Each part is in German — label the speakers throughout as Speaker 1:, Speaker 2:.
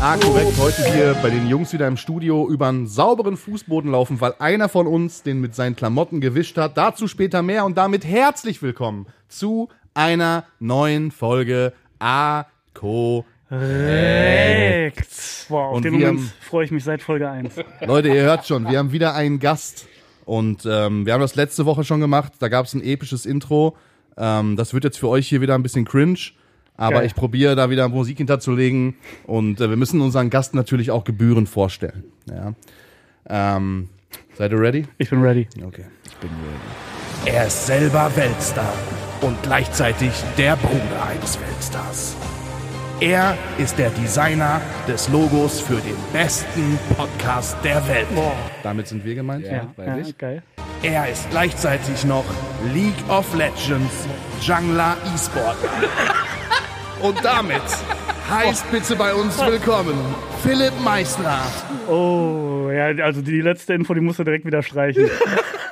Speaker 1: Ah, korrekt. Heute hier bei den Jungs wieder im Studio über einen sauberen Fußboden laufen, weil einer von uns den mit seinen Klamotten gewischt hat. Dazu später mehr und damit herzlich willkommen zu einer neuen Folge A. Co.
Speaker 2: Perfekt. Wow, auf
Speaker 1: Und
Speaker 2: den
Speaker 1: wir
Speaker 2: Moment
Speaker 1: haben-
Speaker 2: freue ich mich seit Folge 1.
Speaker 1: Leute, ihr hört schon, wir haben wieder einen Gast. Und ähm, wir haben das letzte Woche schon gemacht. Da gab es ein episches Intro. Ähm, das wird jetzt für euch hier wieder ein bisschen cringe. Aber
Speaker 2: Geil.
Speaker 1: ich probiere da wieder Musik hinterzulegen. Und äh, wir müssen unseren Gast natürlich auch Gebühren vorstellen. Ja. Ähm, seid ihr ready?
Speaker 2: Ich bin ready.
Speaker 1: Okay.
Speaker 3: Er ist selber Weltstar und gleichzeitig der Bruder eines Weltstars. Er ist der Designer des Logos für den besten Podcast der Welt.
Speaker 1: Damit sind wir gemeint.
Speaker 2: Ja, ja, geil.
Speaker 3: Er ist gleichzeitig noch League of Legends Jungler E-Sport. Und damit heißt bitte bei uns willkommen Philipp Meissner.
Speaker 2: Oh, ja, also die letzte Info, die musst du direkt wieder streichen.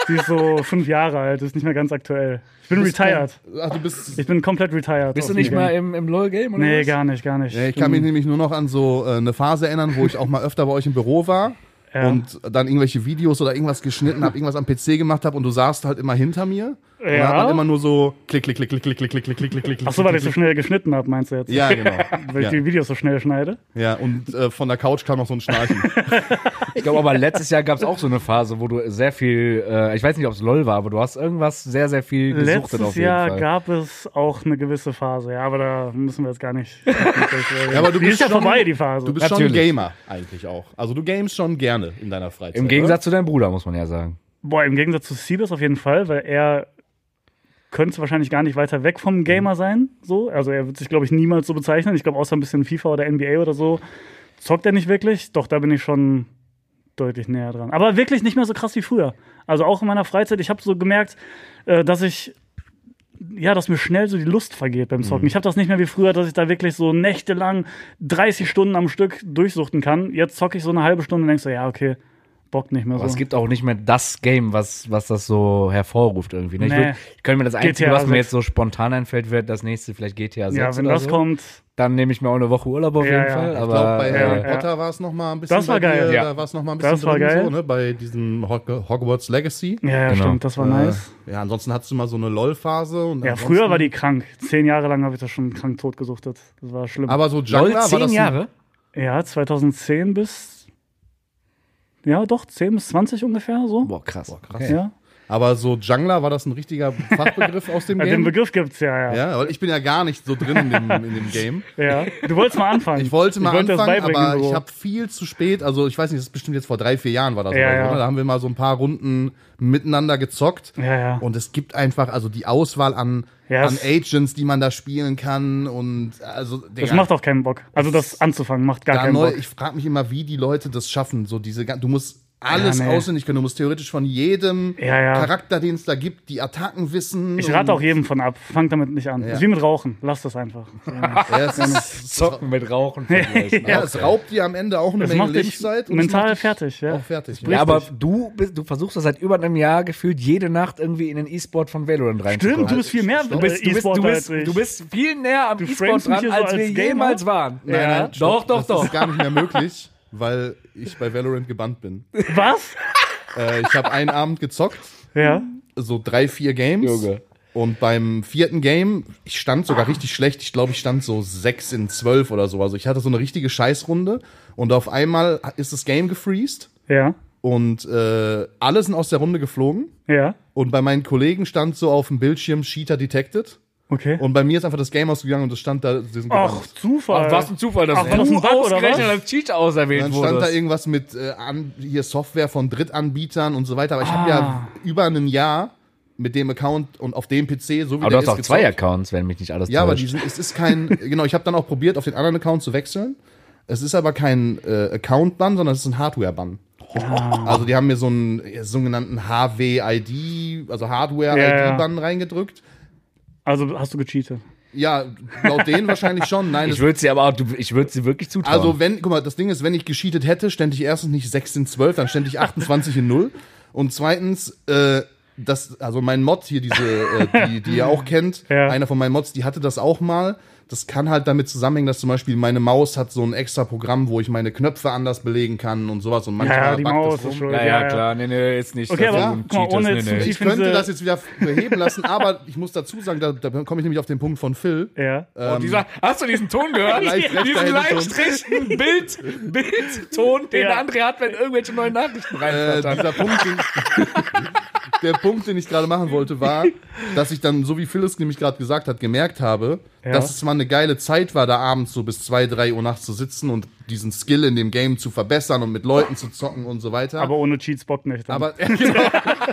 Speaker 2: Sie ist so fünf Jahre alt, ist nicht mehr ganz aktuell. Ich bin retired.
Speaker 1: Ach, du bist.
Speaker 2: Ich bin komplett retired.
Speaker 4: Bist du
Speaker 2: aus
Speaker 4: nicht
Speaker 2: dem
Speaker 4: mal
Speaker 2: Game.
Speaker 4: im, im LOL-Game oder
Speaker 2: Nee,
Speaker 4: was?
Speaker 2: gar nicht, gar nicht. Mhm.
Speaker 1: Ja, ich kann mich nämlich nur noch an so äh, eine Phase erinnern, wo ich auch mal öfter bei euch im Büro war
Speaker 2: Ja.
Speaker 1: und dann irgendwelche Videos oder irgendwas geschnitten habe, irgendwas am PC gemacht habe und du saßt halt immer hinter mir. Und dann
Speaker 2: Ja.
Speaker 1: hat man immer nur so klick, klick, klick, klick, klick, klick, klick, klick, klick, klick, klick.
Speaker 2: Ach so, weil ich so schnell geschnitten habe, meinst du jetzt?
Speaker 1: Ja, genau.
Speaker 2: Weil ich
Speaker 1: Ja,
Speaker 2: die Videos so schnell schneide.
Speaker 1: ja. und äh, von der Couch kam noch so ein Schnarchen.
Speaker 4: Ich glaube, aber letztes Jahr gab es auch so eine Phase, wo du sehr viel, äh, ich weiß nicht, ob es LOL war, aber du hast irgendwas sehr, sehr viel gesuchtet
Speaker 2: Letztes
Speaker 4: auf jeden
Speaker 2: Jahr
Speaker 4: Fall.
Speaker 2: gab es auch eine gewisse Phase, ja, aber da müssen wir jetzt gar nicht. ja,
Speaker 1: aber du
Speaker 2: die
Speaker 1: bist
Speaker 2: ist ja
Speaker 1: schon-
Speaker 2: vorbei, die Phase.
Speaker 1: Du bist schon ein
Speaker 4: Natürlich.
Speaker 1: Gamer eigentlich auch. Also du gamest schon gerne in deiner Freizeit.
Speaker 2: ne?
Speaker 4: Im Gegensatz zu deinem Bruder, muss man ja sagen.
Speaker 2: Boah, im Gegensatz zu Siebes auf jeden Fall, weil er könnte wahrscheinlich gar nicht weiter weg
Speaker 4: Mhm.
Speaker 2: vom Gamer sein. So. Also er wird sich, glaube ich, niemals so bezeichnen. Ich glaube, außer ein bisschen FIFA oder NBA oder so, zockt er nicht wirklich. Doch, da bin ich schon deutlich näher dran. Aber wirklich nicht mehr so krass wie früher. Also auch in meiner Freizeit, ich habe so gemerkt, äh, dass ich. Ja, dass mir schnell so die Lust vergeht beim
Speaker 4: Mhm.
Speaker 2: Zocken. Ich habe das nicht mehr wie früher, dass ich da wirklich so nächtelang 30 Stunden am Stück durchsuchten kann. Jetzt zocke ich so eine halbe Stunde und denk so, ja, okay, Bock nicht mehr so.
Speaker 4: Aber es gibt auch nicht mehr das Game, was, was das so hervorruft irgendwie. Ne? Ich,
Speaker 2: Nee.
Speaker 4: würd, ich könnte mir das Einzige,
Speaker 2: GTA
Speaker 4: was mir
Speaker 2: 6.
Speaker 4: jetzt so spontan einfällt, wird das nächste vielleicht GTA 6
Speaker 2: Ja, wenn
Speaker 4: oder
Speaker 2: das
Speaker 4: so.
Speaker 2: kommt,
Speaker 4: Dann nehme ich mir auch eine Woche Urlaub auf
Speaker 2: Ja,
Speaker 4: jeden
Speaker 2: ja.
Speaker 4: Fall.
Speaker 2: Ich
Speaker 4: Aber
Speaker 1: Ich glaube, bei Harry
Speaker 4: äh,
Speaker 2: ja.
Speaker 1: Potter war es noch mal ein bisschen
Speaker 2: Das war
Speaker 1: bei dir,
Speaker 2: geil.
Speaker 4: Ja.
Speaker 1: Da war es noch mal ein bisschen
Speaker 2: Das war
Speaker 1: drin,
Speaker 2: geil.
Speaker 1: so, ne? Bei diesem Hog- Hogwarts Legacy.
Speaker 2: ja, ja
Speaker 4: Genau.
Speaker 2: stimmt, das war nice.
Speaker 1: Äh, Ja, ansonsten hattest du mal so eine LOL-Phase. und
Speaker 2: Ja,
Speaker 1: ansonsten-
Speaker 2: früher war die krank. Zehn Jahre lang habe ich das schon krank totgesuchtet. Das war schlimm.
Speaker 1: Aber so
Speaker 4: LOL
Speaker 1: Jungler war
Speaker 4: zehn
Speaker 1: das.
Speaker 4: Jahre?
Speaker 2: ja, 2010 bis. Ja, doch, 10 bis 20 ungefähr so.
Speaker 4: Boah, krass. Boah, krass.
Speaker 2: Ja.
Speaker 1: Ein, aber so Jungler war das ein richtiger Fachbegriff aus dem
Speaker 2: Ja,
Speaker 1: Game.
Speaker 2: den Begriff gibt's ja, ja.
Speaker 1: ja, weil ich bin ja gar nicht so drin in dem, in dem Game.
Speaker 2: ja. Du wolltest mal anfangen.
Speaker 1: Ich wollte mal
Speaker 2: wollt dir das
Speaker 1: anfangen,
Speaker 2: beibringen
Speaker 1: aber
Speaker 2: im Büro.
Speaker 1: ich habe viel zu spät, also ich weiß nicht, das ist bestimmt jetzt vor drei, vier Jahren war das
Speaker 2: Ja,
Speaker 1: oder so,
Speaker 2: ja.
Speaker 1: oder? Da haben wir mal so ein paar Runden miteinander gezockt.
Speaker 2: Ja, ja.
Speaker 1: Und es gibt einfach, also die Auswahl an,
Speaker 2: Ja,
Speaker 1: an
Speaker 2: es-
Speaker 1: Agents, die man da spielen kann und also
Speaker 2: Das macht auch keinen Bock. Also das anzufangen macht gar
Speaker 1: da
Speaker 2: keinen
Speaker 1: neu,
Speaker 2: Bock.
Speaker 1: ich frage mich immer, wie die Leute das schaffen. So diese, gan- du musst alles
Speaker 2: Ja, nee.
Speaker 1: auswendig können. Du musst theoretisch von jedem
Speaker 2: Ja, ja.
Speaker 1: Charakter, den es da gibt, die Attacken wissen.
Speaker 2: Ich rate
Speaker 1: und-
Speaker 2: auch jedem von ab. Fang damit nicht an. Ist wie mit Rauchen. Lass das einfach.
Speaker 1: Ja, es, ist,
Speaker 4: Zocken mit Rauchen. vergleichen.
Speaker 1: ja, es raubt dir am Ende auch eine
Speaker 2: Das
Speaker 1: Menge
Speaker 2: macht dich
Speaker 1: Lebenszeit. und es
Speaker 2: mental
Speaker 1: macht dich
Speaker 2: fertig. Ja.
Speaker 1: Auch fertig.
Speaker 4: Ja, aber du, bist, du versuchst das seit über einem Jahr gefühlt jede Nacht irgendwie in den E-Sport von Valorant reinzukommen.
Speaker 2: Stimmt, Äh, du bist viel mehr
Speaker 4: Du bist, du, bist, du,
Speaker 2: E-Sportler
Speaker 4: bist,
Speaker 2: als ich.
Speaker 4: du bist viel näher am E-Sport
Speaker 2: framest mich
Speaker 4: dran,
Speaker 2: hier so
Speaker 4: als
Speaker 2: als
Speaker 4: wir
Speaker 2: Gamer?
Speaker 4: jemals waren.
Speaker 1: Nein, nein,
Speaker 4: doch,
Speaker 1: stopp,
Speaker 4: doch,
Speaker 1: das
Speaker 4: doch.
Speaker 1: ist gar nicht mehr möglich, weil ich bei Valorant gebannt bin.
Speaker 2: Was?
Speaker 1: Äh, ich habe einen Abend gezockt,
Speaker 2: Ja.
Speaker 1: so drei, vier Games.
Speaker 4: Junge.
Speaker 1: Und beim vierten Game, ich stand sogar richtig schlecht. Ich glaube, ich stand so sechs in zwölf oder so. Also ich hatte so eine richtige Scheißrunde. Und auf einmal ist das Game gefreezed.
Speaker 2: Ja.
Speaker 1: Und äh, alle sind aus der Runde geflogen.
Speaker 2: Ja.
Speaker 1: Und bei meinen Kollegen stand so auf dem Bildschirm Cheater Detected.
Speaker 2: Okay.
Speaker 1: Und bei mir ist einfach das Game ausgegangen und es stand da, sie sind
Speaker 2: Ach,
Speaker 1: gebannt.
Speaker 2: Zufall.
Speaker 4: Äh, Ach, was ein Zufall, dass
Speaker 2: Ach, war
Speaker 4: du
Speaker 2: das ein Bug oder
Speaker 4: ausgerechnet
Speaker 2: was?
Speaker 4: als Cheat auserwählt
Speaker 1: Dann stand da
Speaker 4: wurdest.
Speaker 1: irgendwas mit äh, an, hier Software von Drittanbietern und so weiter. Aber ich habe ja über ein Jahr mit dem Account und auf dem PC, so wie
Speaker 4: Aber du
Speaker 1: der
Speaker 4: hast
Speaker 1: ist,
Speaker 4: auch zwei
Speaker 1: gezockt.
Speaker 4: Accounts, wenn mich nicht alles
Speaker 1: Ja, aber die
Speaker 4: täuscht.
Speaker 1: sind, es ist kein, genau, ich habe dann auch probiert, auf den anderen Account zu wechseln. Es ist aber kein äh, Account-Ban, sondern es ist ein Hardware-Ban. Also die haben mir so einen äh, sogenannten HW-ID, also Hardware-ID-Ban reingedrückt.
Speaker 2: Also hast du gecheatet.
Speaker 1: Ja, laut denen wahrscheinlich schon. Nein,
Speaker 4: Ich
Speaker 1: es,
Speaker 4: würde sie aber auch, du- ich würde sie wirklich zutrauen.
Speaker 1: also wenn, guck mal, das Ding ist, wenn ich gescheatet hätte, stände ich erstens nicht 16, 12, dann stände ich 28 in 0. Und zweitens, äh, das, also mein Mod hier, diese, äh, die, die ihr auch kennt,
Speaker 2: Ja.
Speaker 1: einer von meinen Mods, die hatte das auch mal. Das kann halt damit zusammenhängen, dass zum Beispiel meine Maus hat so ein extra Programm, wo ich meine Knöpfe anders belegen kann und sowas. Und manchmal
Speaker 2: Ja, die
Speaker 1: backt
Speaker 2: Maus
Speaker 1: das rum.
Speaker 2: ist schuld.
Speaker 4: Ja, ja, klar. Nee, nee, jetzt nicht.
Speaker 2: Okay,
Speaker 4: Das ist
Speaker 2: aber
Speaker 4: ein
Speaker 2: guck mal,
Speaker 4: Cheat, das-
Speaker 2: ohne
Speaker 4: nee,
Speaker 2: zu
Speaker 4: nee.
Speaker 2: tief-
Speaker 1: Ich könnte
Speaker 2: Diese-
Speaker 1: das jetzt wieder beheben lassen, aber ich muss dazu sagen, da, da komme ich nämlich auf den Punkt von Phil.
Speaker 2: Ja.
Speaker 4: Oh, dieser, hast du diesen Ton gehört?
Speaker 1: Ähm, Leicht rechter
Speaker 4: diesen
Speaker 1: Händeton.
Speaker 4: leicht rechten Bild, Bildton, den
Speaker 2: Ja.
Speaker 4: der andere hat, wenn irgendwelche neuen Nachrichten
Speaker 1: Äh,
Speaker 4: reinflattern.
Speaker 1: dieser Punkt, den, der Punkt, den ich gerade machen wollte, war, dass ich dann, so wie Phyllis nämlich gerade gesagt hat, gemerkt habe,
Speaker 2: Ja.
Speaker 1: dass es mal eine geile Zeit war, da abends so bis 2, 3 Uhr nachts zu sitzen und diesen Skill in dem Game zu verbessern und mit Leuten zu zocken und so weiter.
Speaker 2: Aber ohne Cheats bockt nicht. dann.
Speaker 1: Aber, genau,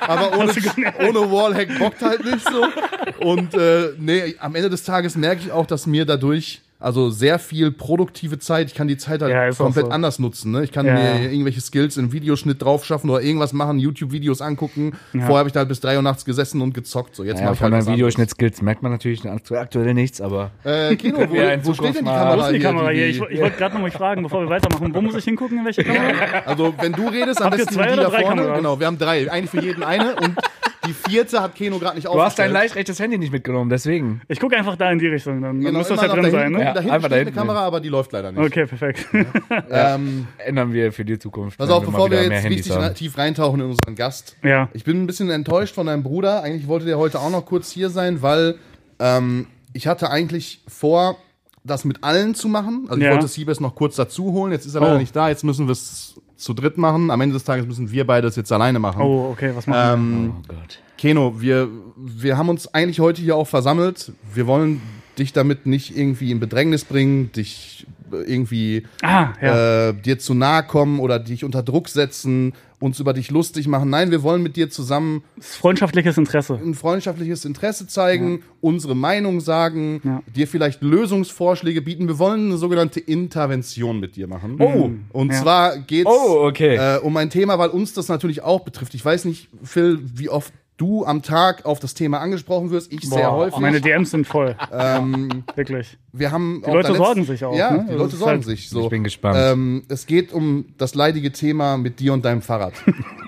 Speaker 1: aber ohne, ohne Wallhack bockt halt nicht so. Und äh, nee, am Ende des Tages merke ich auch, dass mir dadurch also sehr viel produktive Zeit, ich kann die Zeit halt
Speaker 2: Ja, ist auch
Speaker 1: komplett
Speaker 2: so.
Speaker 1: anders nutzen. Ne? Ich kann
Speaker 2: Ja.
Speaker 1: mir irgendwelche Skills im Videoschnitt drauf schaffen oder irgendwas machen, YouTube-Videos angucken. Vorher habe ich da halt bis 3 Uhr nachts gesessen und gezockt. So, jetzt
Speaker 4: Ja,
Speaker 1: mache ich
Speaker 4: von
Speaker 1: halt
Speaker 4: meinen
Speaker 1: was
Speaker 4: Videoschnittskills merkt man natürlich aktuell nichts, aber.
Speaker 1: anderes. Äh, Kino, wo,
Speaker 4: wir in
Speaker 1: wo
Speaker 4: Zukunft
Speaker 1: steht denn die
Speaker 4: mal-
Speaker 1: Kamera
Speaker 2: Wo ist denn die
Speaker 1: hier,
Speaker 2: Kamera
Speaker 1: die-
Speaker 2: hier? Ich, ich wollte gerade noch mal fragen, bevor wir weitermachen, wo muss ich hingucken, in welche Kamera?
Speaker 1: Also, wenn du redest, am
Speaker 2: Habt ihr
Speaker 1: besten
Speaker 2: zwei
Speaker 1: die
Speaker 2: oder
Speaker 1: da
Speaker 2: drei
Speaker 1: vorne.
Speaker 2: Kameras?
Speaker 1: Genau, wir haben drei. Eine für jeden eine und die vierte hat Keno gerade nicht
Speaker 4: Du hast dein
Speaker 1: aufgestellt.
Speaker 4: leicht rechtes Handy nicht mitgenommen, deswegen.
Speaker 2: Ich gucke einfach da in die Richtung, dann, dann
Speaker 1: Genau,
Speaker 2: muss das ja
Speaker 1: immer noch
Speaker 2: drin sein,
Speaker 1: dahinten.
Speaker 2: ne?
Speaker 4: Ja,
Speaker 1: Da hinten
Speaker 4: einfach
Speaker 1: steht
Speaker 4: da
Speaker 1: eine
Speaker 4: hinten.
Speaker 1: Kamera, aber die läuft leider nicht.
Speaker 2: Okay, perfekt.
Speaker 1: Ähm,
Speaker 4: Ändern wir für die Zukunft.
Speaker 1: pass
Speaker 4: wenn
Speaker 1: auf,
Speaker 4: mal
Speaker 1: bevor
Speaker 4: wieder
Speaker 1: wir
Speaker 4: mehr
Speaker 1: jetzt
Speaker 4: Handys
Speaker 1: richtig
Speaker 4: haben.
Speaker 1: re- tief reintauchen in unseren Gast.
Speaker 2: ja.
Speaker 1: Ich bin ein bisschen enttäuscht von deinem Bruder. Eigentlich wollte der heute auch noch kurz hier sein, weil ähm, ich hatte eigentlich vor, das mit allen zu machen. Also ich
Speaker 2: Ja.
Speaker 1: wollte Siebes noch kurz dazu holen. Jetzt ist er
Speaker 4: Oh.
Speaker 1: leider nicht da. Jetzt müssen wir es zu dritt machen. Am Ende des Tages müssen wir beide es jetzt alleine machen.
Speaker 2: Oh, okay, was machen wir?
Speaker 1: Ähm,
Speaker 4: Oh Gott.
Speaker 1: Keno, wir, wir haben uns eigentlich heute hier auch versammelt. Wir wollen dich damit nicht irgendwie in Bedrängnis bringen, dich irgendwie
Speaker 2: Ah, ja.
Speaker 1: äh, dir zu nahe kommen oder dich unter Druck setzen, uns über dich lustig machen. Nein, wir wollen mit dir zusammen
Speaker 2: Das ist freundschaftliches Interesse.
Speaker 1: ein freundschaftliches Interesse zeigen, unsere Meinung sagen,
Speaker 2: Ja.
Speaker 1: dir vielleicht Lösungsvorschläge bieten. Wir wollen eine sogenannte Intervention mit dir machen. Mm.
Speaker 4: Oh.
Speaker 1: Und
Speaker 2: Ja.
Speaker 1: zwar geht's
Speaker 4: Oh, okay.
Speaker 1: äh, um ein Thema, weil uns das natürlich auch betrifft. Ich weiß nicht, Phil, wie oft du am Tag auf das Thema angesprochen wirst. Ich sehr häufig.
Speaker 2: Meine DMs sind voll.
Speaker 1: ähm,
Speaker 2: Wirklich.
Speaker 1: wir haben die
Speaker 2: Leute sorgen sich auch,
Speaker 1: Ja,
Speaker 2: ne?
Speaker 1: die
Speaker 2: Also es
Speaker 1: Leute
Speaker 2: ist
Speaker 1: sorgen
Speaker 2: halt-
Speaker 1: sich. So.
Speaker 4: Ich bin gespannt.
Speaker 1: Ähm, es geht um das leidige Thema mit dir und deinem Fahrrad.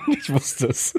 Speaker 4: ich wusste es.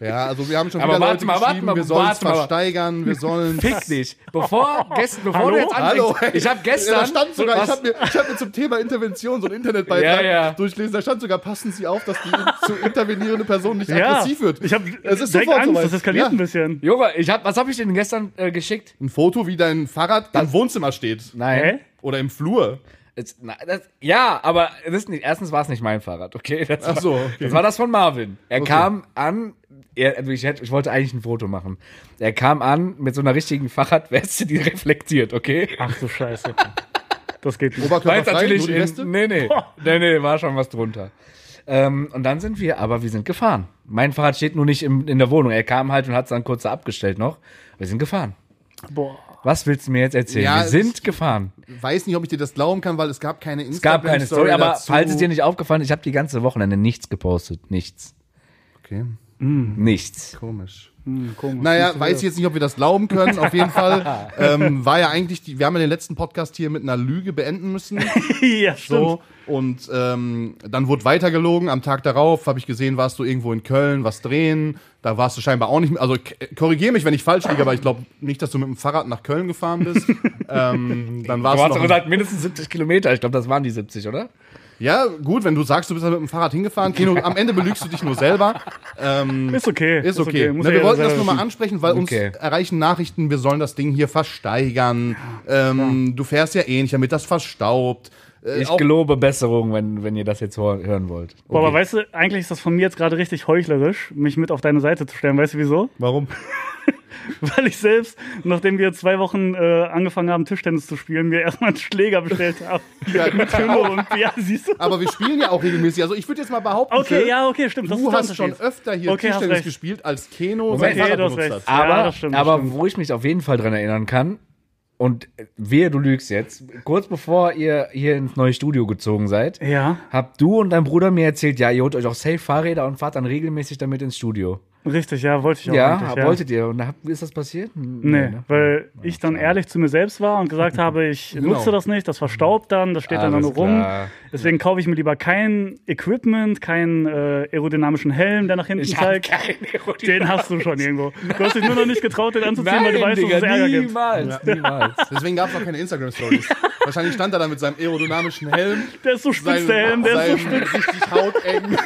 Speaker 1: Ja, also wir haben schon
Speaker 4: Aber
Speaker 1: wieder
Speaker 4: warte
Speaker 1: Leute
Speaker 4: mal, warte
Speaker 1: geschrieben,
Speaker 4: mal,
Speaker 1: wir sollen es
Speaker 4: warte mal.
Speaker 1: versteigern, wir sollen...
Speaker 4: Fick dich. Bevor, gestern, bevor
Speaker 2: Hallo?
Speaker 4: du jetzt
Speaker 1: Hallo,
Speaker 4: anfängst. Ich habe
Speaker 1: Ja, da
Speaker 4: gestern.
Speaker 1: stand sogar,
Speaker 4: was-
Speaker 1: ich habe mir, ich hab mir zum Thema Intervention so einen Internetbeitrag
Speaker 4: Ja, ja.
Speaker 1: durchgelesen, da stand sogar, passen Sie auf, dass die zu intervenierende Person nicht
Speaker 2: Ja.
Speaker 1: aggressiv wird.
Speaker 2: Ich habe
Speaker 1: Es ist
Speaker 2: direkt
Speaker 1: sofort
Speaker 2: Angst,
Speaker 1: soweit.
Speaker 2: das eskaliert
Speaker 1: Ja.
Speaker 2: ein bisschen.
Speaker 4: Junge, ich hab, was habe ich denn gestern äh, geschickt?
Speaker 1: Ein Foto, wie dein Fahrrad im Wohnzimmer steht.
Speaker 2: Hä?
Speaker 1: Oder im Flur.
Speaker 4: Es- na, das, ja, aber das ist nicht, erstens war es nicht mein Fahrrad, okay? Das
Speaker 1: Ach so,
Speaker 4: War,
Speaker 1: okay.
Speaker 4: Das war das von Marvin. Er kam an, er, also ich, hätte, ich wollte eigentlich ein Foto machen. Er kam an mit so einer richtigen Fahrradweste, die reflektiert, okay?
Speaker 2: Ach du Scheiße. Das geht nicht.
Speaker 1: Oberkörper
Speaker 4: Weiß natürlich
Speaker 1: nur die
Speaker 4: in-
Speaker 1: Reste.
Speaker 4: Nee, nee. Nee, nee, war schon was drunter. Ähm, und dann sind wir, aber wir sind gefahren. Mein Fahrrad steht nur nicht im, in der Wohnung. Er kam halt und hat es dann kurz da abgestellt noch. Wir sind gefahren.
Speaker 2: Boah.
Speaker 4: Was willst du mir jetzt erzählen?
Speaker 1: Ja,
Speaker 4: wir
Speaker 1: es-
Speaker 4: sind gefahren.
Speaker 1: Weiß nicht, ob ich dir das glauben kann, weil es gab keine
Speaker 4: Es gab keine Story, aber
Speaker 1: dazu.
Speaker 4: falls es dir nicht aufgefallen ist, ich habe die ganze Wochenende nichts gepostet. Nichts.
Speaker 1: Okay,
Speaker 4: Nichts.
Speaker 1: komisch.
Speaker 2: Hm, komisch.
Speaker 1: Naja, weiß ich jetzt nicht, ob wir das glauben können. Auf jeden Fall ähm, war ja eigentlich, die, wir haben ja den letzten Podcast hier mit einer Lüge beenden müssen.
Speaker 2: ja, stimmt.
Speaker 1: So, und ähm, dann wurde weitergelogen. Am Tag darauf habe ich gesehen, warst du irgendwo in Köln, was drehen. Da warst du scheinbar auch nicht mehr. Also korrigiere mich, wenn ich falsch liege, aber ich glaube nicht, dass du mit dem Fahrrad nach Köln gefahren bist. ähm, dann warst
Speaker 4: Du
Speaker 1: du
Speaker 4: hast doch
Speaker 1: noch
Speaker 4: gesagt, mindestens 70 Kilometer. Ich glaube, das waren die 70, oder?
Speaker 1: Ja, gut, wenn du sagst, du bist da mit dem Fahrrad hingefahren, Kino, am Ende belügst du dich nur selber. Ähm,
Speaker 2: Ist okay.
Speaker 1: ist okay.
Speaker 2: Muss
Speaker 1: Ne,
Speaker 2: ja
Speaker 1: wir
Speaker 2: jeder
Speaker 1: wollten das
Speaker 2: selber
Speaker 1: nur mal
Speaker 2: wissen.
Speaker 1: ansprechen, weil
Speaker 4: Okay.
Speaker 1: uns erreichen Nachrichten, wir sollen das Ding hier versteigern. Ähm, Du fährst ja eh nicht, damit das verstaubt. Äh,
Speaker 4: Ich
Speaker 1: auch-
Speaker 4: gelobe Besserung, wenn, wenn ihr das jetzt hor- hören wollt.
Speaker 2: Boah, aber weißt du, eigentlich ist das von mir jetzt gerade richtig heuchlerisch, mich mit auf deine Seite zu stellen. Weißt du wieso?
Speaker 1: Warum?
Speaker 2: Weil ich selbst, nachdem wir zwei Wochen äh, angefangen haben, Tischtennis zu spielen, mir erstmal einen Schläger bestellt habe.
Speaker 1: Ja, genau.
Speaker 2: mit Timo und ja, siehst du?
Speaker 1: Aber wir spielen ja auch regelmäßig. Also ich würde jetzt mal behaupten,
Speaker 2: Okay,
Speaker 1: Phil,
Speaker 2: ja, okay, stimmt. das
Speaker 1: du
Speaker 2: ist der
Speaker 1: hast schon
Speaker 2: Unterschied.
Speaker 1: öfter hier
Speaker 2: Okay, hast
Speaker 1: Tischtennis
Speaker 2: recht.
Speaker 1: gespielt, als Keno
Speaker 4: Moment,
Speaker 1: sein
Speaker 4: okay,
Speaker 1: Fahrrad
Speaker 2: du hast
Speaker 1: benutzt
Speaker 2: recht.
Speaker 1: hat.
Speaker 4: Aber,
Speaker 2: Ja, das stimmt, das
Speaker 4: aber
Speaker 2: stimmt.
Speaker 4: wo ich mich auf jeden Fall dran erinnern kann, und wehe, du lügst jetzt, kurz bevor ihr hier ins neue Studio gezogen seid,
Speaker 2: Ja.
Speaker 4: habt du und dein Bruder mir erzählt, ja, ihr holt euch auch safe Fahrräder und fahrt dann regelmäßig damit ins Studio.
Speaker 2: Richtig, ja, wollte ich auch.
Speaker 4: Ja,
Speaker 2: eigentlich, ja.
Speaker 4: wolltet ihr. Und hab- ist das passiert?
Speaker 2: Nee,
Speaker 4: ne?
Speaker 2: weil ich dann ehrlich zu mir selbst war und gesagt habe, ich nutze das nicht, das verstaubt dann, das steht dann
Speaker 4: Alles
Speaker 2: nur rum.
Speaker 4: klar.
Speaker 2: Deswegen kaufe ich mir lieber kein Equipment, keinen äh, aerodynamischen Helm, der nach hinten
Speaker 4: Ich hab
Speaker 2: zeigt.
Speaker 4: keine Erotik.
Speaker 2: Den hast du schon irgendwo. Du hast dich nur noch nicht getraut, den anzuziehen, weil du weißt, dass es Ärger gibt.
Speaker 4: niemals, niemals.
Speaker 1: Deswegen gab es noch keine Instagram-Stories. Wahrscheinlich stand er da mit seinem aerodynamischen Helm.
Speaker 2: Der ist so spitz, der Helm, der ist so spitz.
Speaker 1: seinem richtig hautengen,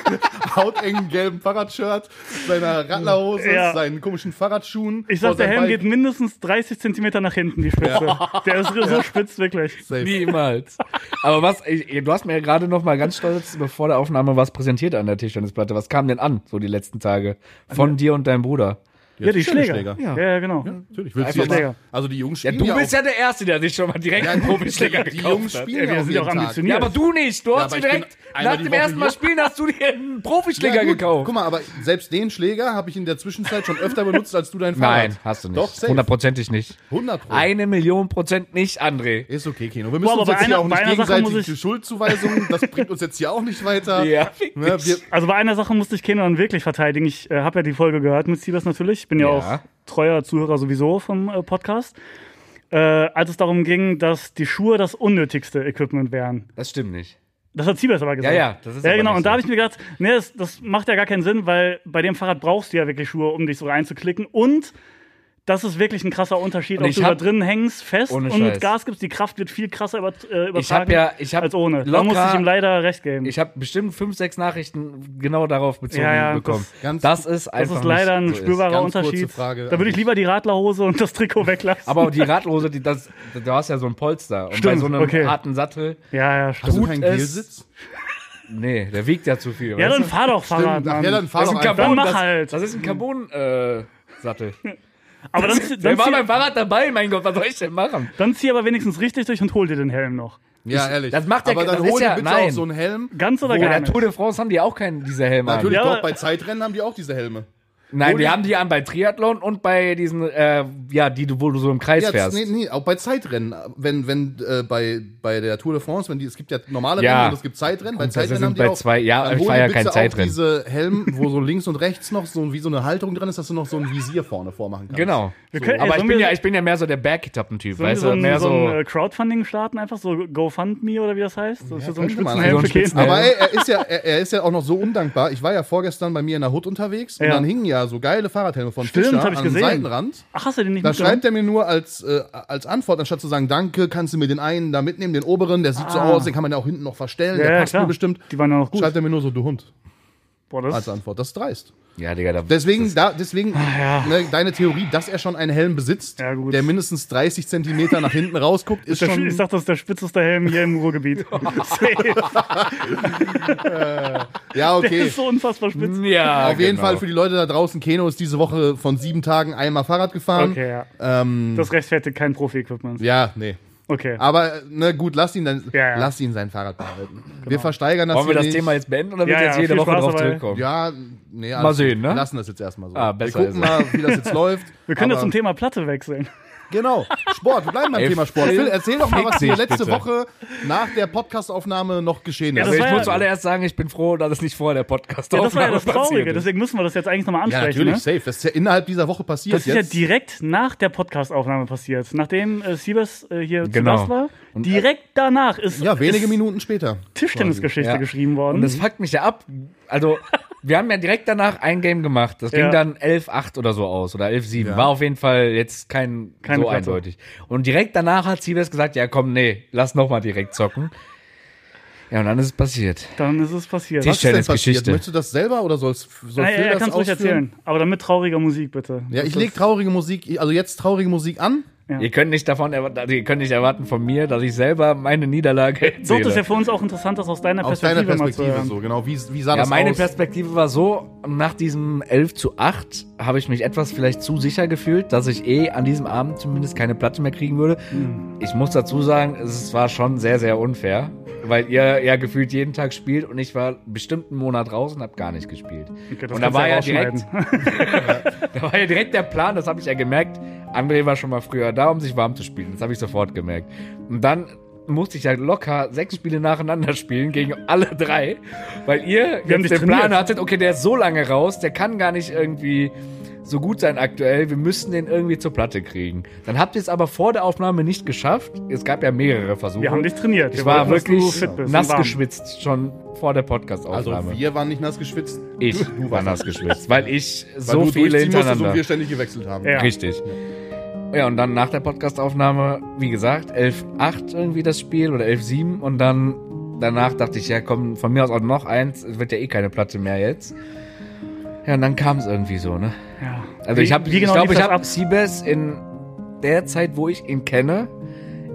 Speaker 1: hautengen gelben Fahrradshirt, seiner Radlerhose,
Speaker 2: Ja.
Speaker 1: seinen komischen Fahrradschuhen.
Speaker 2: Ich sag,
Speaker 1: vor
Speaker 2: der
Speaker 1: seinem
Speaker 2: Helm
Speaker 1: Bike.
Speaker 2: geht mindestens 30 Zentimeter nach hinten, die Spitze. Der ist so spitz, wirklich.
Speaker 1: Safe.
Speaker 4: Niemals. Aber was, ich, du hast mir ja gerade noch mal ganz stolz bevor der Aufnahme was präsentiert an der Tischtennisplatte. Was kam denn an, so die letzten Tage? Von dir und deinem Bruder.
Speaker 2: Ja, die Schläger.
Speaker 1: Schläger.
Speaker 2: Ja.
Speaker 4: Ja.
Speaker 2: ja, genau.
Speaker 1: Natürlich, willst du
Speaker 4: Einfach
Speaker 1: jetzt mal,
Speaker 2: Schläger.
Speaker 1: also die Jungs
Speaker 4: Ja,
Speaker 1: spielen
Speaker 4: du
Speaker 1: ja,
Speaker 4: bist ja der Erste, der sich schon mal direkt einen Profischläger
Speaker 1: die, die Jungs
Speaker 4: gekauft hat.
Speaker 1: spielen ja,
Speaker 2: wir
Speaker 1: auch
Speaker 2: sind ja
Speaker 1: jeden
Speaker 2: auch
Speaker 1: Tag.
Speaker 2: ambitioniert.
Speaker 4: Ja, aber du nicht. Du hast
Speaker 1: aber
Speaker 4: dir
Speaker 1: ich bin
Speaker 4: direkt
Speaker 1: einmal
Speaker 4: nach
Speaker 1: die
Speaker 4: dem
Speaker 1: Woche
Speaker 4: ersten Mal
Speaker 1: hier.
Speaker 4: spielen hast du dir einen Profischläger
Speaker 1: gut,
Speaker 4: gekauft.
Speaker 1: Guck mal, aber selbst den Schläger habe ich in der Zwischenzeit schon öfter benutzt als du dein Fahrrad.
Speaker 4: Nein, hast du
Speaker 1: Doch,
Speaker 4: nicht.
Speaker 1: safe.
Speaker 4: Hundertprozentig nicht.
Speaker 1: 100 Pro.
Speaker 4: Eine Million Prozent nicht, André.
Speaker 1: Ist okay, Kino. Wir müssen
Speaker 2: aber
Speaker 1: uns
Speaker 2: bei
Speaker 1: jetzt hier
Speaker 2: einer-
Speaker 1: auch
Speaker 2: bei
Speaker 1: nicht
Speaker 2: einer Sache muss
Speaker 1: gegenseitig die
Speaker 2: ich-
Speaker 1: Schuldzuweisungen, das bringt uns jetzt hier auch nicht weiter.
Speaker 4: Ja, fick
Speaker 1: Ne,
Speaker 4: dich.
Speaker 1: wir,
Speaker 2: Also bei einer Sache musste ich Keno dann wirklich verteidigen. Ich äh, habe ja die Folge gehört mit Silas natürlich. Ich bin ja,
Speaker 4: Ja.
Speaker 2: auch treuer Zuhörer sowieso vom äh, Podcast. Äh, als es darum ging, dass die Schuhe das unnötigste Equipment wären.
Speaker 4: Das stimmt nicht.
Speaker 2: Das hat Siebers aber gesagt.
Speaker 4: Ja, ja, das ist
Speaker 2: Ja,
Speaker 4: aber
Speaker 2: genau.
Speaker 4: nicht
Speaker 2: Und da
Speaker 4: so.
Speaker 2: habe ich mir gedacht, nee, das, das macht ja gar keinen Sinn, weil bei dem Fahrrad brauchst du ja wirklich Schuhe, um dich so reinzuklicken. Und das ist wirklich ein krasser Unterschied,
Speaker 4: Und
Speaker 2: ob
Speaker 4: ich
Speaker 2: du da
Speaker 4: hab-
Speaker 2: drin hängst, fest
Speaker 4: Ohne
Speaker 2: und mit
Speaker 4: Scheiß.
Speaker 2: Gas gibst. Die Kraft wird viel krasser über, äh, übertragen
Speaker 4: Ich hab ja- ich hab
Speaker 2: als ohne. da
Speaker 4: locker-
Speaker 2: muss ich ihm leider recht geben.
Speaker 4: Ich habe bestimmt fünf, sechs Nachrichten genau darauf bezogen
Speaker 2: Ja, ja,
Speaker 4: bekommen.
Speaker 1: das- ganz-
Speaker 4: Das,
Speaker 2: das
Speaker 4: ist einfach
Speaker 2: ist leider ein
Speaker 4: nicht, so
Speaker 2: spürbarer
Speaker 1: Ganz kurze
Speaker 2: Unterschied.
Speaker 1: Frage
Speaker 2: da würde ich
Speaker 1: an
Speaker 2: lieber die Radlerhose und das Trikot weglassen.
Speaker 4: Aber die Radlose, die, das, du hast ja so ein Polster. Und bei
Speaker 2: Stimmt,
Speaker 4: so einem
Speaker 2: okay.
Speaker 4: harten Sattel,
Speaker 2: ja, ja, stimmt.
Speaker 1: hast du
Speaker 4: Gut
Speaker 1: keinen
Speaker 4: ist-
Speaker 1: Gelsitz?
Speaker 4: nee, der wiegt ja zu viel.
Speaker 2: Ja,
Speaker 4: weißt
Speaker 2: dann
Speaker 4: du?
Speaker 2: fahr doch Fahrrad,
Speaker 1: Stimmt, ach,
Speaker 2: Mann.
Speaker 1: ja, dann fahr
Speaker 4: das ist
Speaker 1: doch
Speaker 4: ein
Speaker 1: einfach.
Speaker 2: Dann
Speaker 4: Carbon,
Speaker 2: mach
Speaker 4: das,
Speaker 2: halt.
Speaker 4: das ist ein äh, Carbon-Sattel.
Speaker 2: aber dann,
Speaker 4: der
Speaker 2: dann,
Speaker 4: war beim
Speaker 2: zieh,
Speaker 4: Fahrrad dabei, mein Gott, was soll ich denn machen?
Speaker 2: dann zieh aber wenigstens richtig durch und hol dir den Helm noch.
Speaker 1: Ja, ehrlich.
Speaker 4: das macht ja-
Speaker 1: Aber dann
Speaker 4: das ist
Speaker 1: hol dir
Speaker 4: ja-
Speaker 1: bitte
Speaker 4: nein.
Speaker 1: auch so einen Helm.
Speaker 2: Ganz oder
Speaker 4: Bei
Speaker 2: gar
Speaker 4: Oh, der
Speaker 2: nicht.
Speaker 4: Tour de France haben die auch keinen dieser Helme an.
Speaker 1: Natürlich,
Speaker 2: Ja,
Speaker 1: doch,
Speaker 2: aber-
Speaker 1: bei Zeitrennen haben die auch diese Helme.
Speaker 4: Nein,
Speaker 1: Hol-
Speaker 4: wir haben die an bei Triathlon und bei diesen, äh, ja, die, du- wo du so im Kreis
Speaker 1: Ja,
Speaker 4: fährst.
Speaker 1: nee, nee, auch bei Zeitrennen. Wenn, wenn äh, bei, bei der Tour de France, wenn die, es gibt ja normale
Speaker 4: Ja.
Speaker 1: Rennen und es gibt Zeitrennen. Bei
Speaker 4: Gut, das
Speaker 1: Zeitrennen
Speaker 4: sind
Speaker 1: haben die
Speaker 4: bei
Speaker 1: auch,
Speaker 4: zwei- ja,
Speaker 1: dann
Speaker 4: ich
Speaker 1: hol
Speaker 4: fahr
Speaker 1: dir
Speaker 4: ja
Speaker 1: bitte
Speaker 4: kein
Speaker 1: auch
Speaker 4: Zeitrennen.
Speaker 1: diese Helm, wo so links und rechts noch so, wie so eine Halterung drin ist, dass du noch so ein Visier vorne vormachen kannst.
Speaker 4: Genau.
Speaker 2: Wir können- ey,
Speaker 4: Aber ich
Speaker 2: sollen
Speaker 4: bin,
Speaker 2: wir-
Speaker 4: ja, ich bin ja mehr so der Bergetappen-Typ,
Speaker 2: Sollen wir
Speaker 4: weißt du?
Speaker 2: so ein,
Speaker 4: Mehr
Speaker 2: so ein
Speaker 4: so,
Speaker 2: äh, Crowdfunding starten, einfach so GoFundMe oder wie das heißt? Das ist ja, so ein
Speaker 1: könnte man
Speaker 2: Spitzenhelm für
Speaker 4: eigentlich.
Speaker 2: Käse.
Speaker 4: So ein
Speaker 1: Aber
Speaker 4: Ja.
Speaker 1: ey, er ist ja, er, er ist ja auch noch so undankbar. Ich war ja vorgestern bei mir in der Hut unterwegs und
Speaker 2: Ja.
Speaker 1: dann hingen ja so geile Fahrradhelme von
Speaker 2: Stimmt,
Speaker 1: Fischer
Speaker 2: hab ich
Speaker 1: am
Speaker 2: gesehen.
Speaker 1: Seitenrand.
Speaker 2: Ach, hast du den nicht
Speaker 1: Da
Speaker 2: mitgenommen?
Speaker 1: schreibt er mir nur als, äh, als Antwort, anstatt zu sagen, danke, kannst du mir den einen da mitnehmen, den oberen, der sieht
Speaker 4: Ah.
Speaker 1: so aus, den kann man ja auch hinten noch verstellen,
Speaker 2: Ja,
Speaker 1: der
Speaker 2: ja,
Speaker 1: passt
Speaker 2: klar.
Speaker 1: mir bestimmt.
Speaker 2: Die waren ja noch gut.
Speaker 1: Schreibt er mir nur so, du Hund,
Speaker 2: Boah, das
Speaker 1: als Antwort. Das ist dreist.
Speaker 4: ja, Digga, da,
Speaker 1: Deswegen, da, deswegen
Speaker 4: Ah,
Speaker 2: ja.
Speaker 1: ne, deine Theorie, dass er schon einen Helm besitzt,
Speaker 2: Ja, gut.
Speaker 1: der mindestens 30 Zentimeter nach hinten rausguckt, ist
Speaker 2: der,
Speaker 1: schon.
Speaker 2: ich sag, das ist der spitzeste Helm hier im Ruhrgebiet. Safe.
Speaker 1: ja,
Speaker 2: der
Speaker 1: okay.
Speaker 2: ist so unfassbar spitz.
Speaker 4: ja,
Speaker 1: Auf jeden
Speaker 4: genau.
Speaker 1: Fall für die Leute da draußen, Keno ist diese Woche von sieben Tagen einmal Fahrrad gefahren.
Speaker 2: Okay, ja.
Speaker 1: Ähm,
Speaker 2: Das rechtfertigt kein Profi-Equipment.
Speaker 1: ja, nee.
Speaker 2: Okay.
Speaker 1: Aber ne, gut, lass ihn dann,
Speaker 2: Ja, ja.
Speaker 1: lass ihn sein Fahrrad behalten. Wir versteigern das
Speaker 4: Genau. Wollen wir
Speaker 1: hier
Speaker 4: das
Speaker 1: nicht.
Speaker 4: Thema jetzt beenden oder wird
Speaker 2: Ja,
Speaker 4: jetzt
Speaker 2: ja,
Speaker 4: jede
Speaker 2: viel
Speaker 4: Woche
Speaker 2: Spaß
Speaker 4: drauf
Speaker 2: dabei.
Speaker 4: zurückkommen?
Speaker 1: Ja, nee, alles
Speaker 4: Mal sehen,
Speaker 1: gut.
Speaker 4: ne?
Speaker 1: Wir lassen das jetzt erstmal so.
Speaker 4: Ah,
Speaker 1: wir
Speaker 4: besser
Speaker 1: gucken
Speaker 4: ist
Speaker 1: mal, wie das jetzt läuft.
Speaker 2: Wir können ja
Speaker 1: Aber-
Speaker 2: zum Thema Platte wechseln.
Speaker 1: Genau. Sport, wir bleiben beim
Speaker 4: Ey,
Speaker 1: Thema Sport.
Speaker 4: Phil,
Speaker 1: Phil, erzähl doch mal, was
Speaker 4: fick
Speaker 1: hier
Speaker 4: dich,
Speaker 1: letzte
Speaker 4: bitte.
Speaker 1: Woche nach der Podcastaufnahme noch geschehen
Speaker 2: Ja,
Speaker 1: ist.
Speaker 2: Das
Speaker 4: Also ich
Speaker 2: war
Speaker 4: muss
Speaker 2: ja-
Speaker 4: zuallererst sagen, ich bin froh, dass es nicht vorher der Podcast
Speaker 2: Ja, das war ja das
Speaker 4: passiert
Speaker 2: Traurige,
Speaker 4: ist.
Speaker 2: deswegen müssen wir das jetzt eigentlich nochmal
Speaker 1: ja,
Speaker 2: ansprechen.
Speaker 1: natürlich,
Speaker 2: ne?
Speaker 1: safe. Das ist ja innerhalb dieser Woche passiert
Speaker 2: Das ist ja
Speaker 1: jetzt.
Speaker 2: direkt nach der Podcast-Aufnahme passiert. Nachdem äh, Siebes äh, hier
Speaker 4: Genau.
Speaker 2: zu Gast war, direkt danach ist,
Speaker 1: äh, ja, wenige
Speaker 2: ist
Speaker 1: Minuten später.
Speaker 2: Tischtennisgeschichte
Speaker 4: Ja.
Speaker 2: geschrieben worden.
Speaker 4: Und das fuckt mich ja ab. Also, wir haben ja direkt danach ein Game gemacht. Das ging
Speaker 2: Ja.
Speaker 4: dann 11-8 oder so aus oder 11-7. War auf jeden Fall jetzt kein
Speaker 2: Keine
Speaker 4: so
Speaker 2: Platte.
Speaker 4: eindeutig. Und direkt danach hat Siebes gesagt, ja komm, nee, lass nochmal direkt zocken. Ja, und dann ist es passiert.
Speaker 2: Dann ist es passiert.
Speaker 4: Tisch- Tischtennisgeschichte.
Speaker 1: Möchtest du das selber oder sollst, soll
Speaker 2: Ah, ja,
Speaker 1: Phil
Speaker 2: ja,
Speaker 1: das
Speaker 2: kannst ruhig
Speaker 1: ausführen?
Speaker 2: erzählen. Aber dann mit trauriger Musik, bitte.
Speaker 1: Ja, ich leg traurige Musik, also jetzt traurige Musik an.
Speaker 2: Ja.
Speaker 4: Ihr könnt nicht davon erwarten, also ihr könnt nicht erwarten von mir, dass ich selber meine
Speaker 2: Doch,
Speaker 4: Niederlage
Speaker 2: das ist ja
Speaker 4: erzähle.
Speaker 2: für uns auch interessant, das aus deiner
Speaker 1: Aus
Speaker 2: Perspektive,
Speaker 1: deiner
Speaker 2: mal zu
Speaker 1: Perspektive
Speaker 2: hören.
Speaker 1: so, genau. Wie, wie sah
Speaker 4: Ja,
Speaker 1: das
Speaker 4: meine
Speaker 1: aus?
Speaker 4: Perspektive war so, nach diesem 11 zu 8 habe ich mich etwas vielleicht zu sicher gefühlt, dass ich eh an diesem Abend zumindest keine Platte mehr kriegen würde.
Speaker 2: Hm.
Speaker 4: Ich muss dazu sagen, es war schon sehr, sehr unfair, weil ihr ja gefühlt jeden Tag spielt und ich war bestimmt einen Monat raus und habe gar nicht gespielt.
Speaker 2: Okay, das
Speaker 4: und da
Speaker 2: kannst du
Speaker 4: war, ja
Speaker 2: rausschneiden.
Speaker 4: direkt, da war ja direkt der Plan, das habe ich ja gemerkt. André war schon mal früher da, um sich warm zu spielen. Das habe ich sofort gemerkt. Und dann musste ich ja locker sechs Spiele nacheinander spielen gegen alle drei, weil ihr
Speaker 2: Wir haben
Speaker 4: jetzt
Speaker 2: dich
Speaker 4: den Plan
Speaker 2: trainiert.
Speaker 4: hattet, okay, der ist so lange raus, der kann gar nicht irgendwie so gut sein aktuell, wir müssten den irgendwie zur Platte kriegen. Dann habt ihr es aber vor der Aufnahme nicht geschafft. Es gab ja mehrere Versuche.
Speaker 2: Wir haben dich trainiert.
Speaker 4: ich
Speaker 2: Wir
Speaker 4: war
Speaker 2: wollten, dass
Speaker 4: wirklich
Speaker 2: du fit bist und
Speaker 4: nass
Speaker 2: warm.
Speaker 4: geschwitzt schon vor der
Speaker 1: Also
Speaker 4: Podcast-Aufnahme.
Speaker 1: wir waren nicht nass geschwitzt,
Speaker 4: ich
Speaker 1: du warst
Speaker 4: war nass geschwitzt, weil ich
Speaker 1: weil
Speaker 4: so
Speaker 1: du
Speaker 4: viele
Speaker 1: durchziehen musstest und
Speaker 4: hintereinander.
Speaker 1: wir ständig gewechselt haben.
Speaker 2: Ja.
Speaker 4: Richtig. Ja, und dann nach der Podcastaufnahme, wie gesagt, 11.8 irgendwie das Spiel oder 11.7 und dann danach dachte ich, ja komm, von mir aus auch noch eins, es wird ja eh keine Platte mehr jetzt. Ja, und dann kam es irgendwie so, ne?
Speaker 2: Ja.
Speaker 4: Also ich habe,
Speaker 2: Wie
Speaker 4: ich
Speaker 2: genau
Speaker 4: glaube,
Speaker 2: lief
Speaker 4: ich
Speaker 2: das ab?
Speaker 4: habe Siebes in der Zeit, wo ich ihn kenne,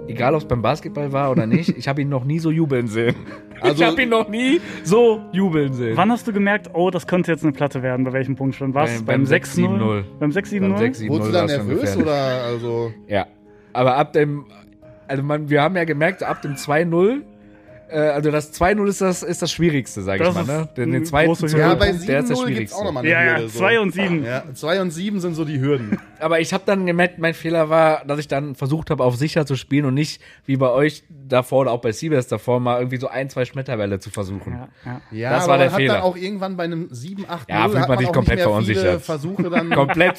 Speaker 4: egal ob es beim Basketball war oder nicht, ich habe ihn noch nie so jubeln sehen.
Speaker 1: Also-
Speaker 4: ich habe ihn noch nie so jubeln sehen.
Speaker 2: Wann hast du gemerkt, oh, das könnte jetzt eine Platte werden? Bei welchem Punkt schon? Warst
Speaker 4: Beim-
Speaker 2: du
Speaker 4: beim
Speaker 2: beim 6-0?
Speaker 4: 6-7-0?
Speaker 2: Beim
Speaker 4: Beim
Speaker 2: 6-7-0?
Speaker 4: 6-7-0
Speaker 1: Wurdest du da
Speaker 4: war's schon
Speaker 1: nervös
Speaker 4: gefährlich.
Speaker 1: oder also
Speaker 4: Ja. Aber ab dem, also man, wir haben ja gemerkt, so ab dem 2-0, äh, also das 2-0 ist das, ist das Schwierigste, sage ich
Speaker 2: Das
Speaker 4: mal.
Speaker 2: ist
Speaker 4: Ne? Den,
Speaker 2: eine
Speaker 4: den zweiten
Speaker 2: große
Speaker 4: zu
Speaker 2: Hürde.
Speaker 1: ja,
Speaker 4: holen,
Speaker 1: bei
Speaker 4: der ist
Speaker 1: 7-0
Speaker 4: das
Speaker 1: gibt's
Speaker 4: Schwierigste.
Speaker 1: auch nochmal eine
Speaker 2: Ja, ja,
Speaker 1: Hürde. So.
Speaker 2: 2 und 7.
Speaker 1: Ja, 2 und 7 sind so die Hürden.
Speaker 4: Aber ich habe dann gemerkt, mein Fehler war, dass ich dann versucht habe, auf sicher zu spielen und nicht wie bei euch davor oder auch bei Siebes davor mal irgendwie so ein, zwei Schmetterbälle zu versuchen.
Speaker 2: Ja, ja.
Speaker 1: Ja,
Speaker 4: Das
Speaker 1: aber
Speaker 4: war der
Speaker 1: man hat dann
Speaker 4: Fehler.
Speaker 1: auch irgendwann bei einem 7, 8,
Speaker 4: Ja,
Speaker 1: 0
Speaker 4: fühlt
Speaker 1: hat
Speaker 4: man sich
Speaker 1: auch
Speaker 4: komplett
Speaker 1: nicht mehr Viele
Speaker 4: verunsichert.
Speaker 1: Versuche dann.
Speaker 4: Komplett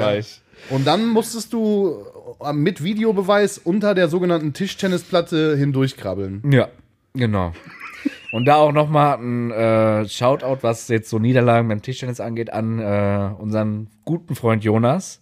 Speaker 4: war ich.
Speaker 1: und dann musstest du äh, mit Videobeweis unter der sogenannten Tischtennisplatte hindurchkrabbeln.
Speaker 4: Ja, genau. Und da auch nochmal ein äh, Shoutout, was jetzt so Niederlagen beim Tischtennis angeht, an äh, unseren guten Freund Jonas.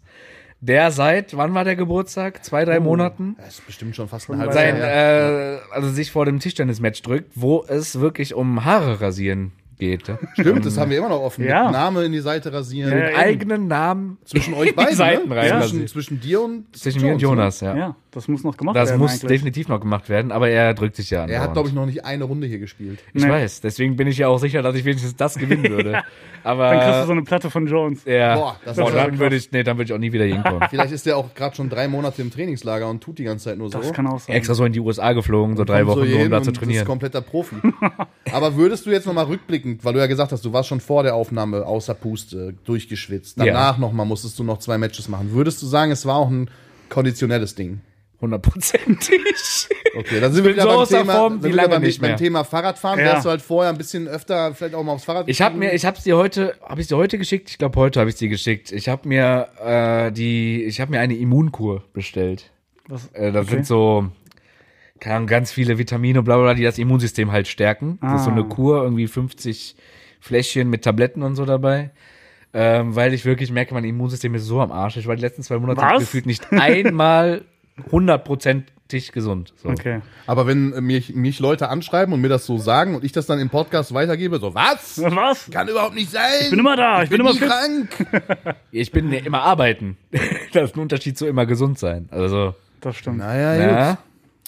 Speaker 4: Der seit, wann war der Geburtstag? Zwei,
Speaker 1: Uh,
Speaker 4: drei Monaten?
Speaker 1: Das ist bestimmt schon fast ein
Speaker 2: Schon
Speaker 1: halbes
Speaker 4: Sein,
Speaker 1: Jahr. her.
Speaker 4: äh, also sich vor dem Tischtennis-Match drückt, wo es wirklich um Haare rasieren geht. ne?
Speaker 1: Stimmt, das haben wir immer noch offen.
Speaker 2: Ja.
Speaker 1: Mit Name in die Seite rasieren.
Speaker 2: Ja, ja.
Speaker 4: Eigenen Namen
Speaker 1: Zwischen
Speaker 4: in
Speaker 1: euch
Speaker 4: die
Speaker 1: beiden.
Speaker 4: Seiten
Speaker 1: ne?
Speaker 4: rein
Speaker 1: zwischen,
Speaker 4: rasieren.
Speaker 1: zwischen dir und ne?
Speaker 4: Zwischen mir und Jonas, ja.
Speaker 2: ja, das muss noch gemacht
Speaker 4: Das
Speaker 2: werden.
Speaker 4: muss
Speaker 2: eigentlich.
Speaker 4: definitiv noch gemacht werden, aber er drückt sich ja an.
Speaker 1: Ne? Er hat, glaube ich, ne. noch nicht eine Runde hier gespielt.
Speaker 4: Ich
Speaker 2: Nee.
Speaker 4: weiß, deswegen bin ich ja auch sicher, dass ich wenigstens das gewinnen würde. Aber
Speaker 2: Dann kriegst du so eine Platte von Jones.
Speaker 4: Ja.
Speaker 1: Boah, das
Speaker 4: Boah,
Speaker 1: ist
Speaker 4: dann
Speaker 1: krass.
Speaker 4: würde ich, nee, dann würde ich auch nie wieder hinkommen.
Speaker 1: Vielleicht ist er auch gerade schon drei Monate im Trainingslager und tut die ganze Zeit nur so.
Speaker 2: Das kann auch sein.
Speaker 4: Extra so in die USA geflogen, so drei
Speaker 1: Kommt
Speaker 4: Wochen,
Speaker 1: hier
Speaker 4: nur, um
Speaker 1: hin
Speaker 4: da zu
Speaker 1: und Ist
Speaker 4: trainieren.
Speaker 1: kompletter Profi. Aber würdest du jetzt nochmal rückblickend, weil du ja gesagt hast, du warst schon vor der Aufnahme außer Puste äh, durchgeschwitzt. Danach nochmal musstest du noch zwei Matches machen. Würdest du sagen, es war auch ein konditionelles Ding?
Speaker 4: Hundertprozentig.
Speaker 1: Okay, dann sind wir
Speaker 4: bin
Speaker 1: wieder
Speaker 4: so
Speaker 1: beim
Speaker 4: außer
Speaker 1: Thema,
Speaker 4: Form
Speaker 1: dann
Speaker 4: wie
Speaker 1: sind wir
Speaker 4: lange
Speaker 1: beim,
Speaker 4: nicht
Speaker 1: beim
Speaker 4: mehr.
Speaker 1: Thema Fahrradfahren.
Speaker 2: Ja.
Speaker 1: Wärst du halt vorher ein bisschen öfter vielleicht auch mal aufs Fahrrad
Speaker 4: Ich habe mir,
Speaker 2: Ähm.
Speaker 1: gestiegen?
Speaker 4: ich habe dir heute, habe ich dir heute geschickt? Ich glaube heute habe ich dir geschickt. Ich habe mir äh, die, ich habe mir eine Immunkur bestellt.
Speaker 2: Was-
Speaker 4: Äh, das
Speaker 2: okay.
Speaker 4: sind so, keine Ahnung, ganz viele Vitamine, bla bla, bla, die das Immunsystem halt stärken. Das ist so
Speaker 2: Ah.
Speaker 4: eine Kur, irgendwie 50 Fläschchen mit Tabletten und so dabei. Ähm, weil ich wirklich merke, mein Immunsystem ist so am Arsch. Ich war die letzten zwei Monate
Speaker 2: Was?
Speaker 4: gefühlt nicht einmal hundertprozentig gesund. So.
Speaker 2: Okay.
Speaker 1: Aber wenn äh, mich, mich Leute anschreiben und mir das so sagen und ich das dann im Podcast weitergebe, so was?
Speaker 2: Was?
Speaker 1: Kann überhaupt nicht sein. Ich
Speaker 2: bin immer da, ich bin immer
Speaker 1: nie
Speaker 2: fit.
Speaker 1: krank.
Speaker 4: Ich bin ja immer arbeiten. das ist ein Unterschied zu immer gesund sein. Also,
Speaker 2: Das stimmt.
Speaker 1: Naja,
Speaker 4: ja.
Speaker 1: gut.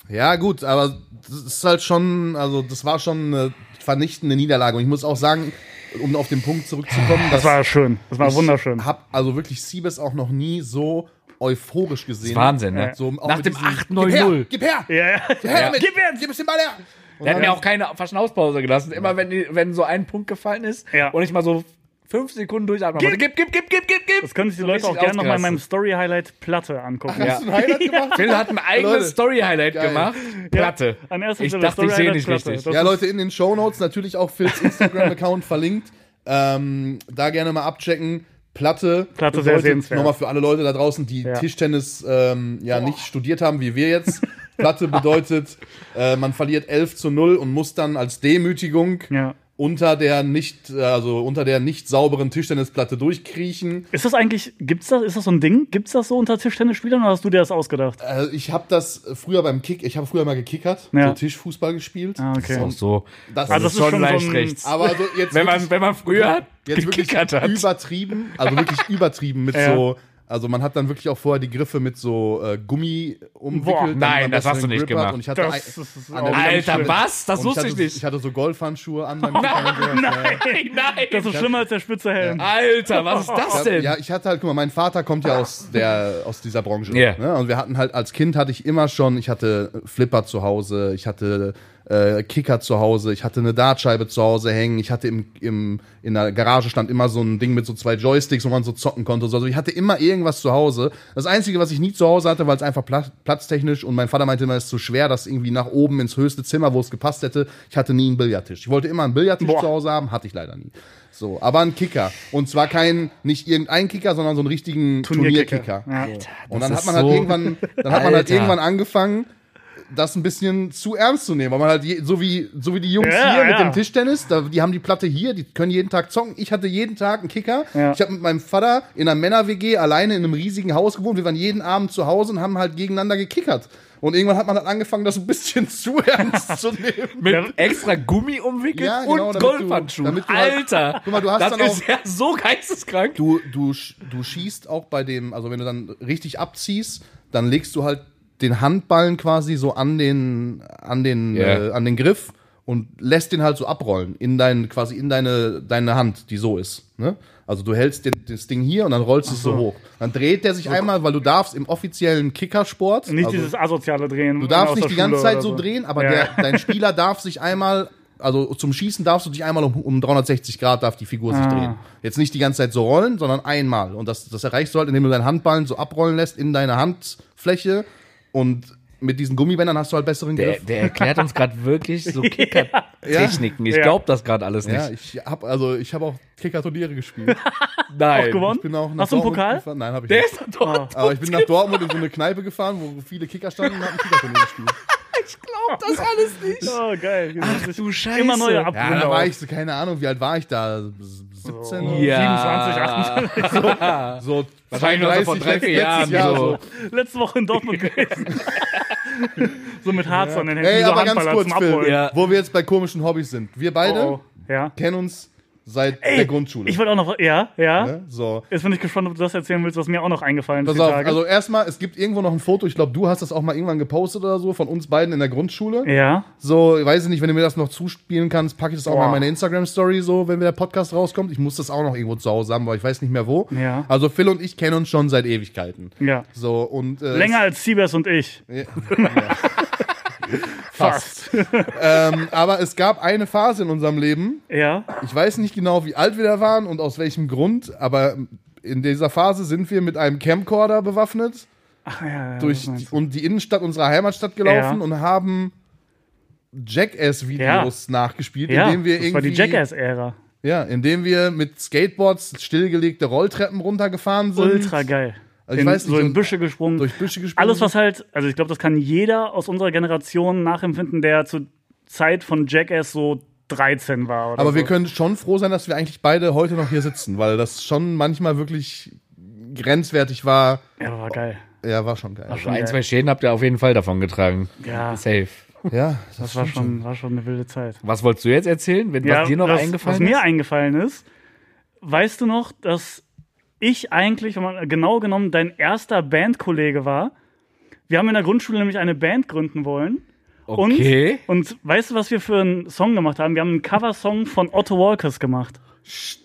Speaker 1: Ja, gut, aber das ist halt schon, also das war schon eine vernichtende Niederlage. Und ich muss auch sagen, um auf den Punkt zurückzukommen,
Speaker 2: Das war schön. Das war wunderschön.
Speaker 1: Ich hab also wirklich Siebes auch noch nie so euphorisch gesehen.
Speaker 4: Wahnsinn, ne?
Speaker 1: So, auch
Speaker 4: Nach
Speaker 1: mit
Speaker 4: dem
Speaker 1: diesem,
Speaker 4: 8-9-0.
Speaker 1: Gib her! Gib her,
Speaker 2: Ja, ja.
Speaker 1: her damit!
Speaker 2: Gib her!
Speaker 1: Gib es den Ball her! Und
Speaker 4: Der hat
Speaker 1: dann-
Speaker 4: mir auch keine Verschnauspause gelassen. Immer wenn, die- wenn so ein Punkt gefallen ist
Speaker 2: Ja.
Speaker 4: und ich mal so fünf Sekunden durchatmen wollte. Gib, gib, gib, gib, gib, gib.
Speaker 2: Das können sich die Leute
Speaker 4: richtig
Speaker 2: auch gerne nochmal in meinem
Speaker 4: ausgerastet.
Speaker 2: Story-Highlight Platte angucken.
Speaker 1: Hast du ein Highlight gemacht?
Speaker 4: Phil hat ein
Speaker 1: Leute.
Speaker 4: eigenes Story-Highlight
Speaker 1: Geil.
Speaker 4: gemacht. Platte.
Speaker 2: An erster
Speaker 4: ich
Speaker 2: Stelle
Speaker 4: dachte, ich sehe
Speaker 2: Story-Highlight
Speaker 4: nicht
Speaker 2: Platte.
Speaker 4: richtig.
Speaker 2: Das
Speaker 1: Ja,
Speaker 2: ist-
Speaker 1: Leute, in den Shownotes natürlich auch Phils Instagram-Account verlinkt. Ähm, da gerne mal abchecken. Platte.
Speaker 2: Platte, sehr
Speaker 1: bedeutet,
Speaker 2: sehenswert.
Speaker 1: Nochmal für alle Leute da draußen, die
Speaker 2: Ja.
Speaker 1: Tischtennis ähm, ja nicht studiert haben, wie wir jetzt. Platte bedeutet, äh, man verliert 11 zu 0 und muss dann als Demütigung
Speaker 2: Ja.
Speaker 1: unter der nicht, also unter der nicht sauberen Tischtennisplatte durchkriechen.
Speaker 2: Ist das eigentlich, gibt's das, ist das so ein Ding? Gibt's das so unter Tischtennisspielern oder hast du dir das ausgedacht?
Speaker 1: Äh, ich habe das früher beim Kick, ich habe früher mal gekickert,
Speaker 2: Ja.
Speaker 1: so Tischfußball gespielt.
Speaker 2: Ah, okay.
Speaker 4: Auch so.
Speaker 1: Das
Speaker 2: Also das
Speaker 1: ist,
Speaker 2: ist schon so ein-
Speaker 1: aber so jetzt
Speaker 4: wenn, man, wenn man früher
Speaker 1: jetzt wirklich
Speaker 4: gekickert hat.
Speaker 1: übertrieben, also wirklich übertrieben mit
Speaker 2: Ja.
Speaker 1: so, also man hat dann wirklich auch vorher die Griffe mit so äh, Gummi umwickelt. damit
Speaker 4: nein,
Speaker 1: man
Speaker 4: das hast
Speaker 1: besseren
Speaker 4: du nicht
Speaker 1: Grip hat.
Speaker 4: gemacht.
Speaker 1: Und ich hatte
Speaker 2: Das
Speaker 1: ein-
Speaker 2: ist
Speaker 1: an der
Speaker 2: auch
Speaker 1: Wand-
Speaker 4: Alter, was? Das
Speaker 1: und ich
Speaker 4: wusste ich
Speaker 1: hatte,
Speaker 4: nicht.
Speaker 1: Ich hatte so Golfhandschuhe an beim Kickern.
Speaker 4: Nein, nein.
Speaker 2: Das ist schlimmer als der spitze Helm.
Speaker 4: Alter, was ist das denn?
Speaker 1: Ja, ich hatte halt, guck mal, mein Vater kommt ja aus der aus dieser Branche.
Speaker 4: Ja.
Speaker 1: Ne? Und wir hatten halt als Kind hatte ich immer schon, ich hatte Flipper zu Hause, ich hatte äh, Kicker zu Hause, ich hatte eine Dartscheibe zu Hause hängen, ich hatte im, im, in der Garage stand immer so ein Ding mit so zwei Joysticks, wo man so zocken konnte. Also ich hatte immer irgendwas zu Hause. Das Einzige, was ich nie zu Hause hatte, weil es einfach pla- platztechnisch und mein Vater meinte immer, es ist zu schwer, das irgendwie nach oben ins höchste Zimmer, wo es gepasst hätte. Ich hatte nie einen Billardtisch. Ich wollte immer einen Billardtisch
Speaker 2: Boah.
Speaker 1: zu Hause haben, hatte ich leider nie. So, aber einen Kicker. Und zwar kein, nicht irgendein Kicker, sondern so einen richtigen
Speaker 2: Turnierkicker.
Speaker 1: Turnierkicker.
Speaker 2: Ja.
Speaker 1: Und
Speaker 4: Das
Speaker 1: dann
Speaker 4: ist
Speaker 1: hat man halt
Speaker 4: so-
Speaker 1: irgendwann, dann hat man halt
Speaker 4: Alter.
Speaker 1: irgendwann angefangen, das ein bisschen zu ernst zu nehmen, weil man halt je, so wie so wie die Jungs
Speaker 2: Ja,
Speaker 1: hier
Speaker 2: ja.
Speaker 1: mit dem Tischtennis, da, die haben die Platte hier, die können jeden Tag zocken. Ich hatte jeden Tag einen Kicker.
Speaker 2: Ja.
Speaker 1: Ich habe mit meinem Vater in einer Männer WG alleine in einem riesigen Haus gewohnt. Wir waren jeden Abend zu Hause und haben halt gegeneinander gekickert. Und irgendwann hat man halt angefangen, das ein bisschen zu ernst zu nehmen.
Speaker 2: Ja.
Speaker 4: Mit extra Gummi umwickelt
Speaker 1: Ja, genau,
Speaker 4: und
Speaker 1: damit du-
Speaker 4: Golfhandschuhen.
Speaker 1: damit du halt-
Speaker 4: Alter!
Speaker 1: Guck mal, du hast
Speaker 4: das
Speaker 1: dann
Speaker 4: ist
Speaker 1: auch-
Speaker 4: ja so geisteskrank.
Speaker 1: Du, du, sch- du schießt auch bei dem, also wenn du dann richtig abziehst, dann legst du halt den Handballen quasi so an den, an den,
Speaker 4: Ja.
Speaker 1: äh, an den Griff und lässt den halt so abrollen in dein, quasi in deine, deine Hand, die so ist. Ne? Also du hältst den, das Ding hier und dann rollst du es so hoch. Dann dreht der sich einmal, weil du darfst im offiziellen Kickersport.
Speaker 2: Nicht
Speaker 1: also,
Speaker 2: dieses asoziale Drehen.
Speaker 1: Du darfst nicht die ganze Zeit so drehen, aber
Speaker 2: Ja.
Speaker 1: der, dein Spieler darf sich einmal, also zum Schießen darfst du dich einmal um, um 360 Grad darf die Figur
Speaker 2: Ah.
Speaker 1: sich drehen. Jetzt nicht die ganze Zeit so rollen, sondern einmal. Und das, das erreichst du halt, indem du deinen Handballen so abrollen lässt in deine Handfläche und mit diesen Gummibändern hast du halt besseren
Speaker 4: Der,
Speaker 1: Griff.
Speaker 4: der erklärt uns gerade wirklich so Kicker-Techniken. Ich
Speaker 2: Ja.
Speaker 4: glaube das gerade alles nicht.
Speaker 1: Ja, ich hab also ich habe auch Kicker-Turniere gespielt.
Speaker 4: Nein.
Speaker 2: Auch gewonnen? Oh.
Speaker 1: Ich bin auch nach
Speaker 2: Hast du einen
Speaker 1: Dortmund
Speaker 2: Pokal?
Speaker 1: Gefahren. Nein, habe ich
Speaker 4: Der
Speaker 1: nicht.
Speaker 4: ist doch dort.
Speaker 1: Aber ich bin nach Dortmund in so eine Kneipe gefahren, wo viele Kicker standen und hab ein Kicker-Turnier gespielt.
Speaker 4: Ich glaube das alles nicht.
Speaker 2: Oh, geil. Ach,
Speaker 4: du Scheiße.
Speaker 2: Immer neue
Speaker 1: Ja,
Speaker 2: Abgründe.
Speaker 1: da war
Speaker 2: auf.
Speaker 1: ich, so, keine Ahnung, wie alt war ich da? 17 oder
Speaker 4: Ja.
Speaker 2: 27, 28.
Speaker 1: So
Speaker 4: Wahrscheinlich noch so vor
Speaker 1: 32
Speaker 4: drei, vier
Speaker 1: letztes
Speaker 4: Jahren
Speaker 1: Jahr
Speaker 4: so.
Speaker 2: Letzte Woche in Dortmund gewesen. so mit Harz an den Händen.
Speaker 1: Ey,
Speaker 2: so
Speaker 1: aber ganz
Speaker 2: Handballer
Speaker 1: kurz,
Speaker 2: zum
Speaker 1: Phil,
Speaker 2: Abrollen.
Speaker 4: Ja.
Speaker 1: wo wir jetzt bei komischen Hobbys sind. Wir beide
Speaker 2: Oh, oh. Ja.
Speaker 1: kennen uns seit der Grundschule.
Speaker 2: Ich wollte auch noch. Ja, ja.
Speaker 1: ne? So.
Speaker 2: Jetzt bin ich gespannt, ob du das erzählen willst, was mir auch noch eingefallen ist.
Speaker 1: Pass
Speaker 2: die
Speaker 1: auf,
Speaker 2: Tage.
Speaker 1: also erstmal, es gibt irgendwo noch ein Foto, ich glaube, du hast das auch mal irgendwann gepostet oder so, von uns beiden in der Grundschule.
Speaker 2: ja.
Speaker 1: So, ich weiß ich nicht, wenn du mir das noch zuspielen kannst, packe ich das auch
Speaker 2: Boah.
Speaker 1: mal in meine Instagram-Story, so, wenn der Podcast rauskommt. Ich muss das auch noch irgendwo zu Hause haben, aber ich weiß nicht mehr wo.
Speaker 2: Ja.
Speaker 1: Also Phil und ich kennen uns schon seit Ewigkeiten.
Speaker 2: Ja.
Speaker 1: So, und äh,
Speaker 2: Länger als Siebers und ich.
Speaker 1: fast. ähm, aber es gab eine Phase in unserem Leben,
Speaker 2: Ja.
Speaker 1: Ich weiß nicht genau, wie alt wir da waren und aus welchem Grund, aber in dieser Phase sind wir mit einem Camcorder bewaffnet
Speaker 2: Ach, ja, ja
Speaker 1: durch
Speaker 2: was meinst
Speaker 1: und die Innenstadt unserer Heimatstadt gelaufen
Speaker 2: Ja.
Speaker 1: und haben Jackass-Videos nachgespielt,
Speaker 2: du. ja,
Speaker 1: indem wir
Speaker 2: das
Speaker 1: irgendwie
Speaker 2: war die Jackass-Ära.
Speaker 1: ja, indem wir mit Skateboards stillgelegte Rolltreppen runtergefahren sind,
Speaker 2: Ultra geil.
Speaker 1: Also ich
Speaker 2: in,
Speaker 1: weiß nicht,
Speaker 2: so in
Speaker 1: und-
Speaker 2: Büsche gesprungen.
Speaker 1: durch Büsche gesprungen.
Speaker 2: Alles, was halt, also ich glaube, das kann jeder aus unserer Generation nachempfinden, der zur Zeit von Jackass so 13 war. Oder
Speaker 1: aber
Speaker 2: so.
Speaker 1: wir können schon froh sein, dass wir eigentlich beide heute noch hier sitzen, weil das schon manchmal wirklich grenzwertig war.
Speaker 2: Ja, aber war geil.
Speaker 1: Ja, war schon geil.
Speaker 4: Also ein, zwei Schäden habt ihr auf jeden Fall davon getragen.
Speaker 2: Ja.
Speaker 4: Safe.
Speaker 1: Ja,
Speaker 2: Das war schon, war schon eine wilde Zeit.
Speaker 4: Was wolltest du jetzt erzählen, wenn, was dir noch
Speaker 2: was, was
Speaker 4: eingefallen
Speaker 2: mir
Speaker 4: ist?
Speaker 2: eingefallen ist, weißt du noch, dass ich eigentlich, wenn man genau genommen, dein erster Bandkollege war? Wir haben in der Grundschule nämlich eine Band gründen wollen.
Speaker 4: Okay.
Speaker 2: Und, und weißt du, was wir für einen Song gemacht haben? Wir haben einen Coversong von Otto Walkers gemacht.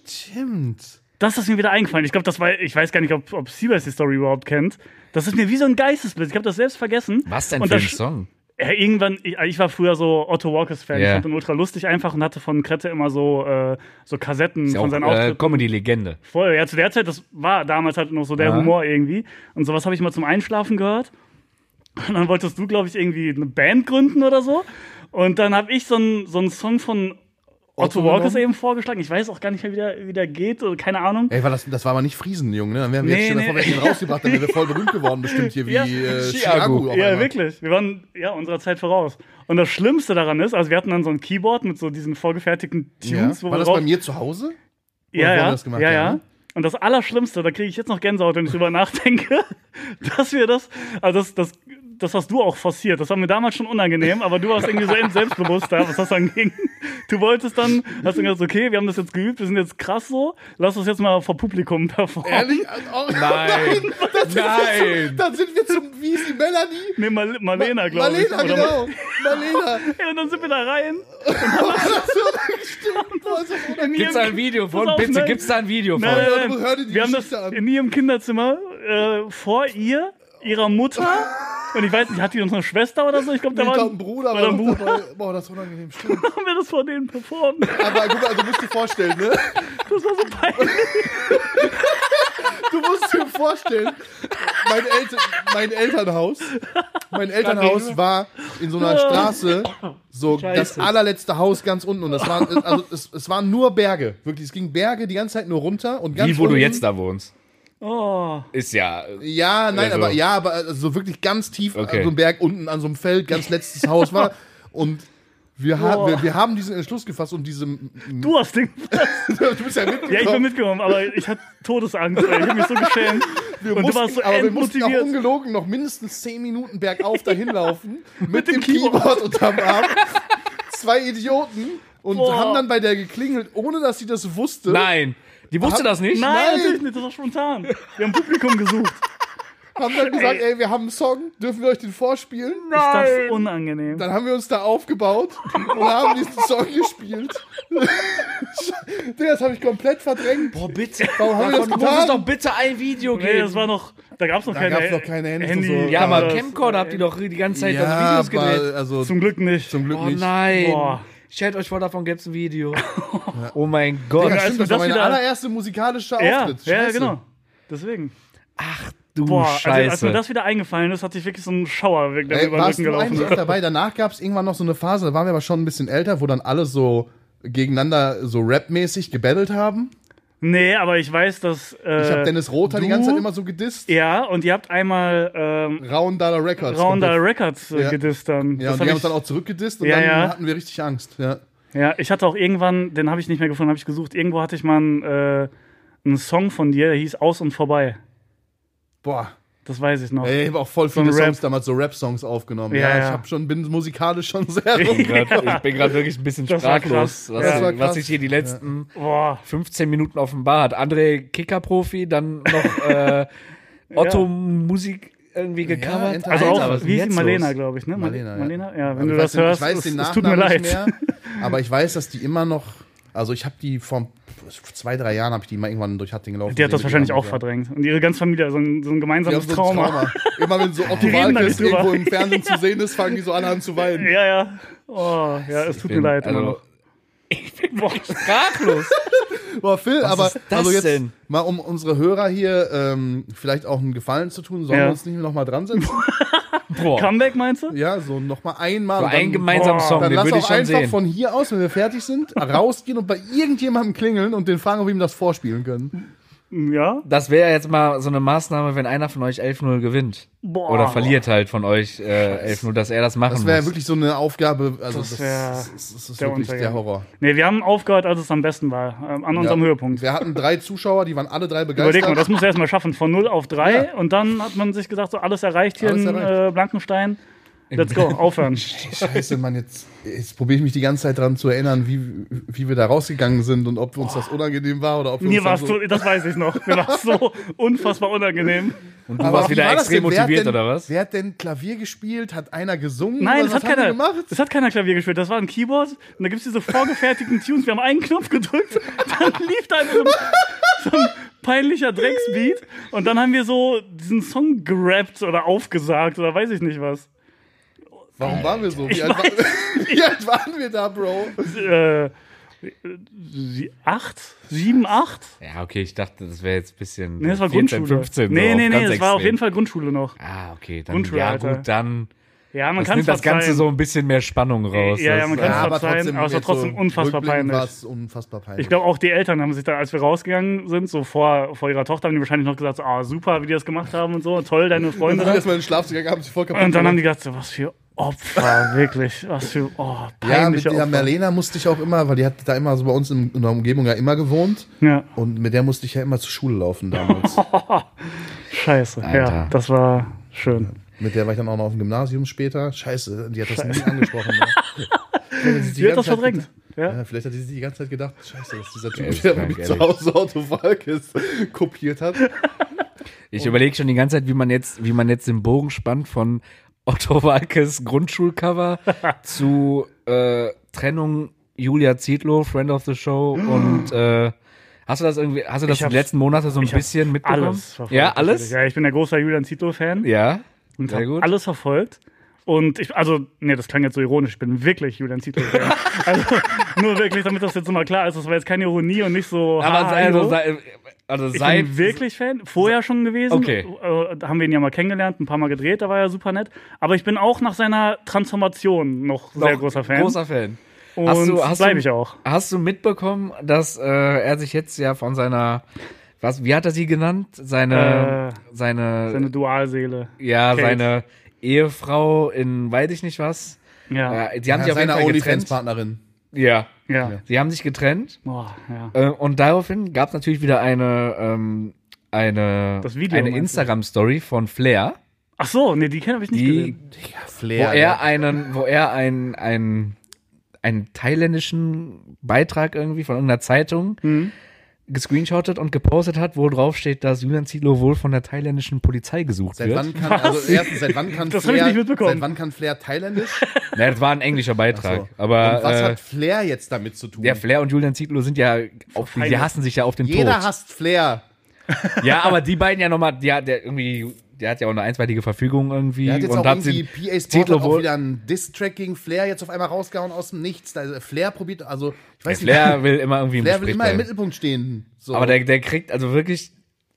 Speaker 1: Stimmt.
Speaker 2: Das ist mir wieder eingefallen. Ich glaube, das war, ich weiß gar nicht, ob, ob Siebers die Story überhaupt kennt. Das ist mir wie so ein Geistesblitz. Ich habe das selbst vergessen.
Speaker 4: Was denn
Speaker 2: Und
Speaker 4: für ein
Speaker 2: das-
Speaker 4: Song?
Speaker 2: Ja, irgendwann, ich, ich war früher so Otto Walkers-Fan.
Speaker 4: Ja.
Speaker 2: Ich fand ihn ultra lustig einfach und hatte von Krette immer so, äh, so Kassetten
Speaker 4: Ist ja
Speaker 2: von
Speaker 4: auch,
Speaker 2: seinen
Speaker 4: äh,
Speaker 2: Auftritten.
Speaker 4: Comedy-Legende.
Speaker 2: Voll, ja, zu der Zeit, das war damals halt noch so der
Speaker 4: Ja.
Speaker 2: Humor irgendwie. Und sowas habe ich mal zum Einschlafen gehört. Und dann wolltest du, glaube ich, irgendwie eine Band gründen oder so. Und dann habe ich so einen so einen Song von Otto,
Speaker 1: Otto
Speaker 2: Walkers
Speaker 1: genommen?
Speaker 2: eben vorgeschlagen. Ich weiß auch gar nicht mehr, wie der, wie der geht. oder Keine Ahnung.
Speaker 1: Ey, war das, das war aber nicht Friesenjung, ne? Dann wären wir
Speaker 2: Nee,
Speaker 1: jetzt schon davor,
Speaker 2: nee.
Speaker 1: wir hätten ihn rausgebracht, dann wären wir voll berühmt geworden, bestimmt hier wie
Speaker 2: Ja,
Speaker 1: äh,
Speaker 4: Chiago.
Speaker 1: Chiago. auf
Speaker 2: Ja,
Speaker 1: einmal.
Speaker 2: wirklich. Wir waren ja unserer Zeit voraus. Und das Schlimmste daran ist, also wir hatten dann so ein Keyboard mit so diesen vorgefertigten Tunes,
Speaker 1: Ja. War
Speaker 2: wo wir Oh.
Speaker 1: das
Speaker 2: drauf-
Speaker 1: bei mir zu Hause?
Speaker 2: ja,
Speaker 1: wo
Speaker 2: ja,
Speaker 1: wir das gemacht
Speaker 2: ja,
Speaker 1: haben,
Speaker 2: ja.
Speaker 1: ne?
Speaker 2: Und das Allerschlimmste, da kriege ich jetzt noch Gänsehaut, wenn ich drüber nachdenke, dass wir das, also das, das, das hast du auch forciert. Das war mir damals schon unangenehm, aber du warst irgendwie so selbstbewusster, was das anging. Du wolltest dann, hast dann gesagt, okay, wir haben das jetzt geübt, wir sind jetzt krass so, lass uns jetzt mal vor Publikum performen.
Speaker 1: Ehrlich? Oh,
Speaker 4: Nein. Nein.
Speaker 1: Dann sind wir zum wie ist die Melanie.
Speaker 2: Nee, Mal Marlena, glaube ich.
Speaker 1: Marlena,
Speaker 2: Oder-
Speaker 1: genau. Marlena.
Speaker 2: Ja, und dann sind wir da rein.
Speaker 1: Stimmt, boah, ist das unangenehm.
Speaker 4: Gibt's da ein Video von?
Speaker 2: Pass auf,
Speaker 4: Bitte,
Speaker 2: nein.
Speaker 4: gibt's da ein Video von?
Speaker 2: Nein, nein,
Speaker 1: Leute,
Speaker 2: nein.
Speaker 1: hör dir die
Speaker 2: wir haben das
Speaker 1: Geschichte an.
Speaker 2: in ihrem Kinderzimmer äh, vor ihr, ihrer Mutter Und ich weiß nicht, hat die unsere Schwester oder so? Ich glaube, da
Speaker 1: Ich
Speaker 2: war
Speaker 1: glaube, ein
Speaker 2: haben
Speaker 1: Bruder
Speaker 2: war
Speaker 1: war
Speaker 2: dein
Speaker 1: noch dabei. Boah, das ist unangenehm. Stimmt.
Speaker 2: wir das vor denen performt.
Speaker 1: Aber guck mal, du musst dir vorstellen, ne?
Speaker 2: Das war so peinlich.
Speaker 1: Du musst dir vorstellen, mein, Elter mein Elternhaus, mein Elternhaus war in so einer Straße so das
Speaker 2: Scheiße.
Speaker 1: allerletzte Haus ganz unten und das waren also es, es waren nur Berge, wirklich es ging Berge die ganze Zeit nur runter und ganz
Speaker 4: Wie, wo
Speaker 1: unten,
Speaker 4: du jetzt da wohnst.
Speaker 2: Oh,
Speaker 4: Ist ja. äh,
Speaker 1: Ja, nein,
Speaker 4: Also.
Speaker 1: aber ja, aber also so wirklich ganz tief
Speaker 4: Okay.
Speaker 1: an so einem Berg unten an so einem Feld ganz letztes Haus war und wir, ha
Speaker 2: Boah.
Speaker 1: wir, wir haben diesen Entschluss gefasst und diese
Speaker 2: du hast den.
Speaker 1: du bist ja mitgekommen.
Speaker 2: Ja, ich bin mitgenommen, aber ich hatte Todesangst. Ey. Ich habe mich so geschämt.
Speaker 1: Wir
Speaker 2: und
Speaker 1: mussten,
Speaker 2: du warst so
Speaker 1: aber wir mussten auch
Speaker 2: endmotiviert.
Speaker 1: ungelogen noch mindestens 10 Minuten bergauf dahin laufen mit,
Speaker 2: dem
Speaker 1: dem Keyboard, unterm Arm. Zwei Idioten und
Speaker 2: Boah.
Speaker 1: haben dann bei der geklingelt, ohne dass sie das wusste.
Speaker 4: Nein! Die wusste das nicht?
Speaker 2: Nein,
Speaker 1: Nein.
Speaker 2: natürlich nicht. Das war spontan. Wir haben Publikum gesucht.
Speaker 1: Haben dann gesagt, ey, wir haben einen Song, dürfen wir euch den vorspielen?
Speaker 2: Ist das unangenehm.
Speaker 1: Dann haben wir uns da aufgebaut und haben diesen Song gespielt. Digga, das habe ich komplett verdrängt.
Speaker 4: Boah, bitte.
Speaker 1: Warum haben wir das
Speaker 4: Davon muss es
Speaker 1: getan?
Speaker 4: doch bitte ein Video geben.
Speaker 2: Nee, das war noch. Da gab es noch,
Speaker 1: Da
Speaker 2: keine,
Speaker 1: gab's noch keine Handys und so.
Speaker 4: ja, aber
Speaker 2: Kameras.
Speaker 4: Camcorder habt ihr doch die ganze Zeit
Speaker 1: Ja,
Speaker 4: das Videos gedreht.
Speaker 1: aber, also
Speaker 2: Zum Glück nicht.
Speaker 1: zum Glück
Speaker 4: Oh
Speaker 1: nicht.
Speaker 4: nein.
Speaker 2: Boah.
Speaker 4: Stellt euch vor, davon gäbe es ein Video. Oh mein Gott.
Speaker 1: Ja,
Speaker 2: als
Speaker 1: stimmt,
Speaker 2: wir
Speaker 1: das war
Speaker 2: das
Speaker 1: meine
Speaker 2: wieder-
Speaker 1: allererste musikalische
Speaker 2: Ja,
Speaker 1: Auftritt.
Speaker 2: ja,
Speaker 1: Scheiße.
Speaker 2: genau. Deswegen.
Speaker 4: Du
Speaker 2: Boah,
Speaker 4: Scheiße.
Speaker 2: Also, als mir das wieder eingefallen ist, hat sich wirklich so ein Schauer weg
Speaker 1: Ey,
Speaker 2: über den
Speaker 1: Äh, warst
Speaker 2: Rücken
Speaker 1: du eigentlich auch
Speaker 2: gelaufen.
Speaker 1: dabei? Danach gab es irgendwann noch so eine Phase, da waren wir aber schon ein bisschen älter, wo dann alle so gegeneinander so rapmäßig gebettelt haben.
Speaker 2: Nee, aber ich weiß, dass. Äh,
Speaker 1: Ich habe Dennis Rother die
Speaker 2: du-
Speaker 1: ganze Zeit immer so gedisst.
Speaker 2: Ja, und ihr habt einmal ähm,
Speaker 1: Raundala Records.
Speaker 2: Roundal
Speaker 1: komplett.
Speaker 2: Records äh,
Speaker 1: Ja.
Speaker 2: gedisst dann.
Speaker 1: Ja,
Speaker 2: Das
Speaker 1: und die haben
Speaker 2: hab
Speaker 1: uns
Speaker 2: ich,
Speaker 1: dann auch zurückgedisst und
Speaker 2: Ja,
Speaker 1: dann
Speaker 2: ja.
Speaker 1: hatten wir richtig Angst. Ja.
Speaker 2: ja, ich hatte auch irgendwann, den habe ich nicht mehr gefunden, habe ich gesucht. Irgendwo hatte ich mal einen, äh, einen Song von dir, der hieß Aus und Vorbei.
Speaker 1: Boah.
Speaker 2: Das weiß ich noch.
Speaker 1: Ey, ich habe auch voll viele
Speaker 2: ein Rap.
Speaker 1: Songs damals, so Rap-Songs aufgenommen.
Speaker 2: Ja,
Speaker 1: Ja,
Speaker 2: ja.
Speaker 1: ich hab schon, bin musikalisch schon sehr
Speaker 4: Ich
Speaker 1: rum.
Speaker 4: bin grad- ich bin gerade wirklich ein bisschen
Speaker 2: Das war
Speaker 4: sprachlos,
Speaker 2: krass.
Speaker 4: was,
Speaker 1: Ja. Das war
Speaker 4: was
Speaker 1: krass.
Speaker 4: ich hier die letzten
Speaker 2: Boah.
Speaker 4: 15 Minuten offenbar hat. André Kicker-Profi, dann noch äh, Otto Musik irgendwie gecovert.
Speaker 1: Enter-
Speaker 2: Also
Speaker 1: Alter, was
Speaker 2: auch,
Speaker 1: ist
Speaker 2: wie
Speaker 4: denn
Speaker 2: hieß
Speaker 4: jetzt
Speaker 2: Marlena,
Speaker 4: los?
Speaker 2: glaube ich, ne?
Speaker 1: Marlena, ja.
Speaker 2: Marlena? Ja, wenn
Speaker 1: Aber
Speaker 2: du
Speaker 1: Also ich weiß den-
Speaker 2: das hörst,
Speaker 1: ich weiß den
Speaker 2: es, es tut mir
Speaker 1: Nachnamen
Speaker 2: leid.
Speaker 1: nicht mehr, aber ich weiß, dass die immer noch, also ich habe die vor zwei, drei Jahren habe ich die mal irgendwann durch Hattingen gelaufen.
Speaker 2: Die hat das
Speaker 1: gesehen,
Speaker 2: wahrscheinlich auch
Speaker 1: ja.
Speaker 2: verdrängt. Und ihre ganze Familie, so ein, so ein
Speaker 1: Die
Speaker 2: gemeinsames
Speaker 1: haben so ein
Speaker 2: Trauma.
Speaker 1: Immer wenn so Otto
Speaker 2: Die reden da
Speaker 1: Walkes
Speaker 2: nicht drüber.
Speaker 1: irgendwo im Fernsehen zu sehen ist, fangen die so alle an zu weinen.
Speaker 2: Ja, ja. Oh, ja, es tut mir leid. immer
Speaker 4: Also,
Speaker 2: noch.
Speaker 4: boah, sprachlos.
Speaker 1: Boah, Phil, aber
Speaker 4: ist das
Speaker 1: also jetzt
Speaker 4: denn?
Speaker 1: mal um unsere Hörer hier ähm, vielleicht auch einen Gefallen zu tun, sollen
Speaker 2: Ja.
Speaker 1: wir uns nicht nochmal dran setzen?
Speaker 4: Boah.
Speaker 2: Comeback meinst du?
Speaker 1: ja, so nochmal einmal.
Speaker 4: So
Speaker 1: und dann-
Speaker 4: einen gemeinsamen
Speaker 2: Boah.
Speaker 4: Song,
Speaker 1: Dann
Speaker 4: den
Speaker 1: lass
Speaker 4: würde ich
Speaker 1: auch
Speaker 4: schon
Speaker 1: einfach
Speaker 4: sehen.
Speaker 1: von hier aus, wenn wir fertig sind, rausgehen und bei irgendjemandem klingeln und den fragen, ob wir ihm das vorspielen können.
Speaker 2: Ja.
Speaker 4: Das wäre jetzt mal so eine Maßnahme, wenn einer von euch 11-0 gewinnt.
Speaker 2: Boah.
Speaker 4: Oder verliert halt von euch äh, 11-0, dass er das machen
Speaker 1: Das wäre
Speaker 4: muss.
Speaker 1: wirklich so eine Aufgabe, also
Speaker 2: Das
Speaker 1: das,
Speaker 2: wär
Speaker 1: das, das, das ist
Speaker 2: der
Speaker 1: wirklich der
Speaker 2: Untergang.
Speaker 1: Horror.
Speaker 2: Nee, wir haben aufgehört, als es am besten war. Ähm, an unserem
Speaker 1: Ja.
Speaker 2: Höhepunkt.
Speaker 1: Wir hatten drei Zuschauer, die waren alle drei begeistert.
Speaker 2: Überleg mal, das muss er erstmal schaffen. Von 0 auf 3.
Speaker 1: Ja.
Speaker 2: Und dann hat man sich gesagt, so alles erreicht hier
Speaker 1: Alles
Speaker 2: in
Speaker 1: erreicht.
Speaker 2: Äh, Blankenstein. Let's go, aufhören.
Speaker 1: Scheiße, Mann, jetzt, jetzt probiere ich mich die ganze Zeit daran zu erinnern, wie, wie wir da rausgegangen sind und ob uns das unangenehm war oder ob wir
Speaker 2: Mir
Speaker 1: uns dann
Speaker 2: war es so, das weiß ich noch. Mir war es so unfassbar unangenehm.
Speaker 4: Und du
Speaker 1: Aber
Speaker 4: warst
Speaker 1: wie
Speaker 4: wieder
Speaker 1: war das
Speaker 4: extrem
Speaker 1: denn? Wer hat
Speaker 4: motiviert,
Speaker 1: denn,
Speaker 4: oder was?
Speaker 1: Wer hat denn Klavier gespielt? Hat einer gesungen? oder
Speaker 2: Nein, das
Speaker 1: was
Speaker 2: hat, keiner,
Speaker 1: haben wir gemacht?
Speaker 2: das hat keiner Klavier gespielt. Das war ein Keyboard. Und da gibt es diese vorgefertigten Tunes. Wir haben einen Knopf gedrückt, dann lief da einfach so ein, so ein peinlicher Drecksbeat. Und dann haben wir so diesen Song gerappt oder aufgesagt oder weiß ich nicht was.
Speaker 1: Warum waren wir so? Wie alt, war, wie alt waren wir da, Bro?
Speaker 2: Äh, sie- acht? Sieben, acht?
Speaker 4: Ja, okay, ich dachte, das wäre jetzt ein bisschen.
Speaker 2: Nee, das war Grundschule.
Speaker 4: 15,
Speaker 2: nee,
Speaker 4: so,
Speaker 2: nee, nee,
Speaker 4: ganz
Speaker 2: das war auf
Speaker 4: extrem.
Speaker 2: jeden Fall Grundschule noch.
Speaker 4: Ah, okay, dann.
Speaker 2: Grundschule,
Speaker 4: ja,
Speaker 2: Alter.
Speaker 4: gut, dann.
Speaker 2: Ja, man
Speaker 4: Das
Speaker 2: kann
Speaker 4: nimmt
Speaker 2: es
Speaker 4: das Ganze so ein bisschen mehr Spannung raus.
Speaker 2: Ja, ja,
Speaker 4: Das-
Speaker 2: man kann's verzeihen, aber es war
Speaker 1: jetzt so
Speaker 2: trotzdem unfassbar
Speaker 1: rückblickend
Speaker 2: peinlich.
Speaker 1: war es unfassbar peinlich.
Speaker 2: Ich glaube, auch die Eltern haben sich da, als wir rausgegangen sind, so vor, vor ihrer Tochter, haben die wahrscheinlich noch gesagt: so, Ah, super, wie die das gemacht haben und so, toll, deine Freunde.
Speaker 1: wir sind erstmal in den Schlaf gegangen, haben sich voll kaputt
Speaker 2: Und dann haben
Speaker 1: gemacht.
Speaker 2: die gedacht, so, was für Opfer, wirklich, was für oh,
Speaker 1: Ja, mit
Speaker 2: peinliche
Speaker 1: der
Speaker 2: Opfer.
Speaker 1: Merlena musste ich auch immer, weil die hat da immer so bei uns in, in der Umgebung ja immer gewohnt.
Speaker 2: Ja,
Speaker 1: Und mit der musste ich ja immer zur Schule laufen damals.
Speaker 2: scheiße. Ja,
Speaker 4: Alter.
Speaker 2: das war schön.
Speaker 1: Mit der war ich dann auch noch auf dem Gymnasium später. Scheiße, die hat das nie angesprochen. Ne? die,
Speaker 2: Sie hat das verdrängt. Ja.
Speaker 1: Ja, vielleicht hat sie sich die ganze Zeit gedacht, scheiße, dass dieser Typ,
Speaker 4: ist
Speaker 1: der
Speaker 4: krank,
Speaker 1: mir zu
Speaker 4: ehrlich.
Speaker 1: Hause Otto Walkes kopiert hat.
Speaker 4: Ich überlege schon die ganze Zeit, wie man jetzt, wie man jetzt den Bogen spannt von Otto Walkes Grundschulcover zu äh, Trennung Julia Zietlow, Friend of the Show und äh, hast du das irgendwie, hast du
Speaker 2: Ah.
Speaker 4: das
Speaker 2: Ich
Speaker 4: die
Speaker 2: hab's-
Speaker 4: letzten Monate so ein
Speaker 2: hab's
Speaker 4: bisschen mitbekommen?
Speaker 2: Alles. verfolgt,
Speaker 4: Ja, alles?
Speaker 2: natürlich. Ja, ich bin der großer Julian Zito-Fan.
Speaker 4: Ja.
Speaker 2: und
Speaker 4: Sehr
Speaker 2: habe
Speaker 4: gut.
Speaker 2: alles verfolgt. Und ich, also, nee, das klang jetzt so ironisch, ich bin wirklich Julian Zietlow. Fan. also, nur wirklich, damit das jetzt mal klar ist, das war jetzt keine Ironie und nicht so.
Speaker 4: Aber
Speaker 2: ha,
Speaker 4: sei- also,
Speaker 2: hallo.
Speaker 4: sei, also
Speaker 2: Ich
Speaker 4: seit.
Speaker 2: bin wirklich Fan. Vorher schon gewesen.
Speaker 4: Okay.
Speaker 2: Äh, da haben wir ihn ja mal kennengelernt, ein paar Mal gedreht, da war er super nett. Aber ich bin auch nach seiner Transformation noch, sehr
Speaker 4: noch
Speaker 2: großer Fan.
Speaker 4: Großer Fan.
Speaker 2: und
Speaker 4: Hast du- hast
Speaker 2: bleibe
Speaker 4: du-
Speaker 2: ich auch.
Speaker 4: Hast du mitbekommen, dass äh, er sich jetzt ja von seiner. Was, wie hat er sie genannt? Seine. seine,
Speaker 2: Äh, Seine Dualseele.
Speaker 4: Ja,
Speaker 2: Kate.
Speaker 4: seine Ehefrau in weiß ich nicht was.
Speaker 2: Ja.
Speaker 4: Äh, die haben sich auf jeden
Speaker 1: seiner
Speaker 4: Fall getrennt.
Speaker 1: OnlyFans-Partnerin.
Speaker 4: Ja.
Speaker 2: Ja.
Speaker 4: Die haben sich getrennt.
Speaker 2: Boah, ja.
Speaker 4: Äh, und daraufhin gab es natürlich wieder eine, ähm, eine,
Speaker 2: Das Video,
Speaker 4: eine
Speaker 2: meinst du?
Speaker 4: Instagram-Story von Flair,
Speaker 2: Ach so, nee, die kenne ich nicht
Speaker 4: die,
Speaker 2: gesehen.
Speaker 1: Ja,
Speaker 4: wo
Speaker 1: Flair.
Speaker 4: er einen, wo er einen, einen, einen thailändischen Beitrag irgendwie von irgendeiner Zeitung
Speaker 2: Mhm.
Speaker 4: gescreenshottet und gepostet hat, wo drauf steht, dass Julian Zietlow wohl von der thailändischen Polizei gesucht
Speaker 1: Seit
Speaker 4: wird.
Speaker 1: wann kann, also erstens, seit wann kann
Speaker 2: Das hab ich
Speaker 1: Flair,
Speaker 2: nicht mitbekommen.
Speaker 1: seit wann kann Flair thailändisch?
Speaker 4: Naja, das war ein englischer Beitrag.
Speaker 1: So.
Speaker 4: Aber
Speaker 1: und was
Speaker 4: äh,
Speaker 1: hat Flair jetzt damit zu tun?
Speaker 4: der Flair und Julian Zietlow sind ja, auf, die
Speaker 2: Feinde.
Speaker 4: hassen sich ja auf den
Speaker 1: Mhm. Jeder
Speaker 4: Tod.
Speaker 1: hasst Flair.
Speaker 4: Ja, aber die beiden ja nochmal, der, der irgendwie, der hat ja auch eine einstweilige Verfügung irgendwie.
Speaker 1: Der hat jetzt
Speaker 4: und
Speaker 1: auch
Speaker 4: hat
Speaker 1: irgendwie
Speaker 4: den
Speaker 1: PA Sport hat
Speaker 4: Zietlow
Speaker 1: auch
Speaker 4: wohl-
Speaker 1: wieder einen Diss-Track gegen Flair jetzt auf einmal rausgehauen aus dem Nichts. Also Flair probiert, also ich weiß nicht,
Speaker 4: Flair will immer irgendwie im
Speaker 1: Flair will
Speaker 4: Gespräch
Speaker 1: immer im
Speaker 4: bleiben.
Speaker 1: Mittelpunkt stehen. So.
Speaker 4: Aber der, der kriegt also wirklich,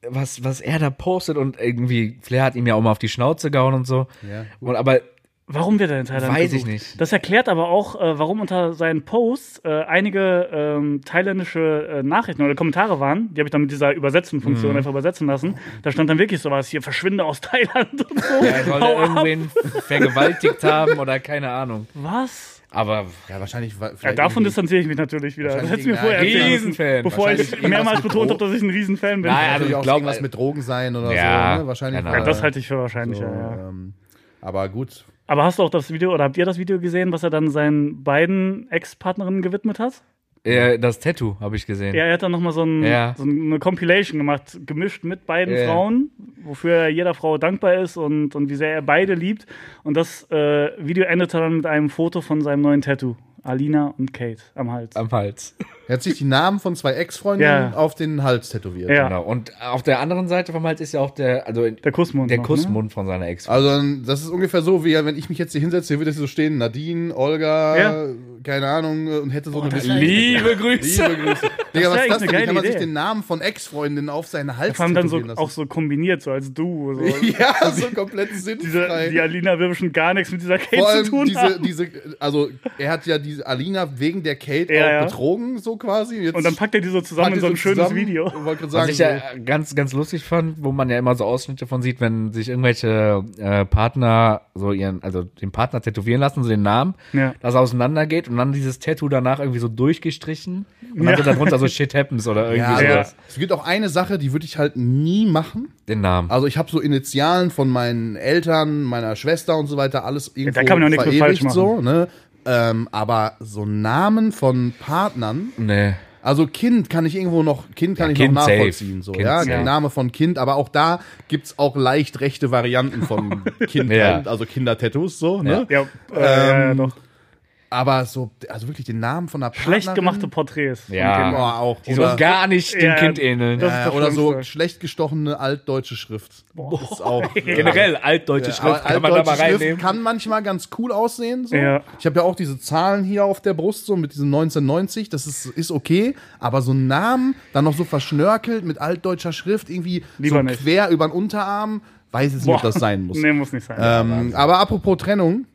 Speaker 4: was, was er da postet und irgendwie, Flair hat ihm ja auch mal auf die Schnauze gehauen und so.
Speaker 1: Ja.
Speaker 4: Und aber,
Speaker 2: Warum wird er in Thailand
Speaker 4: Weiß ich
Speaker 2: gesucht?
Speaker 4: nicht.
Speaker 2: Das erklärt aber auch, äh, warum unter seinen Posts äh, einige ähm, thailändische äh, Nachrichten oder Kommentare waren. Die habe ich dann mit dieser Übersetzen-Funktion
Speaker 4: Mhm.
Speaker 2: einfach übersetzen lassen. Da stand dann wirklich sowas hier, verschwinde aus Thailand und so.
Speaker 4: er soll
Speaker 2: Hau ab.
Speaker 4: irgendwen vergewaltigt haben oder keine Ahnung.
Speaker 2: Was?
Speaker 4: Aber
Speaker 1: ja, wahrscheinlich war-
Speaker 2: Ja,
Speaker 1: vielleicht
Speaker 2: davon
Speaker 1: irgendwie-
Speaker 2: distanziere ich mich natürlich wieder. Das
Speaker 1: Wahrscheinlich
Speaker 2: hättest du mir vorher
Speaker 1: irgendein
Speaker 2: erzählen müssen,
Speaker 4: Riesenfan.
Speaker 2: Bevor ich
Speaker 1: Wahrscheinlich
Speaker 2: mehrmals
Speaker 1: irgendwas mit
Speaker 2: betont habe,
Speaker 1: Pro-
Speaker 2: dass ich ein Riesenfan bin.
Speaker 4: Nein,
Speaker 1: natürlich
Speaker 4: also ich
Speaker 1: auch
Speaker 4: glaub-
Speaker 2: halt-
Speaker 1: irgendwas mit Drogen sein oder
Speaker 4: Ja,
Speaker 1: so. Ne? Wahrscheinlich.
Speaker 4: keine
Speaker 1: war-
Speaker 4: Ahnung.
Speaker 2: das halte ich für wahrscheinlicher,
Speaker 1: so,
Speaker 2: ja.
Speaker 1: ähm, aber gut.
Speaker 2: Aber hast du auch das Video oder habt ihr das Video gesehen, was er dann seinen beiden Ex-Partnerinnen gewidmet hat?
Speaker 4: äh, das Tattoo habe ich gesehen.
Speaker 2: Ja, er hat dann nochmal so, ein,
Speaker 4: Ja.
Speaker 2: so eine Compilation gemacht, gemischt mit beiden
Speaker 4: Ja.
Speaker 2: Frauen, wofür er jeder Frau dankbar ist und, und wie sehr er beide liebt. Und das äh, Video endete dann mit einem Foto von seinem neuen Tattoo. Alina und Kate am Hals.
Speaker 4: Am Hals.
Speaker 1: Er hat sich die Namen von zwei Ex-Freundinnen
Speaker 2: Ja.
Speaker 1: auf den Hals tätowiert.
Speaker 2: ja,
Speaker 4: Genau. Und auf der anderen Seite vom Hals ist ja auch der, also in-
Speaker 2: der Kussmund.
Speaker 4: der
Speaker 1: ne?
Speaker 2: noch, ne?
Speaker 4: Kussmund von seiner Ex.
Speaker 1: Also dann- das ist ungefähr so, wie wenn ich mich jetzt hier hinsetze, hier würde es so stehen, Nadine, Olga,
Speaker 2: Ja.
Speaker 1: keine Ahnung, äh, und hätte so eine Liste.
Speaker 4: Liebe Grüße.
Speaker 1: Liebe Grüße. Digga, was ist das
Speaker 2: eigentlich eine
Speaker 1: denn? Wie
Speaker 2: geile
Speaker 1: kann man sich
Speaker 2: Idee.
Speaker 1: den Namen von Ex-Freundinnen auf seinen
Speaker 2: Ne?
Speaker 1: Hals
Speaker 2: Vor allem dann so,
Speaker 1: tätowieren
Speaker 2: auch so kombiniert, so als du. So. Also
Speaker 1: Ja, so komplett
Speaker 2: Diese,
Speaker 1: sinnfrei.
Speaker 2: die Alina will bestimmt gar nichts mit dieser Kate
Speaker 1: Vor
Speaker 2: zu
Speaker 1: allem
Speaker 2: tun
Speaker 1: diese,
Speaker 2: haben.
Speaker 1: diese, also er hat ja diese Alina wegen der Kate
Speaker 2: Ja,
Speaker 1: auch
Speaker 2: ja.
Speaker 1: betrogen, so quasi. Jetzt
Speaker 2: und dann packt er die so zusammen
Speaker 1: packt
Speaker 2: in so
Speaker 1: die
Speaker 2: ein schönes
Speaker 1: zusammen.
Speaker 2: Video.
Speaker 1: Ich wollte gerade
Speaker 4: Was
Speaker 1: sagen,
Speaker 4: ich ja ganz, ganz lustig fand, wo man ja immer so Ausschnitte von sieht, wenn sich irgendwelche äh, Partner so ihren, also den Partner tätowieren lassen, so den Namen,
Speaker 2: Ja.
Speaker 4: dass er auseinandergeht und dann dieses Tattoo danach irgendwie so durchgestrichen und dann
Speaker 2: Ja.
Speaker 4: so darunter so Shit Happens oder
Speaker 1: so. ja,
Speaker 4: irgendwie
Speaker 1: also,
Speaker 4: so
Speaker 2: Ja.
Speaker 1: es gibt auch eine Sache, die würde ich halt nie machen.
Speaker 4: den Namen.
Speaker 1: Also ich habe so Initialen von meinen Eltern, meiner Schwester und so weiter, alles irgendwo
Speaker 2: da kann man ja nichts mit falsch
Speaker 1: verewigt so, ne? Ähm, aber so Namen von Partnern,
Speaker 4: Nee.
Speaker 1: also Kind kann ich irgendwo noch, Kind kann ich
Speaker 4: Kind
Speaker 1: noch
Speaker 4: safe.
Speaker 1: nachvollziehen, so,
Speaker 4: Kind
Speaker 1: ja,
Speaker 4: safe.
Speaker 1: der Name von Kind, aber auch da gibt's auch leicht rechte Varianten von Kind,
Speaker 4: Ja.
Speaker 1: also Kindertattoos, so, ne?
Speaker 2: Ja, äh,
Speaker 1: Ähm,
Speaker 2: noch
Speaker 1: Aber so, also wirklich den Namen von einer Partnerin.
Speaker 2: schlecht gemachte Porträts. von
Speaker 4: Ja.
Speaker 2: Kindern.
Speaker 1: Boah, auch.
Speaker 4: Die so
Speaker 1: Oder,
Speaker 4: gar nicht dem
Speaker 2: Ja,
Speaker 4: Kind ähneln.
Speaker 2: das-
Speaker 1: äh,
Speaker 2: ist
Speaker 1: oder so
Speaker 2: Schlimmste.
Speaker 1: schlecht gestochene altdeutsche Schrift. Boah. Ist auch,
Speaker 4: Generell altdeutsche
Speaker 1: Aber
Speaker 4: Schrift kann man da mal
Speaker 1: altdeutsche Schrift
Speaker 4: reinnehmen.
Speaker 1: kann manchmal ganz cool aussehen. So.
Speaker 2: Ja.
Speaker 1: Ich habe ja auch diese Zahlen hier auf der Brust, so mit diesem 1990, das ist, ist okay, aber so ein Namen, dann noch so verschnörkelt mit altdeutscher Schrift, irgendwie
Speaker 2: Lieber
Speaker 1: so
Speaker 2: nicht.
Speaker 1: quer über den Unterarm, weiß jetzt nicht, ob das sein muss.
Speaker 2: Nee, muss nicht sein.
Speaker 1: Ähm, aber apropos Trennung,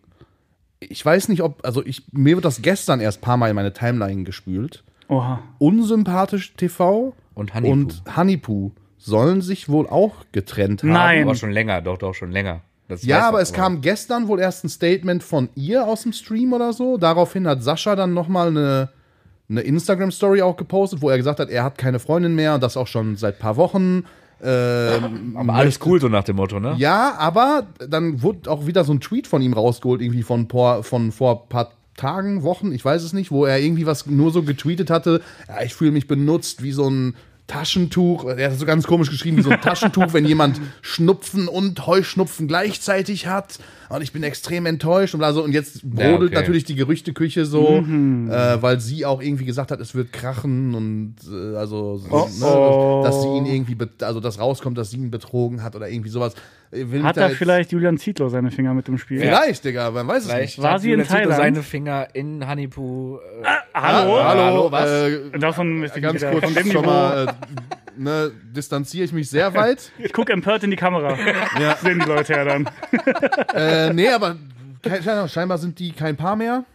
Speaker 1: ich weiß nicht, ob, also ich, mir wird das gestern erst ein paar Mal in meine Timeline gespült.
Speaker 2: Oha.
Speaker 1: Unsympathisch TV
Speaker 4: Und Honeypoo.
Speaker 1: und Honeypoo sollen sich wohl auch getrennt haben.
Speaker 2: Nein.
Speaker 4: Aber schon länger, doch, doch, schon länger. Das weiß
Speaker 1: Ja, aber
Speaker 4: man,
Speaker 1: es kam gestern wohl erst ein Statement von ihr aus dem Stream oder so. Daraufhin hat Sascha dann nochmal eine, eine Instagram-Story auch gepostet, wo er gesagt hat, er hat keine Freundin mehr und das auch schon seit paar Wochen. Ähm,
Speaker 4: Aber alles cool, so nach dem Motto, ne?
Speaker 1: ja, aber dann wurde auch wieder so ein Tweet von ihm rausgeholt, irgendwie von, vor- von vor paar Tagen, Wochen, ich weiß es nicht, wo er irgendwie was nur so getweetet hatte, ja, ich fühle mich benutzt wie so ein Taschentuch, der hat das so ganz komisch geschrieben, wie so ein Taschentuch, wenn jemand Schnupfen und Heuschnupfen gleichzeitig hat. Und ich bin extrem enttäuscht und bla so. Und jetzt brodelt
Speaker 4: okay.
Speaker 1: natürlich die Gerüchteküche so, äh, weil sie auch irgendwie gesagt hat, es wird krachen und äh, also,
Speaker 2: oh.
Speaker 1: ne, dass sie ihn irgendwie, be- also dass rauskommt, dass sie ihn betrogen hat oder irgendwie sowas. Ich will mich
Speaker 2: Hat da
Speaker 1: jetzt-
Speaker 2: vielleicht Julian Zietlow seine Finger mit dem Spiel?
Speaker 1: Vielleicht, Digga, man weiß es nicht.
Speaker 4: Vielleicht
Speaker 2: War
Speaker 4: hat
Speaker 2: sie in
Speaker 4: Julia Zito
Speaker 2: Thailand?
Speaker 4: seine Finger in Honeypoo. Äh,
Speaker 2: Hallo?
Speaker 1: Ah, hallo,
Speaker 4: Hallo, was?
Speaker 1: Äh,
Speaker 2: Davon müsste ich
Speaker 1: ganz
Speaker 2: wieder. Von
Speaker 1: kurz
Speaker 2: dem Niveau.
Speaker 1: schon mal, äh, ne, distanziere ich mich sehr weit.
Speaker 2: Ich gucke empört in die Kamera.
Speaker 1: Ja.
Speaker 2: Sehen die Leute ja dann.
Speaker 1: äh, nee, aber kein- scheinbar, scheinbar sind die kein Paar mehr.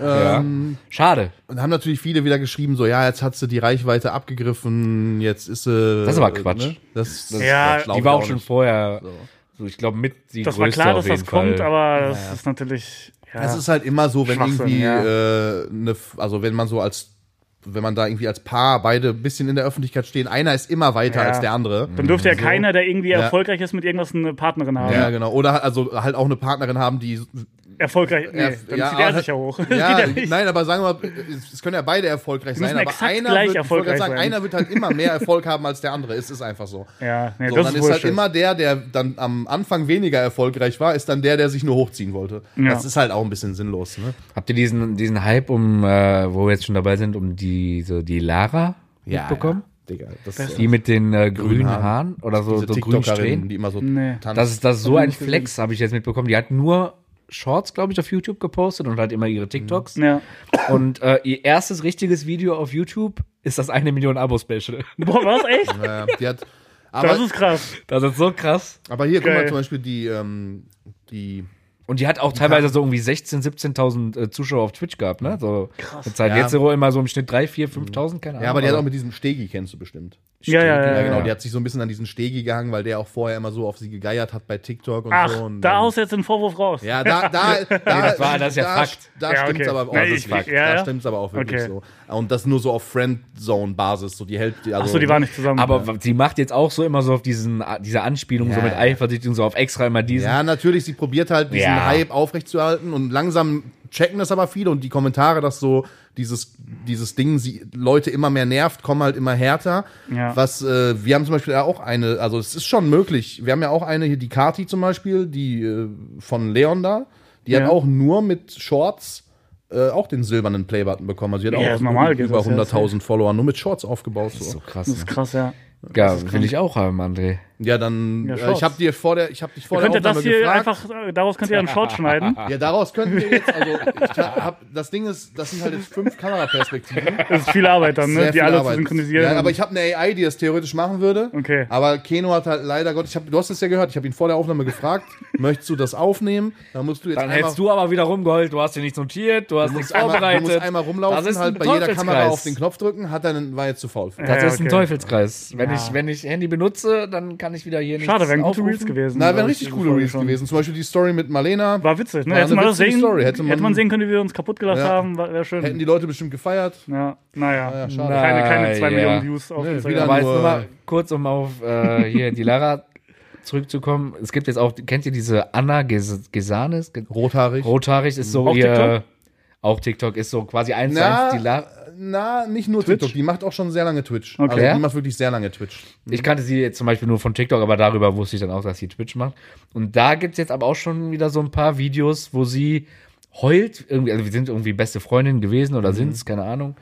Speaker 1: Ähm,
Speaker 4: Schade.
Speaker 1: Und haben natürlich viele wieder geschrieben, so, ja, jetzt hat sie die Reichweite abgegriffen, jetzt ist sie.
Speaker 4: Das ist aber
Speaker 1: äh,
Speaker 4: Quatsch.
Speaker 1: Das, das
Speaker 2: Ja,
Speaker 1: das glaub
Speaker 4: Die
Speaker 1: ich
Speaker 4: war
Speaker 1: auch
Speaker 4: auch schon
Speaker 1: nicht.
Speaker 4: vorher. So, ich glaube, mit die
Speaker 2: Das war
Speaker 4: größte
Speaker 2: klar,
Speaker 4: auf
Speaker 2: dass das
Speaker 4: jeden Fall.
Speaker 2: kommt, aber das ist natürlich. Ja.
Speaker 1: Es ist halt immer so, wenn
Speaker 2: Schwachsinn,
Speaker 1: irgendwie,
Speaker 4: ja.
Speaker 1: äh, ne, also wenn man so als, wenn man da irgendwie als Paar beide ein bisschen in der Öffentlichkeit stehen, einer ist immer weiter
Speaker 2: Ja. Genau.
Speaker 1: als der andere.
Speaker 2: dann dürfte ja keiner, der irgendwie
Speaker 1: Ja.
Speaker 2: erfolgreich ist, mit irgendwas eine Partnerin haben.
Speaker 1: Ja, genau. Oder halt- also halt auch eine Partnerin haben, die
Speaker 2: Erfolgreich. Nee,
Speaker 1: Er-
Speaker 2: dann
Speaker 1: ja,
Speaker 2: zieht er
Speaker 1: aber-
Speaker 2: sich ja hoch.
Speaker 1: Ja,
Speaker 2: Geht ja nicht.
Speaker 1: nein, aber sagen wir mal, es- es können ja beide erfolgreich
Speaker 2: müssen
Speaker 1: sein, aber
Speaker 2: exakt
Speaker 1: einer,
Speaker 2: gleich
Speaker 1: wird, ich wollte
Speaker 2: erfolgreich
Speaker 1: gerade sagen,
Speaker 2: sein.
Speaker 1: einer wird halt immer mehr Erfolg haben als der andere. Es ist einfach so.
Speaker 2: ja nee,
Speaker 1: so
Speaker 2: das
Speaker 1: dann
Speaker 2: ist
Speaker 1: ist halt
Speaker 2: Bullshit.
Speaker 1: immer der, der dann am Anfang weniger erfolgreich war, ist dann der, der sich nur hochziehen wollte.
Speaker 2: Ja.
Speaker 1: Das ist halt auch ein bisschen sinnlos. Ne?
Speaker 4: Habt ihr diesen, diesen Hype um, äh, wo wir jetzt schon dabei sind, um diese, die Lara mitbekommen?
Speaker 1: Digga, das ist
Speaker 4: Die mit den äh, grünen Haaren oder so,
Speaker 1: diese
Speaker 4: so grün
Speaker 1: TikTokerin,
Speaker 4: strähnen.
Speaker 1: die immer so
Speaker 2: Nee.
Speaker 1: tanzt.
Speaker 4: Das ist, das ist so ein Flex, habe ich jetzt mitbekommen. Die hat nur Shorts, glaube ich, auf YouTube gepostet und halt immer ihre TikToks.
Speaker 2: Mhm. Ja.
Speaker 4: Und äh, ihr erstes richtiges Video auf YouTube ist das eine Million Abo-Special.
Speaker 2: Boah, was? Echt?
Speaker 1: Ja, Äh, die hat,
Speaker 2: Das
Speaker 1: aber,
Speaker 2: ist krass.
Speaker 4: Das ist so krass.
Speaker 1: aber hier, guck
Speaker 2: Geil.
Speaker 1: mal zum Beispiel die, ähm, die
Speaker 4: Und die hat auch teilweise so irgendwie 16.000, 17.000 äh, Zuschauer auf Twitch gehabt, ne? So krass. Zeit.
Speaker 1: Ja. Mhm.
Speaker 4: Jetzt so immer so im Schnitt 3.000, 4.000, 5.000, keine Ahnung.
Speaker 1: ja, aber die hat auch mit diesem Stegi, kennst du bestimmt.
Speaker 2: Ja, ja, ja.
Speaker 1: Ja,
Speaker 2: ja,
Speaker 1: genau. Die hat sich so ein bisschen an diesen Stegi gehangen, weil der auch vorher immer so auf sie gegeiert hat bei TikTok und
Speaker 2: Ach,
Speaker 1: so. Und
Speaker 2: da
Speaker 1: dann-
Speaker 2: haust du jetzt den Vorwurf raus.
Speaker 1: Ja, da, da, da,
Speaker 4: das war- das ist ja
Speaker 1: da,
Speaker 4: Fakt.
Speaker 1: Da
Speaker 2: Ja,
Speaker 1: stimmt's
Speaker 2: okay.
Speaker 1: aber auch,
Speaker 2: Nee,
Speaker 1: das
Speaker 2: ich-
Speaker 1: ist Fakt.
Speaker 2: ja, ja.
Speaker 1: Da stimmt's aber auch wirklich
Speaker 2: Okay.
Speaker 1: so. Und das nur so auf Friendzone-Basis, so die hält, also,
Speaker 2: Achso, die waren nicht zusammen.
Speaker 4: Aber w- sie macht jetzt auch so immer so auf diesen, diese Anspielung, so
Speaker 1: Ja.
Speaker 4: mit Eifersucht und so auf extra immer diesen.
Speaker 1: Ja, natürlich, sie probiert halt, diesen
Speaker 4: Ja.
Speaker 1: Hype aufrechtzuerhalten und langsam checken das aber viele und die Kommentare, dass so dieses, dieses Ding sie Leute immer mehr nervt, kommen halt immer härter.
Speaker 2: Ja.
Speaker 1: Was, äh, wir haben zum Beispiel ja auch eine, also es ist schon möglich, wir haben ja auch eine hier, die Kati zum Beispiel, die äh, von Leon da, die
Speaker 2: Ja.
Speaker 1: hat auch nur mit Shorts äh, auch den silbernen Playbutton bekommen. Also die hat
Speaker 2: Ja,
Speaker 1: auch
Speaker 2: ist normal, geht
Speaker 1: über
Speaker 2: das ja.
Speaker 1: 100.000 Follower nur mit Shorts aufgebaut. So.
Speaker 4: So krass.
Speaker 2: Das ist
Speaker 4: Ne?
Speaker 2: krass, ja.
Speaker 4: Ja, will ich auch haben, André.
Speaker 1: Ja, dann,
Speaker 2: Ja,
Speaker 1: äh,
Speaker 2: Shorts.
Speaker 1: ich habe dir vor der, ich habe dich
Speaker 2: Ihr
Speaker 1: vorher
Speaker 2: könnt ja
Speaker 1: auch
Speaker 2: das
Speaker 1: damit
Speaker 2: hier
Speaker 1: gefragt.
Speaker 2: einfach, äh, daraus könnt ihr einen Short schneiden.
Speaker 1: Ja, daraus könnten wir jetzt, also ich hab, das Ding ist, das sind halt jetzt fünf Kameraperspektiven.
Speaker 2: Das ist viel Arbeit dann, ne?
Speaker 1: Sehr
Speaker 2: Die
Speaker 1: viel
Speaker 2: alle zu
Speaker 1: Arbeit.
Speaker 2: synchronisieren.
Speaker 1: Ja, aber ich habe eine AI, die das theoretisch machen würde.
Speaker 2: Okay.
Speaker 1: Aber Keno hat halt leider Gott, ich hab, du hast es ja gehört, ich habe ihn vor der Aufnahme gefragt, möchtest du das aufnehmen? Dann musst du jetzt
Speaker 4: Dann
Speaker 1: einmal,
Speaker 4: hättest du aber wieder rumgeheult, du hast dir nichts notiert, du hast nichts
Speaker 1: einmal, du
Speaker 4: vorbereitet.
Speaker 1: musst einmal rumlaufen,
Speaker 4: Das ist
Speaker 1: halt
Speaker 4: ein
Speaker 1: bei jeder
Speaker 4: Teufelskreis.
Speaker 1: Kamera auf den Knopf drücken, hat dann war jetzt zu faul. für.
Speaker 2: Ja,
Speaker 4: Das
Speaker 2: ja,
Speaker 4: ist ein
Speaker 2: okay.
Speaker 4: Teufelskreis. Wenn,
Speaker 2: Ja.
Speaker 4: ich, wenn ich Handy benutze, dann kann ich wieder hier nichts
Speaker 2: Schade, wären gute
Speaker 4: aufrufen.
Speaker 2: Reels gewesen.
Speaker 1: Na, wären
Speaker 2: glaub ich,
Speaker 1: richtig
Speaker 2: diese
Speaker 1: coole
Speaker 2: Folge
Speaker 1: Reels
Speaker 2: schon.
Speaker 1: gewesen. Zum Beispiel die Story mit Marlena.
Speaker 2: War witzig, ne?
Speaker 1: War
Speaker 2: Hätte
Speaker 1: eine
Speaker 2: man das
Speaker 1: witzige
Speaker 2: sehen,
Speaker 1: Story, hätte
Speaker 2: hätte, man,
Speaker 1: man-
Speaker 2: sehen können, wie wir uns kaputt gelacht
Speaker 1: Ja.
Speaker 2: haben, wäre schön.
Speaker 1: Hätten die Leute bestimmt gefeiert.
Speaker 2: ja, naja.
Speaker 1: Ja, schade.
Speaker 2: Keine, keine
Speaker 4: Na,
Speaker 2: 2
Speaker 4: ja.
Speaker 2: Millionen Views auf
Speaker 1: Nee,
Speaker 2: Instagram.
Speaker 1: wieder-
Speaker 4: Aber jetzt
Speaker 1: Nur-
Speaker 4: nochmal kurz, um auf äh, hier die Lara zurückzukommen. Es gibt jetzt auch, kennt ihr diese Anna Ges Gesanes? Ge
Speaker 1: Rothaarig.
Speaker 4: Rothaarig ist so
Speaker 2: Auch
Speaker 4: ihr.
Speaker 2: TikTok?
Speaker 4: Auch TikTok ist so quasi eins zu
Speaker 1: Na,
Speaker 4: eins die Lara.
Speaker 1: na, nicht nur
Speaker 2: Twitch?
Speaker 1: TikTok, die macht auch schon sehr lange Twitch.
Speaker 2: Okay.
Speaker 1: Also die macht wirklich sehr lange Twitch.
Speaker 4: Ich kannte sie jetzt zum Beispiel nur von TikTok, aber darüber wusste ich dann auch, dass sie Twitch macht. Und da gibt's jetzt aber auch schon wieder so ein paar Videos, wo sie heult, irgendwie, also wir sind irgendwie beste Freundin gewesen
Speaker 1: Mhm.
Speaker 4: oder sind's, keine Ahnung,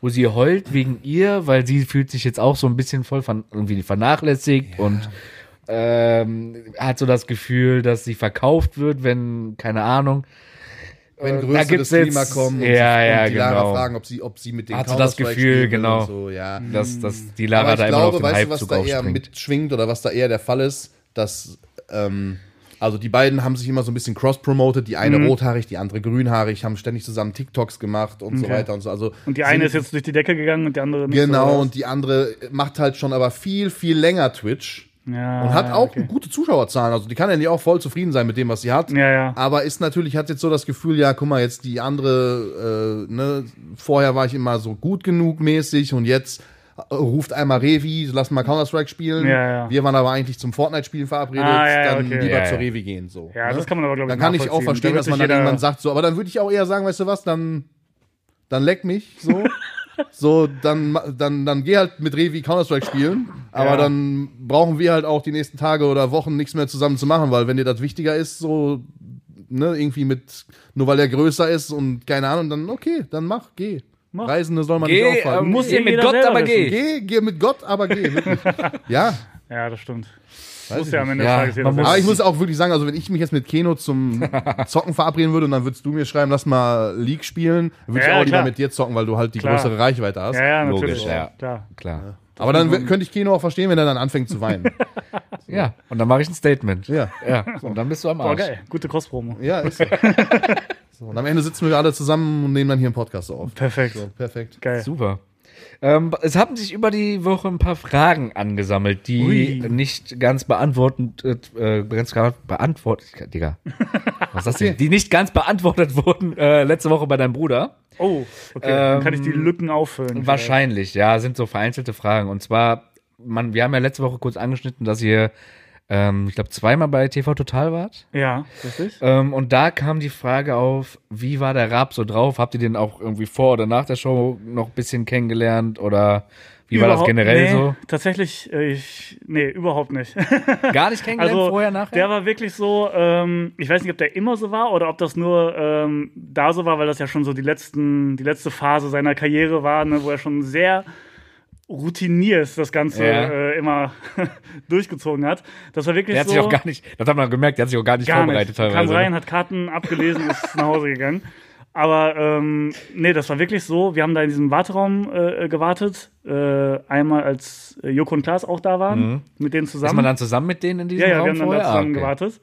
Speaker 4: wo sie heult wegen ihr, weil sie fühlt sich jetzt auch so ein bisschen voll von, irgendwie vernachlässigt und ähm, hat so das Gefühl, dass sie verkauft wird, wenn, keine Ahnung,
Speaker 1: wenn
Speaker 4: Äh,
Speaker 1: Größe
Speaker 4: da
Speaker 1: des
Speaker 4: gibt's
Speaker 1: Klima
Speaker 4: jetzt-
Speaker 1: kommen und,
Speaker 4: ja,
Speaker 1: sich-
Speaker 4: ja,
Speaker 1: und die Lara
Speaker 4: genau.
Speaker 1: fragen, ob sie, ob sie mit dem
Speaker 4: Hatte das Gefühl, genau.
Speaker 1: und so, ja.
Speaker 4: dass, dass die
Speaker 1: Mhm. Aber
Speaker 4: Lara
Speaker 1: ich
Speaker 4: da immer noch auf
Speaker 1: glaube,
Speaker 4: den
Speaker 1: weißt du, was
Speaker 4: Hypezug
Speaker 1: da eher
Speaker 4: aufspringt.
Speaker 1: mitschwingt oder was da eher der Fall ist, dass ähm, also die beiden haben sich immer so ein bisschen cross-promoted, die
Speaker 4: Mhm.
Speaker 1: eine rothaarig, die andere grünhaarig, haben ständig zusammen TikToks gemacht und so
Speaker 2: Okay.
Speaker 1: weiter und so. Also
Speaker 2: Und die eine
Speaker 1: sind-
Speaker 2: ist jetzt durch die Decke gegangen und die andere nicht.
Speaker 1: Genau,
Speaker 2: so,
Speaker 1: und die andere macht halt schon aber viel, viel länger Twitch.
Speaker 2: Ja,
Speaker 1: und hat auch
Speaker 2: Ah, okay.
Speaker 1: gute Zuschauerzahlen. Also die kann ja auch voll zufrieden sein mit dem, was sie hat.
Speaker 2: Ja, ja.
Speaker 1: Aber ist natürlich, hat jetzt so das Gefühl, ja, guck mal, jetzt die andere, äh, ne, vorher war ich immer so gut genug mäßig und jetzt äh, ruft einmal Revi, lass mal Counter-Strike spielen.
Speaker 2: Ja, ja.
Speaker 1: Wir waren aber eigentlich zum Fortnite-Spielen verabredet,
Speaker 2: Ah, ja, ja,
Speaker 1: dann
Speaker 2: okay.
Speaker 1: lieber
Speaker 4: Ja,
Speaker 1: zur
Speaker 4: ja.
Speaker 1: Revi gehen. So,
Speaker 2: Ja, das kann man aber, glaube ich,
Speaker 1: Dann ne? kann ich auch
Speaker 2: nachvollziehen.
Speaker 1: verstehen,
Speaker 2: Da
Speaker 1: dass
Speaker 2: wird
Speaker 1: man
Speaker 2: sich
Speaker 1: dann irgendwann
Speaker 2: jeder-
Speaker 1: sagt, so, aber dann würde ich auch eher sagen, weißt du was, dann, dann leck mich, so. So, dann, ma- dann, dann geh halt mit Revi Counter-Strike spielen. Aber
Speaker 2: Ja.
Speaker 1: dann brauchen wir halt auch die nächsten Tage oder Wochen nichts mehr zusammen zu machen, weil wenn dir das wichtiger ist, so, ne, irgendwie mit, nur weil er größer ist und keine Ahnung, dann okay, dann mach, geh.
Speaker 2: Mach.
Speaker 1: Reisende soll man
Speaker 4: Geh,
Speaker 1: nicht aufhalten.
Speaker 4: ähm, muss
Speaker 2: Geh,
Speaker 4: ihr mit
Speaker 2: jeder
Speaker 4: Gott,
Speaker 2: selber
Speaker 4: aber
Speaker 2: wissen.
Speaker 4: geh.
Speaker 1: Geh, geh mit Gott, aber geh. Wirklich. Ja.
Speaker 2: Ja, das stimmt.
Speaker 1: Weiß
Speaker 2: Muss
Speaker 1: ich
Speaker 2: ja
Speaker 1: nicht.
Speaker 2: am Ende des
Speaker 4: Ja,
Speaker 2: Tages jeder
Speaker 4: man muss-
Speaker 1: Aber
Speaker 2: selber
Speaker 1: ich muss auch wirklich sagen, also wenn ich mich jetzt mit Keno zum Zocken verabreden würde und dann würdest du mir schreiben, lass mal League spielen, dann würde
Speaker 2: Ja,
Speaker 1: ich auch
Speaker 2: klar.
Speaker 1: lieber mit dir zocken, weil du halt die
Speaker 2: Klar.
Speaker 1: größere Reichweite hast.
Speaker 2: Ja, ja,
Speaker 4: Logisch,
Speaker 2: natürlich.
Speaker 4: ja.
Speaker 2: Klar.
Speaker 4: Klar.
Speaker 1: Aber dann w- könnte ich Keno auch verstehen, wenn er dann anfängt zu weinen.
Speaker 4: Ja, und dann mache ich ein Statement.
Speaker 1: ja.
Speaker 4: Ja, und dann bist du am
Speaker 2: Boah,
Speaker 4: Arsch.
Speaker 2: geil. Gute Cross-Promo.
Speaker 1: Ja, ist so. so. Und am Ende sitzen wir alle zusammen und nehmen dann hier einen Podcast auf.
Speaker 2: Perfekt.
Speaker 1: So, perfekt.
Speaker 2: Geil.
Speaker 4: Super. Ähm, es haben sich über die Woche ein paar Fragen angesammelt, die
Speaker 2: Ui.
Speaker 4: nicht ganz beantwortet, äh, ganz klar beantwortet, Digga. Was ist das denn? Die nicht ganz beantwortet wurden äh, letzte Woche bei deinem Bruder.
Speaker 2: Oh, okay. Dann kann ich die
Speaker 4: Ähm,
Speaker 2: Lücken auffüllen.
Speaker 4: Wahrscheinlich, ja, sind so vereinzelte Fragen. Und zwar, man, wir haben ja letzte Woche kurz angeschnitten, dass ihr, ähm, ich glaube, zweimal bei TV Total wart.
Speaker 2: Ja, richtig.
Speaker 4: Ähm, und da kam die Frage auf, wie war der Rap so drauf? Habt ihr den auch irgendwie vor oder nach der Show noch ein bisschen kennengelernt? Oder wie war das
Speaker 2: Überhaupt-
Speaker 4: generell
Speaker 2: nee,
Speaker 4: so?
Speaker 2: Tatsächlich, äh, ich, nee, überhaupt nicht.
Speaker 4: Gar nicht kennengelernt,
Speaker 2: Also,
Speaker 4: vorher, nachher?
Speaker 2: der war wirklich so, ähm, ich weiß nicht, ob der immer so war oder ob das nur ähm, da so war, weil das ja schon so die, letzten, die letzte Phase seiner Karriere war, ne, wo er schon sehr routiniert das Ganze
Speaker 4: Ja.
Speaker 2: äh, immer durchgezogen hat. Das war wirklich
Speaker 4: der hat
Speaker 2: so.
Speaker 4: sich auch gar nicht, das hat man gemerkt, der hat sich auch gar nicht
Speaker 2: Gar
Speaker 4: vorbereitet
Speaker 2: nicht. Kam
Speaker 4: teilweise. ne?
Speaker 2: rein, hat Karten abgelesen, ist nach Hause gegangen. Aber ähm, nee, das war wirklich so. Wir haben da in diesem Warteraum äh, gewartet. Äh, einmal als äh, Joko und Klaas auch da waren, mit denen
Speaker 4: Mhm. Ist
Speaker 2: zusammen.
Speaker 4: man dann zusammen mit denen in diesem
Speaker 2: ja, ja,
Speaker 4: Raum
Speaker 2: wir haben dann da
Speaker 4: vorher? Ah,
Speaker 2: zusammen
Speaker 4: okay.
Speaker 2: gewartet.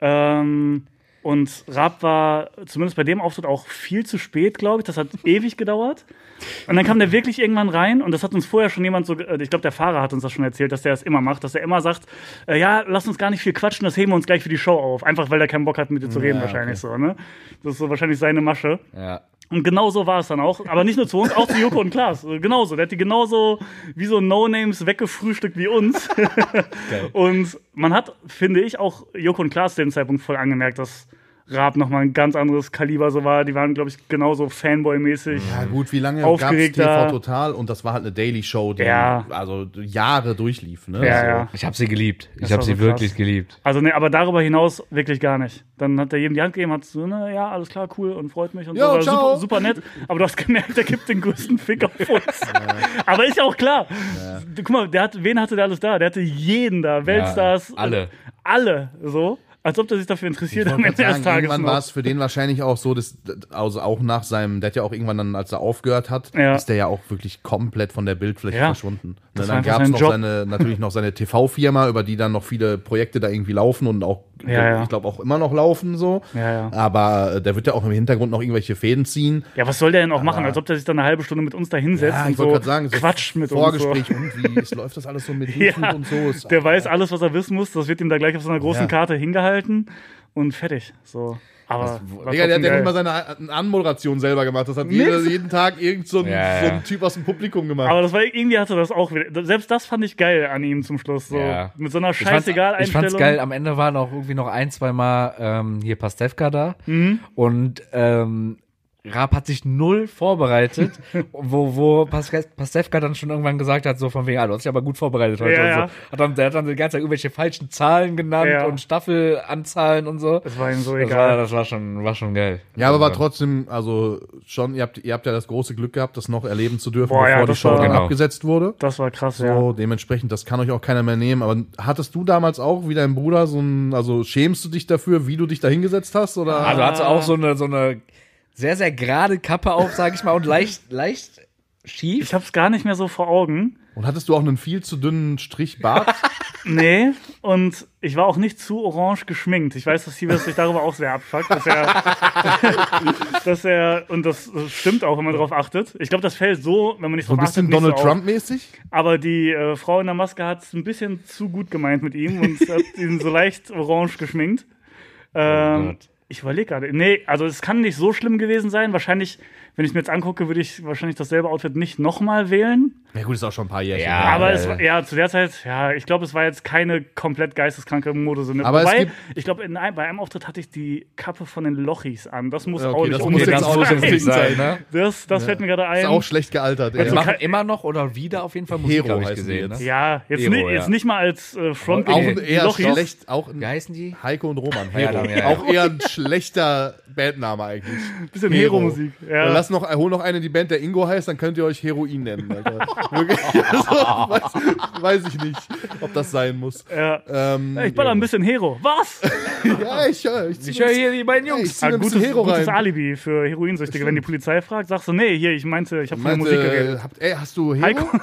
Speaker 2: Ähm, und Raab war zumindest bei dem Auftritt auch viel zu spät, glaube ich. Das hat ewig gedauert. Und dann kam der wirklich irgendwann rein und das hat uns vorher schon jemand so, ge- äh, ich glaube, der Fahrer hat uns das schon erzählt, dass der das immer macht, dass er immer sagt, äh, ja, lass uns gar nicht viel quatschen, das heben wir uns gleich für die Show auf. Einfach weil er keinen Bock hat, mit dir zu reden, wahrscheinlich so, ne? Das ist so wahrscheinlich seine Masche.
Speaker 4: Ja.
Speaker 2: Und genau so war es dann auch. Aber nicht nur zu uns, auch zu Joko und Klaas. Also Genauso. Der hat die genauso wie so No-Names weggefrühstückt wie uns. und man hat, finde ich, auch Joko und Klaas zu dem Zeitpunkt voll angemerkt, dass Raab nochmal ein ganz anderes Kaliber so war. Die waren, glaube ich, genauso Fanboy-mäßig.
Speaker 1: Ja, gut, wie lange gab's
Speaker 2: Aufgeregter-
Speaker 1: TV Total? Und das war halt eine Daily Show, die
Speaker 2: Ja.
Speaker 1: also Jahre durchlief. Ne?
Speaker 2: Ja,
Speaker 1: so.
Speaker 2: ja.
Speaker 4: Ich habe sie geliebt. Ich
Speaker 2: Das
Speaker 4: habe
Speaker 2: war
Speaker 4: sie
Speaker 2: so
Speaker 4: wirklich
Speaker 2: krass.
Speaker 4: geliebt.
Speaker 2: Also, ne, aber darüber hinaus wirklich gar nicht. Dann hat er jedem die Hand gegeben, hat so, na ja, alles klar, cool und freut mich und
Speaker 1: Jo,
Speaker 2: so. War
Speaker 1: ciao.
Speaker 2: Super, super nett. Aber du hast gemerkt, der gibt den größten Fick auf uns. aber ist ja auch klar. Guck mal, der hat, wen hatte der alles da? Der hatte jeden da. Weltstars. äh,
Speaker 4: alle.
Speaker 2: Alle, so. Als ob der sich dafür interessiert
Speaker 1: Ich
Speaker 2: am
Speaker 1: wollte
Speaker 2: Ende
Speaker 1: gerade sagen,
Speaker 2: des Tages.
Speaker 1: irgendwann
Speaker 2: noch.
Speaker 1: war es für den wahrscheinlich auch so, dass, also auch nach seinem, der hat ja auch irgendwann dann, als er aufgehört hat,
Speaker 2: Ja.
Speaker 1: ist der ja auch wirklich komplett von der Bildfläche
Speaker 2: Ja.
Speaker 1: verschwunden.
Speaker 2: Das
Speaker 1: Ne,
Speaker 2: war
Speaker 1: dann
Speaker 2: einfach
Speaker 1: gab es
Speaker 2: sein
Speaker 1: noch
Speaker 2: Job.
Speaker 1: seine, natürlich noch seine TV-Firma, über die dann noch viele Projekte da irgendwie laufen und auch, äh,
Speaker 2: Ja, ja.
Speaker 1: ich glaube, auch immer noch laufen so.
Speaker 2: Ja, ja.
Speaker 1: Aber äh, der wird ja auch im Hintergrund noch irgendwelche Fäden ziehen.
Speaker 2: ja, was soll der denn auch machen? Als ob der sich dann eine halbe Stunde mit uns da hinsetzt
Speaker 1: Ja,
Speaker 2: und
Speaker 1: ich wollte
Speaker 2: so
Speaker 1: gerade sagen, so
Speaker 2: quatscht mit uns.
Speaker 1: Vorgespräch
Speaker 2: So.
Speaker 1: und wie es läuft das alles so mit
Speaker 2: Ja,
Speaker 1: Hüpfend und so. Ist
Speaker 2: Der weiß alles, was er wissen muss. Das wird ihm da gleich auf so einer großen
Speaker 1: Ja.
Speaker 2: Karte hingehalten und fertig. So. Aber war
Speaker 1: Digga, der
Speaker 2: trotzdem
Speaker 1: hat ja
Speaker 2: geil.
Speaker 1: nicht mal seine A- Anmoderation selber gemacht. Das hat jeder, jeden Tag irgend so ein,
Speaker 4: Ja,
Speaker 1: so
Speaker 4: ja.
Speaker 1: ein Typ aus dem Publikum gemacht.
Speaker 2: Aber das war irgendwie hatte das auch wieder. Selbst das fand ich geil an ihm zum Schluss. So.
Speaker 4: Ja.
Speaker 2: Mit so einer
Speaker 4: Ich fand's-
Speaker 2: scheißegal
Speaker 4: Ich fand's
Speaker 2: Einstellung.
Speaker 4: geil. Am Ende waren auch irgendwie noch ein, zwei Mal ähm, hier Pastewka da.
Speaker 2: Mhm.
Speaker 4: Und ähm, Raab hat sich null vorbereitet, wo, wo Pas- Pastewka dann schon irgendwann gesagt hat, so von wegen, ah, du hast dich aber gut vorbereitet heute.
Speaker 2: Ja,
Speaker 4: und
Speaker 2: ja.
Speaker 4: so. hat dann, der hat dann die ganze Zeit irgendwelche falschen Zahlen genannt
Speaker 2: Ja.
Speaker 4: und Staffelanzahlen und so.
Speaker 2: Das war ihm so
Speaker 4: Das war,
Speaker 2: egal.
Speaker 4: das war schon, war schon geil.
Speaker 1: Ja, aber war trotzdem, also schon, ihr habt, ihr habt ja das große Glück gehabt, das noch erleben zu dürfen,
Speaker 2: Boah, ja,
Speaker 1: bevor die
Speaker 2: das
Speaker 1: Show
Speaker 2: war-
Speaker 1: dann
Speaker 4: Genau.
Speaker 1: abgesetzt wurde.
Speaker 2: Das war krass, ja.
Speaker 1: So, dementsprechend, das kann euch auch keiner mehr nehmen. Aber hattest du damals auch wie dein Bruder so ein, also schämst du dich dafür, wie du dich da hingesetzt hast? Oder?
Speaker 4: Also hat sie auch so eine, so eine sehr, sehr gerade Kappe auf, sag ich mal, und leicht, leicht schief.
Speaker 2: Ich hab's gar nicht mehr so vor Augen.
Speaker 1: Und hattest du auch einen viel zu dünnen Strich Bart?
Speaker 2: Nee, und ich war auch nicht zu orange geschminkt. Ich weiß, dass Sievers sich darüber auch sehr abfuckt, dass er, dass er, und das stimmt auch, wenn man drauf achtet. Ich glaube, das fällt so, wenn man nicht
Speaker 1: so ein
Speaker 2: drauf
Speaker 1: bisschen
Speaker 2: achtet, nicht
Speaker 1: Donald
Speaker 2: so auf.
Speaker 1: Trump-mäßig?
Speaker 2: Aber die äh, Frau in der Maske hat es ein bisschen zu gut gemeint mit ihm und hat ihn so leicht orange geschminkt. Ähm,
Speaker 4: Oh Gott.
Speaker 2: ich überlege gerade. Nee, also es kann nicht so schlimm gewesen sein. Wahrscheinlich wenn ich mir jetzt angucke, würde ich wahrscheinlich dasselbe Outfit nicht nochmal wählen.
Speaker 1: Ja gut, ist auch schon ein paar Jahre.
Speaker 4: Ja.
Speaker 1: her.
Speaker 2: aber es,
Speaker 4: äh.
Speaker 2: ja, zu der Zeit, ja, ich glaube, es war jetzt keine komplett geisteskranke Modesünde.
Speaker 1: Aber es
Speaker 2: Wobei,
Speaker 1: gibt-
Speaker 2: ich glaube, in ein, bei einem Auftritt hatte ich die Kappe von den Lochis an. Das muss
Speaker 1: Ja, okay,
Speaker 2: auch nicht
Speaker 1: das muss
Speaker 4: Okay,
Speaker 2: unbedingt
Speaker 1: jetzt auch nicht
Speaker 2: sein.
Speaker 1: unbedingt sein.
Speaker 4: ne?
Speaker 2: Das, das fällt mir gerade ein.
Speaker 1: Ist auch schlecht gealtert.
Speaker 2: Also
Speaker 4: Jetzt
Speaker 1: ey.
Speaker 4: machen immer noch oder wieder auf jeden Fall Musik,
Speaker 1: Also Hero
Speaker 4: habe ich
Speaker 1: heißen die
Speaker 4: gesehen.
Speaker 1: jetzt.
Speaker 4: Ne?
Speaker 2: ja, jetzt,
Speaker 4: Hero,
Speaker 2: ni-
Speaker 4: ja.
Speaker 2: jetzt nicht mal als äh, Front
Speaker 1: Auch
Speaker 2: gegen
Speaker 1: ein
Speaker 2: die
Speaker 1: eher
Speaker 2: Lochis.
Speaker 1: schlecht, auch
Speaker 4: Wie
Speaker 1: ein
Speaker 4: heißen die?
Speaker 1: Heiko und Roman,
Speaker 4: Ja,
Speaker 1: Hero.
Speaker 4: dann, ja, ja.
Speaker 1: Auch eher ein schlechter Bandname eigentlich.
Speaker 2: Bisschen Hero-Musik. Ja.
Speaker 1: Lass noch, hol noch eine in die Band, der Ingo heißt, dann könnt ihr euch Heroin nennen. Alter. Wirklich, also, weiß, weiß ich nicht, ob das sein muss.
Speaker 2: Äh, Ja.
Speaker 1: Ähm,
Speaker 2: Ich baller ein bisschen Hero. Was?
Speaker 1: Ja, ich höre. Ich,
Speaker 4: Ich höre hier die beiden
Speaker 1: ich
Speaker 4: Jungs.
Speaker 1: zieh mir ein bisschen
Speaker 2: Ah, gutes,
Speaker 1: Hero
Speaker 2: gutes
Speaker 1: rein.
Speaker 2: Alibi für Heroinsüchtige. Wenn die Polizei fragt, sagst du, nee, hier, ich meinte, ich habe von der
Speaker 1: Meinte, äh,
Speaker 2: Musik geredet.
Speaker 1: habt, ey, hast du Hero?
Speaker 2: Heiko-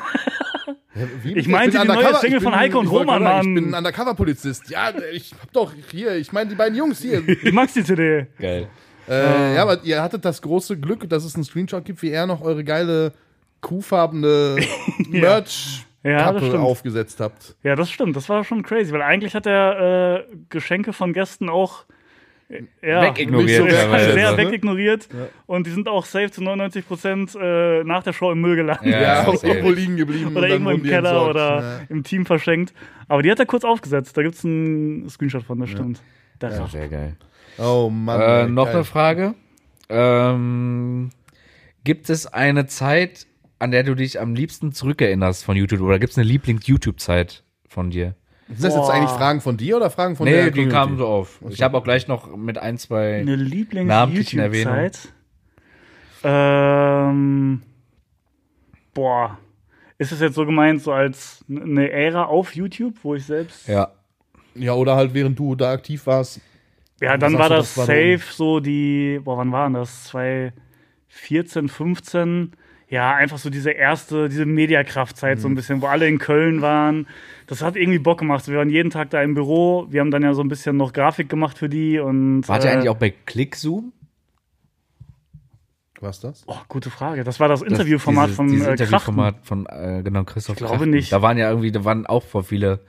Speaker 1: Ja, wie?
Speaker 2: Ich meinte
Speaker 1: bin
Speaker 2: die neue
Speaker 1: undercover,
Speaker 2: Single
Speaker 1: ich bin-
Speaker 2: von Heiko und
Speaker 1: ich wollte
Speaker 2: Roman,
Speaker 1: gerade sagen, Ich
Speaker 2: Mann.
Speaker 1: bin ein Undercover-Polizist. Ja, ich hab doch hier, ich meine die beiden Jungs hier.
Speaker 2: Ich mag's die CD.
Speaker 4: Geil.
Speaker 1: Äh, ja, aber ihr hattet das große Glück, dass es einen Screenshot gibt, wie er noch eure geile kuhfarbene merch
Speaker 2: Ja, das
Speaker 1: kappe
Speaker 2: stimmt.
Speaker 1: aufgesetzt habt.
Speaker 2: Ja, das stimmt. Das war schon crazy, weil eigentlich hat er äh, Geschenke von Gästen auch äh, ja,
Speaker 4: Wegignoriert.
Speaker 1: nicht so
Speaker 2: Sehr,
Speaker 1: teilweise,
Speaker 2: sehr
Speaker 1: ne?
Speaker 2: wegignoriert. Und die sind auch safe zu 99 Prozent äh, nach der Show im Müll gelandet.
Speaker 4: Ja,
Speaker 1: Ja,
Speaker 4: safe.
Speaker 1: irgendwo liegen geblieben. und
Speaker 2: Oder
Speaker 1: dann
Speaker 2: irgendwo im
Speaker 1: wurden die
Speaker 2: Keller
Speaker 1: entsorgt.
Speaker 2: oder
Speaker 1: Ja.
Speaker 2: im Team verschenkt. Aber die hat er kurz aufgesetzt. Da gibt's einen Screenshot von, das stimmt. Da
Speaker 4: Ja,
Speaker 2: rafft.
Speaker 4: Sehr geil.
Speaker 1: Oh Mann.
Speaker 4: Äh,
Speaker 1: ey,
Speaker 4: noch
Speaker 1: geil.
Speaker 4: eine Frage. Ähm, gibt es eine Zeit, an der du dich am liebsten zurückerinnerst von YouTube? Oder gibt es eine Lieblings-YouTube-Zeit von dir?
Speaker 1: Sind das jetzt
Speaker 2: Boah.
Speaker 1: eigentlich Fragen von dir oder Fragen von der
Speaker 4: nee, die
Speaker 1: Community?
Speaker 4: kamen so auf. Ich habe auch gleich noch mit ein, zwei.
Speaker 2: Eine
Speaker 4: Namentlichen
Speaker 2: Lieblings-YouTube-Zeit. Ähm, boah. Ist das jetzt so gemeint, so als eine Ära auf YouTube, wo ich selbst.
Speaker 4: Ja.
Speaker 1: Ja, oder halt während du da aktiv warst.
Speaker 2: Ja, dann
Speaker 1: Sagst
Speaker 2: war
Speaker 1: du,
Speaker 2: das,
Speaker 1: das war
Speaker 2: safe
Speaker 1: dann-
Speaker 2: so die, boah, wann waren das? 2014, 15? Ja, einfach so diese erste, diese Mediakraftzeit
Speaker 4: Mhm.
Speaker 2: so ein bisschen, wo alle in Köln waren. Das hat irgendwie Bock gemacht. Wir waren jeden Tag da im Büro. Wir haben dann ja so ein bisschen noch Grafik gemacht für die und.
Speaker 4: Wart ihr
Speaker 2: äh,
Speaker 4: eigentlich auch bei Clickzoom?
Speaker 1: Was das?
Speaker 2: Oh, gute Frage. Das war das
Speaker 4: Das-
Speaker 2: Interviewformat
Speaker 4: dieses-
Speaker 2: von
Speaker 4: dieses
Speaker 2: äh, Krachten.
Speaker 4: Interviewformat von äh, genau Christoph. Ich
Speaker 2: glaube nicht.
Speaker 4: Da waren ja irgendwie, da waren auch vor viele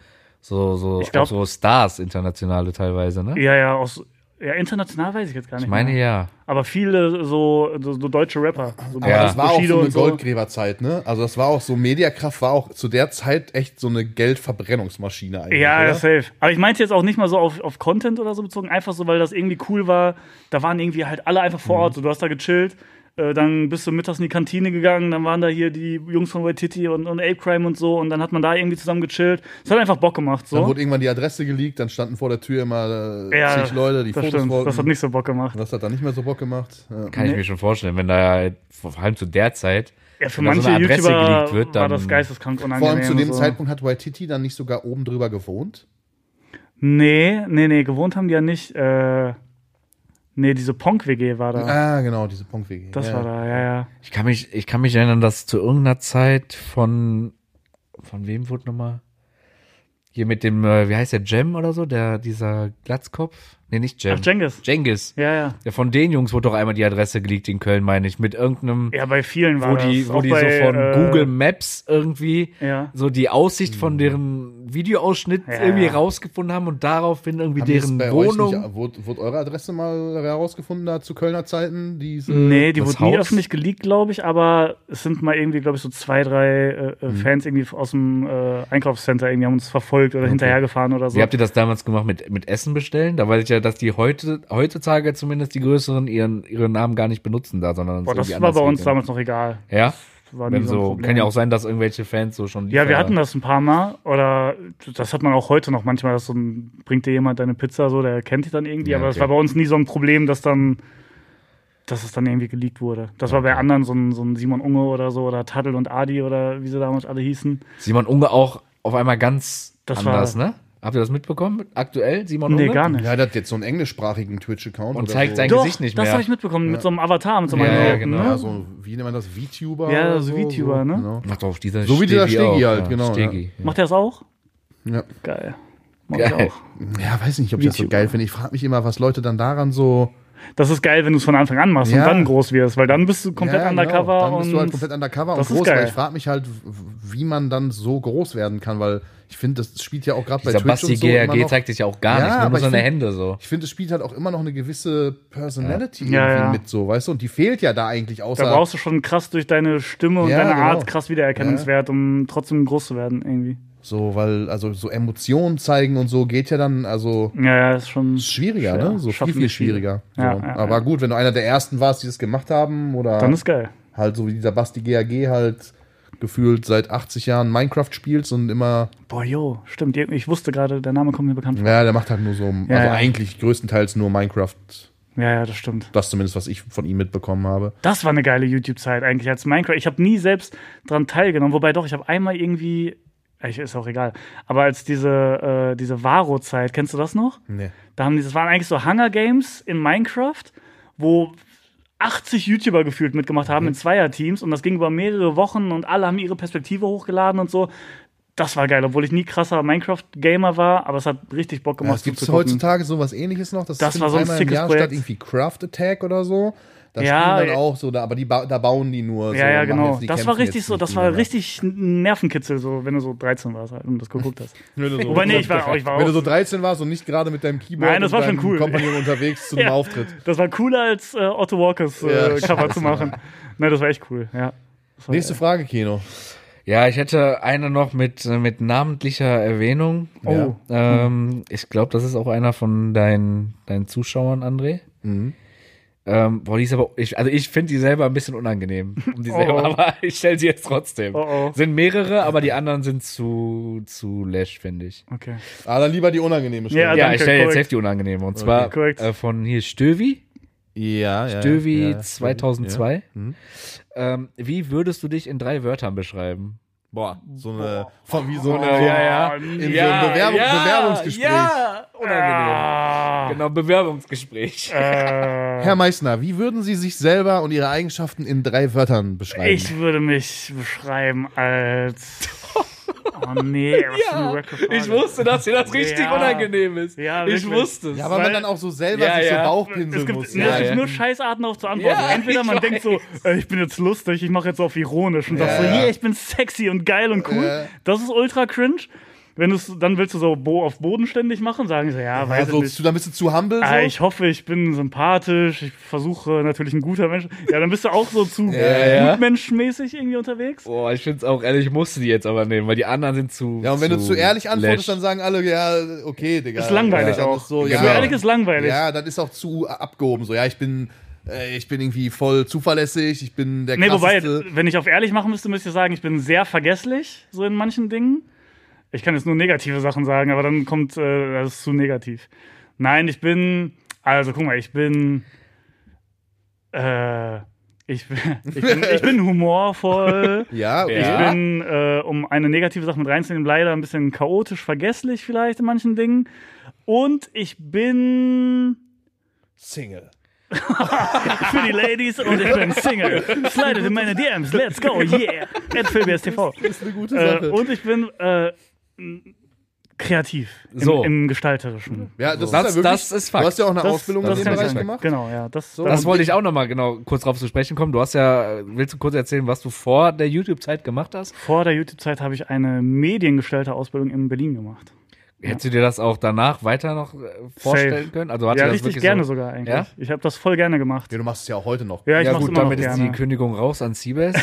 Speaker 4: so so,
Speaker 2: Ich glaub-
Speaker 4: auch so Stars internationale teilweise, ne?
Speaker 2: Ja, ja, aus, ja, international weiß ich jetzt gar nicht.
Speaker 4: Ich meine
Speaker 2: mehr.
Speaker 4: ja.
Speaker 2: Aber viele so, so, so deutsche Rapper. So
Speaker 1: Aber
Speaker 4: Ja.
Speaker 1: das war auch
Speaker 2: Bushido
Speaker 1: so eine
Speaker 2: und so.
Speaker 1: Goldgräberzeit, ne? Also das war auch so, Mediakraft war auch zu der Zeit echt so eine Geldverbrennungsmaschine eigentlich.
Speaker 2: Ja,
Speaker 1: oder?
Speaker 2: ja, safe. Aber ich meinte jetzt auch nicht mal so auf, auf Content oder so bezogen, einfach so, weil das irgendwie cool war. Da waren irgendwie halt alle einfach
Speaker 1: Mhm.
Speaker 2: vor Ort. So, du hast da gechillt, äh, dann bist du mittags in die Kantine gegangen, dann waren da hier die Jungs von White Titty und, und Ape Crime und so und dann hat man da irgendwie zusammen gechillt. Es hat einfach Bock gemacht.
Speaker 1: Dann
Speaker 2: So.
Speaker 1: wurde irgendwann die Adresse geleakt, dann standen vor der Tür immer äh,
Speaker 2: Ja,
Speaker 1: zig Leute, die
Speaker 2: das
Speaker 1: Fotos
Speaker 2: stimmt.
Speaker 1: wollten.
Speaker 2: Das hat nicht so Bock gemacht.
Speaker 1: das hat dann nicht mehr so Bock gemacht. Ja.
Speaker 4: Kann ich mir schon vorstellen, wenn da vor allem zu der Zeit
Speaker 2: Ja, für
Speaker 4: wenn da
Speaker 2: manche
Speaker 4: so eine Adresse
Speaker 2: YouTuber
Speaker 4: geleakt wird,
Speaker 2: war
Speaker 4: dann
Speaker 2: das geisteskrank unangenehm.
Speaker 1: Vor allem zu dem
Speaker 2: so.
Speaker 1: Zeitpunkt hat Waititi dann nicht sogar oben drüber gewohnt.
Speaker 2: Nee, nee, nee, gewohnt haben die ja nicht. Äh, nee, diese Ponk-WG war da.
Speaker 1: Ah, genau, diese Punkt-WG.
Speaker 2: das
Speaker 1: ja.
Speaker 2: war da, ja, ja.
Speaker 4: Ich kann mich, ich kann mich erinnern, dass zu irgendeiner Zeit von, von wem wurde nochmal? Hier mit dem, äh, wie heißt der, Jem oder so, der, dieser Glatzkopf? Nee, nicht Jem.
Speaker 2: Ach, Cengiz.
Speaker 4: Jengis.
Speaker 2: Ja, ja.
Speaker 4: Ja, von den Jungs wurde doch einmal die Adresse geleakt in Köln, meine ich, mit irgendeinem,
Speaker 2: Ja, bei vielen war
Speaker 4: wo
Speaker 2: das.
Speaker 4: die, wo
Speaker 2: Auch
Speaker 4: die
Speaker 2: bei,
Speaker 4: so von
Speaker 2: äh,
Speaker 4: Google Maps irgendwie
Speaker 2: Ja.
Speaker 4: so die Aussicht
Speaker 1: Mhm.
Speaker 4: von deren Videoausschnitt
Speaker 2: Ja,
Speaker 4: irgendwie
Speaker 2: ja.
Speaker 4: rausgefunden haben und daraufhin irgendwie
Speaker 1: Haben die es
Speaker 4: deren
Speaker 1: bei
Speaker 4: Wohnung.
Speaker 1: Euch nicht, wurde, wurde eure Adresse mal herausgefunden da zu Kölner Zeiten? Diese,
Speaker 2: Nee, die
Speaker 4: das
Speaker 2: wurde nie
Speaker 4: Haus?
Speaker 2: öffentlich geleakt, glaube ich, aber es sind mal irgendwie, glaube ich, so zwei, drei äh,
Speaker 4: Hm.
Speaker 2: äh, Fans irgendwie aus dem äh, Einkaufscenter irgendwie haben uns verfolgt oder hinterhergefahren oder so.
Speaker 4: Wie habt ihr das damals gemacht mit, mit Essen bestellen? Da weiß ich ja, dass die heute, heutzutage zumindest die Größeren ihren, ihren Namen gar nicht benutzen da, sondern
Speaker 2: Boah,
Speaker 4: es
Speaker 2: das
Speaker 4: irgendwie
Speaker 2: war
Speaker 4: anders
Speaker 2: bei uns
Speaker 4: regeln.
Speaker 2: damals noch egal.
Speaker 4: Ja,
Speaker 2: War nie
Speaker 4: wenn
Speaker 2: so ein
Speaker 4: so,
Speaker 2: Problem.
Speaker 4: kann ja auch sein, dass irgendwelche Fans so schon.
Speaker 2: Ja, wir
Speaker 4: Liefer-
Speaker 2: hatten das ein paar Mal oder das hat man auch heute noch manchmal, dass so ein, bringt dir jemand deine Pizza so, der kennt dich dann irgendwie,
Speaker 4: Ja,
Speaker 2: aber das
Speaker 4: okay.
Speaker 2: war bei uns nie so ein Problem, dass dann, dass es dann irgendwie geleakt wurde. Das war bei anderen so ein, so ein Simon Unge oder so oder Taddel und Adi oder wie sie damals alle hießen.
Speaker 4: Simon Unge auch auf einmal ganz
Speaker 2: Das war-
Speaker 4: anders, ne? Habt ihr das mitbekommen? Aktuell, Simon
Speaker 2: Nee,
Speaker 4: Unge?
Speaker 2: gar nicht.
Speaker 1: Ja, der hat jetzt so einen englischsprachigen Twitch-Account.
Speaker 4: Und
Speaker 1: oder
Speaker 4: zeigt
Speaker 1: so.
Speaker 4: sein Gesicht nicht
Speaker 2: das
Speaker 4: mehr.
Speaker 2: habe ich mitbekommen mit so einem Avatar, mit so einem
Speaker 4: Ja,
Speaker 2: Animal,
Speaker 4: ja, genau.
Speaker 2: ne?
Speaker 1: Ja, Also- so, wie nennt man das? VTuber?
Speaker 2: Ja,
Speaker 1: oder
Speaker 2: so VTuber, ne?
Speaker 1: Genau.
Speaker 4: Macht auf dieser
Speaker 1: So wie dieser
Speaker 4: Stegi auch,
Speaker 1: Stegi halt, genau,
Speaker 4: Stegi. Ja.
Speaker 2: Macht er das auch?
Speaker 1: Ja.
Speaker 2: Geil. Macht
Speaker 4: Geil.
Speaker 2: er auch.
Speaker 1: ja, weiß nicht, ob ich das so
Speaker 2: VTuber.
Speaker 1: geil finde. Ich frage mich immer, was Leute dann daran so
Speaker 2: Das ist geil, wenn du es von Anfang an machst
Speaker 1: Ja.
Speaker 2: und dann groß wirst, weil dann bist du komplett
Speaker 1: Ja, genau.
Speaker 2: undercover.
Speaker 1: Dann bist du halt
Speaker 2: und
Speaker 1: komplett undercover und
Speaker 2: das ist
Speaker 1: groß. Weil
Speaker 2: geil.
Speaker 1: ich frage mich halt, w- wie man dann so groß werden kann, weil ich finde, das spielt ja auch gerade bei
Speaker 4: Dieser
Speaker 1: Twitch
Speaker 4: Basti halt
Speaker 1: und so immer
Speaker 4: GRG
Speaker 1: noch,
Speaker 4: zeigt dich ja auch gar
Speaker 1: Ja,
Speaker 4: nicht, nur
Speaker 1: aber
Speaker 4: mit
Speaker 1: ich
Speaker 4: seine
Speaker 1: find-
Speaker 4: Hände so.
Speaker 1: Ich finde, es spielt halt auch immer noch eine gewisse Personality
Speaker 2: Ja,
Speaker 1: irgendwie
Speaker 2: ja.
Speaker 1: mit so, weißt du? Und die fehlt ja da eigentlich außer.
Speaker 2: da brauchst du schon krass durch deine Stimme und
Speaker 1: Ja,
Speaker 2: deine
Speaker 1: genau.
Speaker 2: Art krass Wiedererkennungswert, um trotzdem groß zu werden irgendwie.
Speaker 1: so, weil, also so Emotionen zeigen und so geht ja dann, also
Speaker 2: Ja, ja, ist schon.
Speaker 1: ist schwieriger,
Speaker 2: Schwer.
Speaker 1: ne? So
Speaker 2: Schaffen
Speaker 1: viel, viel
Speaker 2: nicht viele.
Speaker 1: schwieriger.
Speaker 2: Ja,
Speaker 1: so.
Speaker 2: ja,
Speaker 1: Aber
Speaker 2: ja.
Speaker 1: gut, wenn du einer der ersten warst, die das gemacht haben, oder
Speaker 2: Dann ist geil.
Speaker 1: halt so wie dieser Basti GAG halt gefühlt seit 80 Jahren Minecraft spielst und immer
Speaker 2: Boah, jo, stimmt. Ir- Ich wusste gerade, der Name kommt mir bekannt vor.
Speaker 1: Ja, der macht halt nur so, also
Speaker 2: ja.
Speaker 1: eigentlich größtenteils nur Minecraft. Mhm.
Speaker 2: Ja, ja, das stimmt.
Speaker 1: Das zumindest, was ich von ihm mitbekommen habe.
Speaker 2: Das war eine geile YouTube-Zeit eigentlich als Minecraft. Ich habe nie selbst dran teilgenommen, wobei doch, ich habe einmal irgendwie. Ich, ist auch egal. Aber als diese, äh, diese Varo-Zeit, kennst du das noch?
Speaker 1: Nee.
Speaker 2: Da haben die, das waren eigentlich so Hunger Games in Minecraft, wo 80 YouTuber gefühlt mitgemacht
Speaker 1: Mhm.
Speaker 2: haben in Zweierteams und das ging über mehrere Wochen und alle haben ihre Perspektive hochgeladen und so. Das war geil, obwohl ich nie krasser Minecraft-Gamer war, aber es hat richtig Bock
Speaker 1: Ja,
Speaker 2: gemacht.
Speaker 1: es gibt
Speaker 2: zuzugucken.
Speaker 1: heutzutage sowas ähnliches noch. Das,
Speaker 2: Das
Speaker 1: findet
Speaker 2: war so ein
Speaker 1: einmal im
Speaker 2: sickes
Speaker 1: Jahr
Speaker 2: Projekt.
Speaker 1: statt, irgendwie Craft Attack oder so. Da
Speaker 2: Ja,
Speaker 1: spielen
Speaker 2: äh,
Speaker 1: dann auch so, da, aber die ba da bauen die nur. so,
Speaker 2: Ja, ja,
Speaker 1: machen
Speaker 2: genau.
Speaker 1: jetzt- die
Speaker 2: Das war
Speaker 1: kämpfen
Speaker 2: richtig
Speaker 1: jetzt
Speaker 2: so,
Speaker 1: nicht
Speaker 2: das war
Speaker 1: gegeneinander.
Speaker 2: richtig ein Nervenkitzel, so wenn du so 13 warst halt und das geguckt hast.
Speaker 1: Wenn du so-
Speaker 2: Wobei, nee, ich war- ich war
Speaker 1: Wenn du
Speaker 2: auch-
Speaker 1: so 13 warst und nicht gerade mit deinem Keyboard
Speaker 2: Nein, das
Speaker 1: und
Speaker 2: war schon
Speaker 1: deinem
Speaker 2: cool.
Speaker 1: Kompagnon unterwegs zu einem
Speaker 2: Ja.
Speaker 1: Auftritt.
Speaker 2: Das war cooler als äh, Otto Walkers äh,
Speaker 1: Ja,
Speaker 2: Cover zu machen. Ne, das war echt cool, ja. Das war
Speaker 1: Nächste Frage, Keno.
Speaker 4: Ja, ich hätte eine noch mit, äh, mit namentlicher Erwähnung.
Speaker 2: geil. Oh,
Speaker 4: Ähm, ich glaube, das ist auch einer von deinen, deinen Zuschauern, André.
Speaker 1: Mhm.
Speaker 4: Ähm, boah, die ist aber, ich, also ich finde die selber ein bisschen unangenehm. Um die
Speaker 2: Oh.
Speaker 4: selber, aber ich stelle sie jetzt trotzdem.
Speaker 2: Oh, oh.
Speaker 4: Sind mehrere, aber die anderen sind zu, zu lash, finde ich.
Speaker 2: okay.
Speaker 1: Ah, dann lieber die unangenehme
Speaker 2: Ja,
Speaker 1: Stelle.
Speaker 2: also-
Speaker 4: ja,
Speaker 2: danke,
Speaker 4: ich stelle jetzt
Speaker 2: korrekt.
Speaker 4: heftig unangenehm. Und zwar
Speaker 2: korrekt.
Speaker 4: äh, von hier Stövi.
Speaker 1: ja, ja.
Speaker 4: Stövi
Speaker 1: ja, ja.
Speaker 4: 2002.
Speaker 1: Ja. Mhm.
Speaker 4: Ähm, wie würdest du dich in drei Wörtern beschreiben?
Speaker 1: Boah, so eine. Von wie so eine.
Speaker 4: ja.
Speaker 1: In so einem Bewerbung, Bewerbungsgespräch.
Speaker 4: Ja, unangenehm.
Speaker 2: Ah,
Speaker 4: Genau, Bewerbungsgespräch.
Speaker 2: äh,
Speaker 1: Herr Meissner, wie würden Sie sich selber und Ihre Eigenschaften in drei Wörtern beschreiben?
Speaker 2: ich würde mich beschreiben als. Oh nee, was für eine wacke Frage.
Speaker 4: Ich wusste, dass dir das richtig
Speaker 2: Ja.
Speaker 4: unangenehm ist.
Speaker 2: Ja,
Speaker 4: ich
Speaker 2: wirklich.
Speaker 4: wusste es.
Speaker 1: ja, weil man
Speaker 2: weil-
Speaker 1: dann auch so selber
Speaker 4: Ja,
Speaker 1: sich
Speaker 4: ja.
Speaker 1: so
Speaker 2: Es
Speaker 1: Bauchpinseln
Speaker 2: gibt,
Speaker 1: muss.
Speaker 2: ne, es
Speaker 1: Ja,
Speaker 4: ja.
Speaker 2: gibt nur Scheißarten auf zu antworten. Also
Speaker 4: Ja,
Speaker 2: Entweder
Speaker 4: ich
Speaker 2: man denkt so,
Speaker 4: weiß.
Speaker 2: äh, ich bin jetzt lustig, ich mache jetzt auf ironisch und sagst so,
Speaker 1: Ja.
Speaker 2: yeah, ich bin sexy und geil und cool.
Speaker 1: Ja.
Speaker 2: Das ist ultra cringe. Wenn du dann willst du so bo auf bodenständig machen, sagen sie, ja, weiß ich
Speaker 1: Also,
Speaker 2: nicht.
Speaker 1: zu, dann bist du zu humble. So?
Speaker 2: Ah, ich hoffe, ich bin sympathisch. Ich versuche natürlich ein guter Mensch. Ja, dann bist du auch so zu
Speaker 4: Ja, ja.
Speaker 2: gutmenschmäßig irgendwie unterwegs.
Speaker 4: Boah, ich finde es auch ehrlich, ich musste die jetzt aber nehmen, weil die anderen sind zu.
Speaker 1: ja, und wenn du zu ehrlich antwortest,
Speaker 4: läsch.
Speaker 1: dann sagen alle, ja, okay, Digga.
Speaker 2: Ist langweilig
Speaker 1: ja, dann
Speaker 2: auch.
Speaker 1: Ist so,
Speaker 2: Zu
Speaker 1: ja,
Speaker 2: ehrlich ist langweilig.
Speaker 1: Ja, dann ist auch zu abgehoben. So, ja, ich bin, äh, ich bin irgendwie voll zuverlässig, ich bin der
Speaker 2: Nee, wobei,
Speaker 1: krasseste.
Speaker 2: wenn ich auf ehrlich machen müsste, müsste ich sagen, ich bin sehr vergesslich, so in manchen Dingen. Ich kann jetzt nur negative Sachen sagen, aber dann kommt, äh, das ist zu negativ. Nein, ich bin, also guck mal, ich bin, äh, ich, bin- ich, bin, ich bin humorvoll.
Speaker 1: ja, okay.
Speaker 4: Ja.
Speaker 2: Ich bin, äh, um eine negative Sache mit reinzunehmen, leider ein bisschen chaotisch, vergesslich vielleicht in manchen Dingen. Und ich bin
Speaker 1: Single.
Speaker 2: für die Ladies und ich bin Single. Slidet in meine DMs, let's go, yeah. At Philbias TV.
Speaker 1: Das ist eine gute
Speaker 2: Äh,
Speaker 1: Sache.
Speaker 2: und ich bin äh, m, kreativ im,
Speaker 4: So.
Speaker 2: im Gestalterischen.
Speaker 1: ja, das,
Speaker 4: Das-
Speaker 1: ist ja wirklich,
Speaker 4: das ist Fakt.
Speaker 1: Du hast ja auch eine
Speaker 2: Das-
Speaker 1: Ausbildung
Speaker 4: das
Speaker 1: in
Speaker 4: ist
Speaker 1: dem
Speaker 4: ja
Speaker 1: Bereich
Speaker 4: Fakt.
Speaker 1: gemacht.
Speaker 2: Genau, ja. Das,
Speaker 1: So.
Speaker 4: Das
Speaker 2: das,
Speaker 4: wollte ich auch nochmal genau kurz drauf zu sprechen kommen. Du hast ja, äh, willst du kurz erzählen, was du vor der YouTube-Zeit gemacht hast?
Speaker 2: vor der YouTube-Zeit habe ich eine Mediengestalter-Ausbildung in Berlin gemacht.
Speaker 4: Hättest du dir das auch danach weiter noch äh, vorstellen können? Also hat
Speaker 2: Ja,
Speaker 4: dir das
Speaker 2: richtig
Speaker 4: wirklich
Speaker 2: gerne
Speaker 4: so,
Speaker 2: sogar eigentlich.
Speaker 4: Ja?
Speaker 2: Ich habe das voll gerne gemacht.
Speaker 1: Ja, du machst es ja auch heute noch.
Speaker 2: Ja, ich
Speaker 4: Ja,
Speaker 2: mach's
Speaker 4: gut,
Speaker 2: immer noch
Speaker 4: damit ist die
Speaker 2: gerne.
Speaker 4: Kündigung raus an Siebes.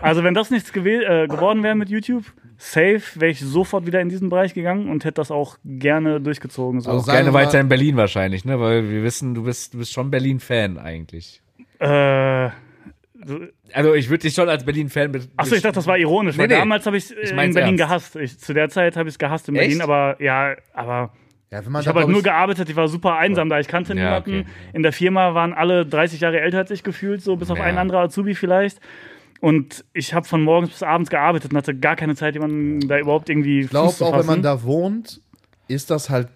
Speaker 2: Also wenn das nichts gewe- äh, geworden wäre mit YouTube, safe wäre ich sofort wieder in diesen Bereich gegangen und hätte das auch gerne durchgezogen. So.
Speaker 1: Also- Sagen wir
Speaker 4: gerne
Speaker 1: mal-
Speaker 4: weiter in Berlin wahrscheinlich, ne? Weil wir wissen, du bist, du bist schon Berlin-Fan eigentlich.
Speaker 2: äh,
Speaker 4: Also ich würde dich schon als Berlin-Fan be
Speaker 2: Achso, ich dachte, das war ironisch, weil
Speaker 4: Nee, nee.
Speaker 2: damals habe ich äh, in
Speaker 4: mein's
Speaker 2: Berlin
Speaker 4: ernst.
Speaker 2: gehasst. Ich, zu der Zeit habe ich es gehasst in Berlin,
Speaker 4: Echt?
Speaker 2: aber ja, aber
Speaker 1: Ja, wenn man
Speaker 2: ich
Speaker 1: da,
Speaker 2: habe halt
Speaker 1: glaub
Speaker 2: nur
Speaker 1: ich-
Speaker 2: gearbeitet, ich war super einsam da, ich kannte
Speaker 4: Ja,
Speaker 2: niemanden.
Speaker 4: okay.
Speaker 2: In der Firma waren alle 30 Jahre älter als ich gefühlt, so bis auf
Speaker 4: Ja.
Speaker 2: einen anderen Azubi vielleicht. Und ich habe von morgens bis abends gearbeitet und hatte gar keine Zeit, jemanden da überhaupt irgendwie
Speaker 1: Ich glaube,
Speaker 2: Fuß zu
Speaker 1: auch wenn
Speaker 2: fassen.
Speaker 1: man da wohnt, ist das halt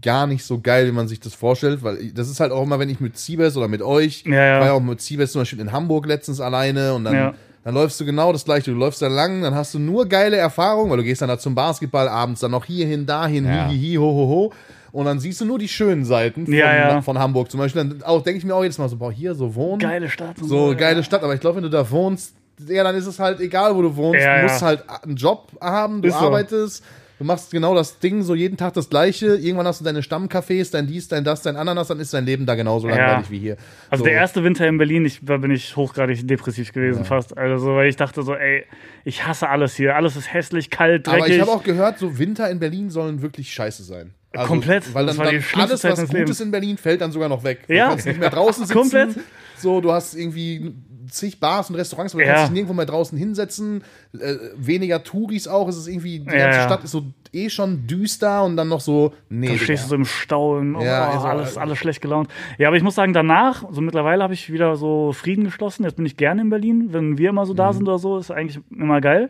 Speaker 1: gar nicht so geil, wie man sich das vorstellt, weil ich- das ist halt auch immer, wenn ich mit Siebes oder mit euch,
Speaker 2: Ja, ja.
Speaker 1: ich war ja auch mit Siebes zum Beispiel in Hamburg letztens alleine und dann,
Speaker 2: Ja.
Speaker 1: dann läufst du genau das gleiche, du läufst da lang, dann hast du nur geile Erfahrungen, weil du gehst dann da zum Basketball abends, dann noch hierhin, dahin,
Speaker 4: Ja.
Speaker 1: hi, hi, hi, ho, ho, ho und dann siehst du nur die schönen Seiten von,
Speaker 2: Ja, ja.
Speaker 1: von Hamburg zum Beispiel. Dann auch denke ich mir auch jedes Mal so, boah, hier so wohnen.
Speaker 2: Geile Stadt. und
Speaker 1: So, geile Stadt, aber ich glaube, wenn du da wohnst, ja, dann ist es halt egal, wo du wohnst.
Speaker 2: Ja,
Speaker 1: du
Speaker 2: ja.
Speaker 1: musst halt einen Job haben, du
Speaker 2: Ist so.
Speaker 1: arbeitest, du machst genau das Ding, so jeden Tag das Gleiche. Irgendwann hast du deine Stammcafés, dein dies, dein das, dein Ananas, dann ist dein Leben da genauso
Speaker 2: Ja.
Speaker 1: langweilig wie hier.
Speaker 2: Also
Speaker 1: so.
Speaker 2: der erste Winter in Berlin, ich, da bin ich hochgradig depressiv gewesen fast. Also weil ich dachte so, ey, ich hasse alles hier. Alles ist hässlich, kalt, dreckig.
Speaker 1: aber ich habe auch gehört, so Winter in Berlin sollen wirklich scheiße sein. Also,
Speaker 2: Komplett.
Speaker 1: Weil
Speaker 2: Das
Speaker 1: dann,
Speaker 2: war die
Speaker 1: dann
Speaker 2: schlimmste
Speaker 1: alles,
Speaker 2: Zeit
Speaker 1: was
Speaker 2: meines
Speaker 1: Gutes
Speaker 2: Lebens.
Speaker 1: in Berlin, fällt dann sogar noch weg.
Speaker 2: Ja.
Speaker 1: Du kannst nicht mehr draußen sitzen.
Speaker 2: Komplett.
Speaker 1: So, du hast irgendwie zig Bars und Restaurants, aber du
Speaker 2: Ja.
Speaker 1: kannst dich nirgendwo mehr draußen hinsetzen. Äh, weniger Touris auch. Es ist irgendwie, die
Speaker 2: Ja,
Speaker 1: ganze
Speaker 2: ja.
Speaker 1: Stadt ist so eh schon düster und dann noch so, nee.
Speaker 2: Dann
Speaker 1: Digga.
Speaker 2: stehst du so im Stau, im, oh,
Speaker 1: Ja, also,
Speaker 2: alles,
Speaker 1: äh,
Speaker 2: alles schlecht gelaunt. Ja, aber ich muss sagen, danach, so mittlerweile habe ich wieder so Frieden geschlossen. Jetzt bin ich gerne in Berlin. Wenn wir immer so
Speaker 1: Mhm.
Speaker 2: da sind oder so, ist eigentlich immer geil.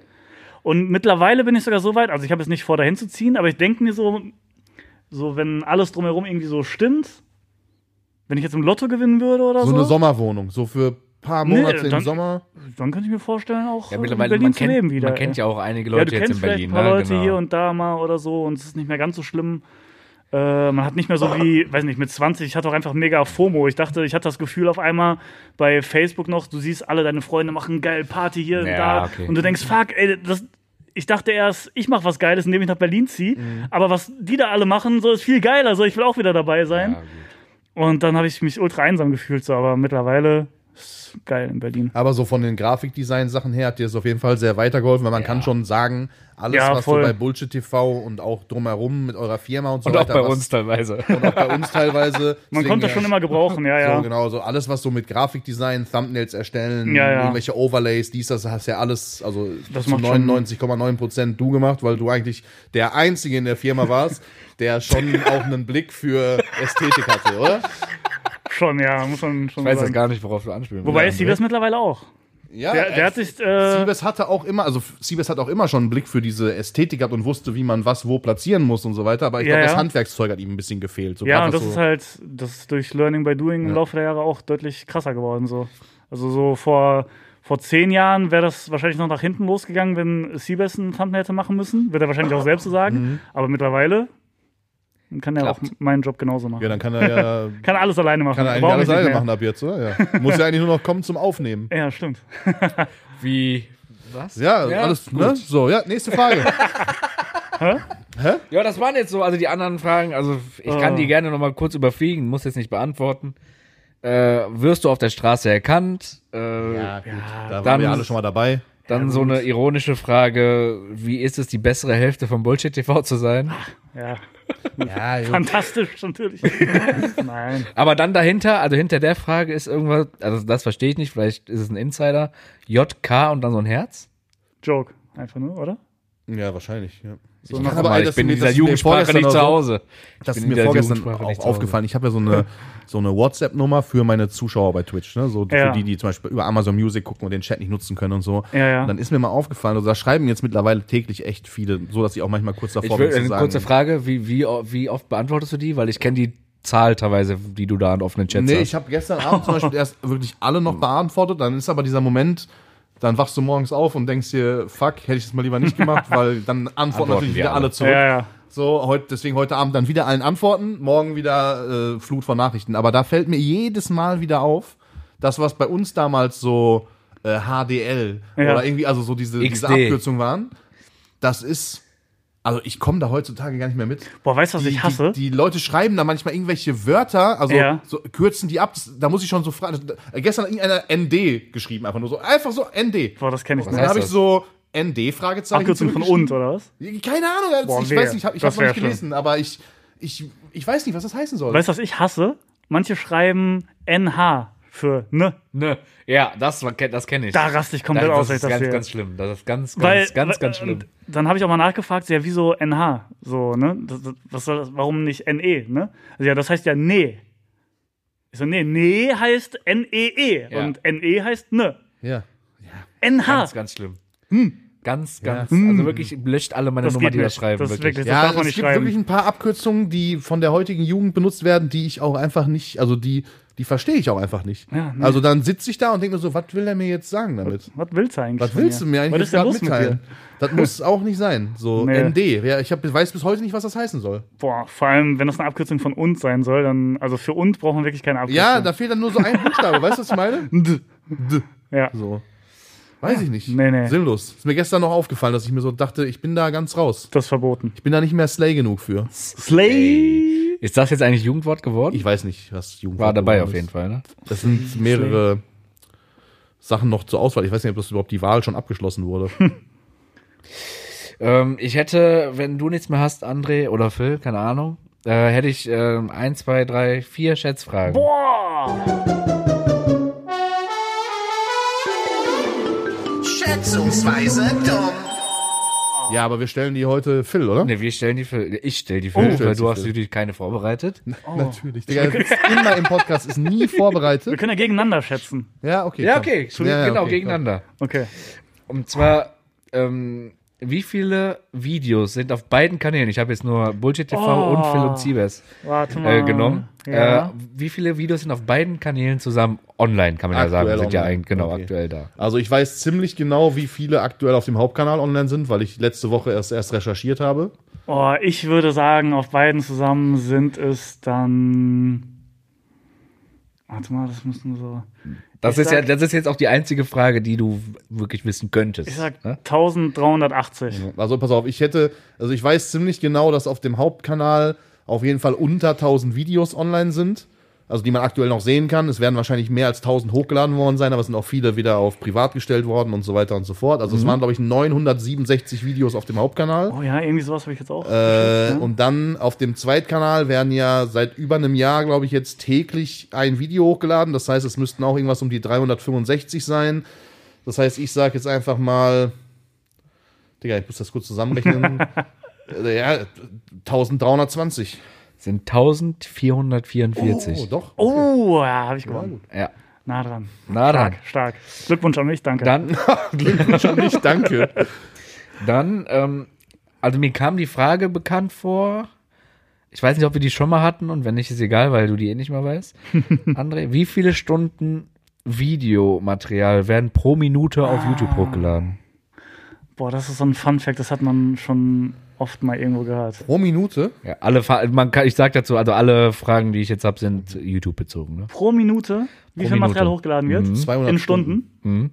Speaker 2: Und mittlerweile bin ich sogar so weit, also ich habe jetzt nicht vor, dahin zu ziehen, aber ich denke mir so, so, wenn alles drumherum irgendwie so stimmt, wenn ich jetzt im Lotto gewinnen würde oder so,
Speaker 1: so eine Sommerwohnung, so für ein paar
Speaker 2: Nee,
Speaker 1: Monate im
Speaker 2: dann-
Speaker 1: Sommer.
Speaker 2: dann könnte ich mir vorstellen, auch äh,
Speaker 4: Ja,
Speaker 2: in
Speaker 4: mittlerweile,
Speaker 2: Berlin
Speaker 4: man
Speaker 2: zu leben
Speaker 4: kennt,
Speaker 2: wieder.
Speaker 4: man kennt ja auch einige Leute
Speaker 2: ja, du
Speaker 4: jetzt in
Speaker 2: kennst
Speaker 4: Berlin.
Speaker 2: vielleicht ein paar
Speaker 4: ne?
Speaker 2: Leute
Speaker 4: genau.
Speaker 2: hier und da mal oder so und es ist nicht mehr ganz so schlimm. Äh, man hat nicht mehr so wie, weiß nicht, mit 20, ich hatte auch einfach mega FOMO. Ich dachte, ich hatte das Gefühl auf einmal bei Facebook noch, du siehst alle deine Freunde machen geil Party hier und
Speaker 4: Ja,
Speaker 2: da
Speaker 4: okay.
Speaker 2: und du denkst, fuck, ey, das, ich dachte erst, ich mache was Geiles, indem ich nach Berlin ziehe,
Speaker 4: Mhm.
Speaker 2: aber was die da alle machen, so ist viel geiler, so ich will auch wieder dabei sein.
Speaker 4: Ja, gut.
Speaker 2: Und dann habe ich mich ultra einsam gefühlt, so, aber mittlerweile ist geil in Berlin.
Speaker 1: Aber so von den Grafikdesign-Sachen her hat dir es auf jeden Fall sehr weitergeholfen, weil man kann schon sagen, alles,
Speaker 2: Ja,
Speaker 1: was
Speaker 2: voll.
Speaker 1: du bei Bullshit TV und auch drumherum mit eurer Firma und so
Speaker 4: Und auch
Speaker 1: weiter,
Speaker 4: bei
Speaker 1: was-
Speaker 4: uns teilweise.
Speaker 1: und auch bei uns teilweise.
Speaker 2: Man konnte das schon immer gebrauchen, ja, ja.
Speaker 1: So, genau, so alles, was so mit Grafikdesign, Thumbnails erstellen,
Speaker 2: Ja, ja.
Speaker 1: irgendwelche Overlays, dies, das hast ja alles, also
Speaker 2: Das
Speaker 1: zu
Speaker 2: macht schon-
Speaker 1: 99,9% du gemacht, weil du eigentlich der Einzige in der Firma warst, der schon auch einen Blick für Ästhetik hatte, oder?
Speaker 2: Schon, ja, muss man schon
Speaker 4: Ich weiß das
Speaker 2: sagen.
Speaker 4: gar nicht, worauf du anspielen
Speaker 2: Wobei
Speaker 4: willst,
Speaker 2: ist sie
Speaker 1: ne?
Speaker 2: das
Speaker 4: André.
Speaker 2: mittlerweile auch.
Speaker 1: Ja,
Speaker 2: Der, der hat sich. Äh,
Speaker 1: Siebes hatte auch immer, also Siebes hat auch immer schon einen Blick für diese Ästhetik gehabt und wusste, wie man was wo platzieren muss und so weiter, aber ich
Speaker 2: Ja,
Speaker 1: glaube, das
Speaker 2: ja.
Speaker 1: Handwerkszeug hat ihm ein bisschen gefehlt. So
Speaker 2: ja,
Speaker 1: gerade
Speaker 2: und das
Speaker 1: so,
Speaker 2: ist halt, das ist durch Learning by Doing im Laufe der Jahre auch deutlich krasser geworden. So. Also so vor, vor zehn Jahren wäre das wahrscheinlich noch nach hinten losgegangen, wenn Seabass ein Thumbnail hätte machen müssen. Wird er wahrscheinlich auch selbst so sagen.
Speaker 1: Mhm.
Speaker 2: Aber mittlerweile kann er auch
Speaker 4: Klappt.
Speaker 2: meinen Job genauso machen.
Speaker 1: ja, dann kann er ja
Speaker 2: Kann alles alleine machen.
Speaker 1: kann er eigentlich
Speaker 2: Braucht
Speaker 1: alles
Speaker 2: mich nicht
Speaker 1: alleine
Speaker 2: mehr.
Speaker 1: machen ab jetzt, oder? Ja. Muss ja eigentlich nur noch kommen zum Aufnehmen.
Speaker 2: Ja, stimmt.
Speaker 4: Wie. Was?
Speaker 1: Ja, alles, ne? So, ja, nächste Frage.
Speaker 4: Ja, das waren jetzt so, also die anderen Fragen, also ich
Speaker 2: Ah.
Speaker 4: kann die gerne nochmal kurz überfliegen, muss jetzt nicht beantworten. Äh, wirst du auf der Straße erkannt? Äh,
Speaker 1: gut, da waren
Speaker 4: dann-
Speaker 1: wir alle schon mal dabei.
Speaker 4: Dann so eine ironische Frage, wie ist es, die bessere Hälfte von Bullshit TV zu sein?
Speaker 2: Ja.
Speaker 1: Ja,
Speaker 2: Fantastisch, natürlich. Nein.
Speaker 4: Aber dann dahinter, also hinter der Frage ist irgendwas, also das verstehe ich nicht, vielleicht ist es ein Insider, JK und dann so ein Herz?
Speaker 2: Joke. Einfach nur, oder?
Speaker 1: ja wahrscheinlich. Ja.
Speaker 4: So,
Speaker 1: Ich
Speaker 4: noch
Speaker 1: kann
Speaker 4: einmal,
Speaker 1: ey,
Speaker 4: ich
Speaker 1: das ist
Speaker 4: bin
Speaker 1: mir-
Speaker 4: in dieser
Speaker 1: das ist mir
Speaker 4: Jugendsprache
Speaker 1: vorgestern
Speaker 4: nicht
Speaker 1: oder
Speaker 4: zu
Speaker 1: so.
Speaker 4: Hause.
Speaker 1: Das
Speaker 4: bin
Speaker 1: ist
Speaker 4: in
Speaker 1: mir
Speaker 4: der
Speaker 1: vorgestern
Speaker 4: Jugendsprache
Speaker 1: auch
Speaker 4: nicht zu
Speaker 1: aufgefallen. Ich habe ja so eine, so eine WhatsApp-Nummer für meine Zuschauer bei Twitch, ne? So
Speaker 2: Ja.
Speaker 1: für die, die zum Beispiel über Amazon Music gucken und den Chat nicht nutzen können und so.
Speaker 2: Ja, ja.
Speaker 1: Und dann ist mir mal aufgefallen, also da schreiben jetzt mittlerweile täglich echt viele, so dass ich auch manchmal kurz davor
Speaker 4: Ich
Speaker 1: bin
Speaker 4: will,
Speaker 1: zu
Speaker 4: eine
Speaker 1: sagen.
Speaker 4: kurze Frage, wie, wie, wie oft beantwortest du die? Weil ich kenne die Zahl teilweise, die du da an offenen Chats
Speaker 1: Nee,
Speaker 4: hast.
Speaker 1: ich habe gestern Abend zum Beispiel erst wirklich alle noch beantwortet. Dann ist aber dieser Moment, dann wachst du morgens auf und denkst dir, fuck, hätte ich das mal lieber nicht gemacht, weil dann antworten, natürlich
Speaker 4: wir
Speaker 1: wieder
Speaker 4: alle.
Speaker 1: alle zurück.
Speaker 2: Ja, ja.
Speaker 1: So, heute, deswegen heute Abend dann wieder allen antworten, morgen wieder äh, Flut von Nachrichten. Aber da fällt mir jedes Mal wieder auf, das, was bei uns damals so äh, HDL
Speaker 2: Ja.
Speaker 1: oder irgendwie, also so diese, diese
Speaker 4: XD.
Speaker 1: Abkürzung waren, das ist. Also ich komme da heutzutage gar nicht mehr mit.
Speaker 2: Boah, weißt du, was
Speaker 1: Die,
Speaker 2: ich hasse?
Speaker 1: Die, die Leute schreiben da manchmal irgendwelche Wörter, also
Speaker 2: Ja.
Speaker 1: so, kürzen die ab. Das- Da muss ich schon so fragen. Äh, Gestern hat irgendeiner ND geschrieben, einfach nur so. Einfach so ND.
Speaker 2: Boah, das kenne ich
Speaker 1: Dann
Speaker 2: nicht.
Speaker 4: heißt
Speaker 1: habe ich
Speaker 4: das?
Speaker 1: so ND-Fragezeichen.
Speaker 2: Abkürzung von und, oder was?
Speaker 1: Keine Ahnung, das-
Speaker 2: Boah,
Speaker 1: ich
Speaker 2: weh.
Speaker 1: weiß nicht, hab, ich habe
Speaker 2: Das
Speaker 1: es noch nicht
Speaker 2: wär schlimm.
Speaker 1: gelesen, aber ich, ich, ich weiß nicht, was das heißen soll.
Speaker 2: Weißt du, was ich hasse? Manche schreiben NH für ne.
Speaker 4: Ne, ja, das, war- das kenne ich.
Speaker 2: Da raste ich komplett
Speaker 4: das,
Speaker 2: aus, wenn
Speaker 4: Das
Speaker 2: ich
Speaker 4: ist
Speaker 2: das
Speaker 4: ganz,
Speaker 2: sehe.
Speaker 4: ganz schlimm. Das ist ganz, ganz,
Speaker 2: Weil,
Speaker 4: ganz,
Speaker 2: weil-
Speaker 4: ganz schlimm.
Speaker 2: und Dann habe ich auch mal nachgefragt, so, ja, wieso NH? So, ne? Das, das, was soll das, warum nicht NE, ne? Also, ja, das heißt ja nee. Ich so, nee, nee heißt NEE
Speaker 4: Ja.
Speaker 2: und NE heißt ne.
Speaker 1: ja.
Speaker 2: NH.
Speaker 4: Ganz, ganz schlimm. Hm. Ganz, ganz. Also wirklich löscht alle meine
Speaker 2: Das
Speaker 4: Nummer,
Speaker 2: geht
Speaker 4: die das
Speaker 2: nicht.
Speaker 4: schreiben.
Speaker 2: Das ist
Speaker 4: wirklich.
Speaker 2: wirklich-
Speaker 1: Ja,
Speaker 2: darf man
Speaker 1: es
Speaker 2: nicht
Speaker 1: gibt
Speaker 2: schreiben.
Speaker 1: wirklich ein paar Abkürzungen, die von der heutigen Jugend benutzt werden, die ich auch einfach nicht, also die, die verstehe ich auch einfach nicht.
Speaker 2: Ja, nee.
Speaker 1: Also dann sitze ich da und denke mir so, was will er mir jetzt sagen damit?
Speaker 2: Was willst du eigentlich?
Speaker 1: Was
Speaker 2: von
Speaker 1: willst du
Speaker 2: mir?
Speaker 1: mir eigentlich jetzt
Speaker 2: Was ist denn
Speaker 1: gerade
Speaker 2: los
Speaker 1: mitteilen?
Speaker 2: mit dir?
Speaker 1: Das muss auch nicht sein. So
Speaker 2: Nee.
Speaker 1: ND. Ja, ich hab, weiß bis heute nicht, was das heißen soll.
Speaker 2: Boah, vor allem, wenn das eine Abkürzung von und sein soll, dann, also für und braucht man wirklich keine Abkürzung.
Speaker 1: Ja, da fehlt dann nur so ein Buchstabe. weißt du, was ich meine? D. D.
Speaker 2: ja.
Speaker 1: So. Weiß ich nicht.
Speaker 2: Nee, nee.
Speaker 1: Sinnlos. Ist mir gestern noch aufgefallen, dass ich mir so dachte, ich bin da ganz raus.
Speaker 2: das ist verboten.
Speaker 1: Ich bin da nicht mehr Slay genug für.
Speaker 2: Slay!
Speaker 4: Ist das jetzt eigentlich Jugendwort geworden?
Speaker 1: Ich weiß nicht, was Jugend
Speaker 4: war dabei auf jeden Fall, ne?
Speaker 1: Das sind mehrere Sachen noch zur Auswahl. Ich weiß nicht, ob das überhaupt die Wahl schon abgeschlossen wurde.
Speaker 4: Ähm, ich hätte, wenn du nichts mehr hast, André oder Phil, keine Ahnung, äh, hätte ich ähm, ein, zwei, drei, vier Schätzfragen.
Speaker 2: Boah!
Speaker 5: Schätzungsweise dumm.
Speaker 1: ja, aber wir stellen die heute Phil, oder?
Speaker 4: Ne, wir stellen die für. Ich Oh. stell die für, dich, weil
Speaker 1: stellst
Speaker 4: du
Speaker 1: die
Speaker 4: hast
Speaker 1: für.
Speaker 4: natürlich keine vorbereitet.
Speaker 1: Natürlich. Digga, das ist immer im Podcast, ist nie
Speaker 2: Wir
Speaker 1: vorbereitet.
Speaker 2: können ja gegeneinander schätzen.
Speaker 1: Ja, okay.
Speaker 4: Ja,
Speaker 1: komm.
Speaker 4: okay, Entschuldigung,
Speaker 1: Ja, ja,
Speaker 4: genau,
Speaker 1: okay,
Speaker 4: gegeneinander.
Speaker 2: Okay.
Speaker 4: Und zwar, ähm, wie viele Videos sind auf beiden Kanälen? Ich habe jetzt nur Bullshit TV
Speaker 2: Oh.
Speaker 4: und Phil und Siebes
Speaker 2: Warte mal.
Speaker 4: äh, genommen.
Speaker 2: Ja.
Speaker 4: Äh, wie viele Videos sind auf beiden Kanälen zusammen online, kann man ja
Speaker 1: Aktuell
Speaker 4: sagen. Sind ja
Speaker 1: online.
Speaker 4: eigentlich genau
Speaker 1: Okay.
Speaker 4: aktuell da.
Speaker 1: Also ich weiß ziemlich genau, wie viele aktuell auf dem Hauptkanal online sind, weil ich letzte Woche erst, erst recherchiert habe.
Speaker 2: Oh, ich würde sagen, auf beiden zusammen sind es dann. Warte mal, das müssen so.
Speaker 4: Das
Speaker 2: Ich
Speaker 4: ist ja,
Speaker 2: sag-
Speaker 4: das ist jetzt auch die einzige Frage, die du w- wirklich wissen könntest.
Speaker 2: Ich sag
Speaker 4: ne?
Speaker 2: 1380.
Speaker 1: Also pass auf, ich hätte, also ich weiß ziemlich genau, dass auf dem Hauptkanal auf jeden Fall unter 1000 Videos online sind, also die man aktuell noch sehen kann. Es werden wahrscheinlich mehr als 1000 hochgeladen worden sein, aber es sind auch viele wieder auf privat gestellt worden und so weiter und so fort. Also es waren glaube ich 967 Videos auf dem Hauptkanal.
Speaker 2: Oh ja, irgendwie sowas habe ich jetzt
Speaker 1: Äh,
Speaker 2: auch. geschätzt, ne?
Speaker 1: und dann auf dem Zweitkanal werden ja seit über einem Jahr, glaube ich, jetzt täglich ein Video hochgeladen. Das heißt, es müssten auch irgendwas um die 365 sein. Das heißt, ich sage jetzt einfach mal, Digga, ich muss das kurz zusammenrechnen. Äh, ja, 1320.
Speaker 4: sind 1444.
Speaker 1: Oh, doch.
Speaker 2: oh, ja, habe ich gewonnen.
Speaker 4: Ja.
Speaker 2: Na dran.
Speaker 4: Na dann.
Speaker 2: Stark. Glückwunsch an mich, danke.
Speaker 4: Dann,
Speaker 1: Glückwunsch an dich, danke.
Speaker 4: dann ähm, also mir kam die Frage bekannt vor. Ich weiß nicht, ob wir die schon mal hatten und wenn nicht, ist egal, weil du die eh nicht mehr weißt. André, wie viele Stunden Videomaterial werden pro Minute
Speaker 2: Ah.
Speaker 4: auf YouTube hochgeladen?
Speaker 2: Boah, das ist so ein Fun-Fact, das hat man schon oft mal irgendwo gehört.
Speaker 1: Pro Minute.
Speaker 4: Ja, alle, Fa- man kann, ich sag dazu, also alle Fragen, die ich jetzt habe, sind YouTube bezogen. Ne?
Speaker 2: Pro Minute, wie
Speaker 4: Pro
Speaker 2: viel Material
Speaker 4: Minute.
Speaker 2: hochgeladen wird?
Speaker 1: 200
Speaker 2: In Stunden?
Speaker 4: Mhm.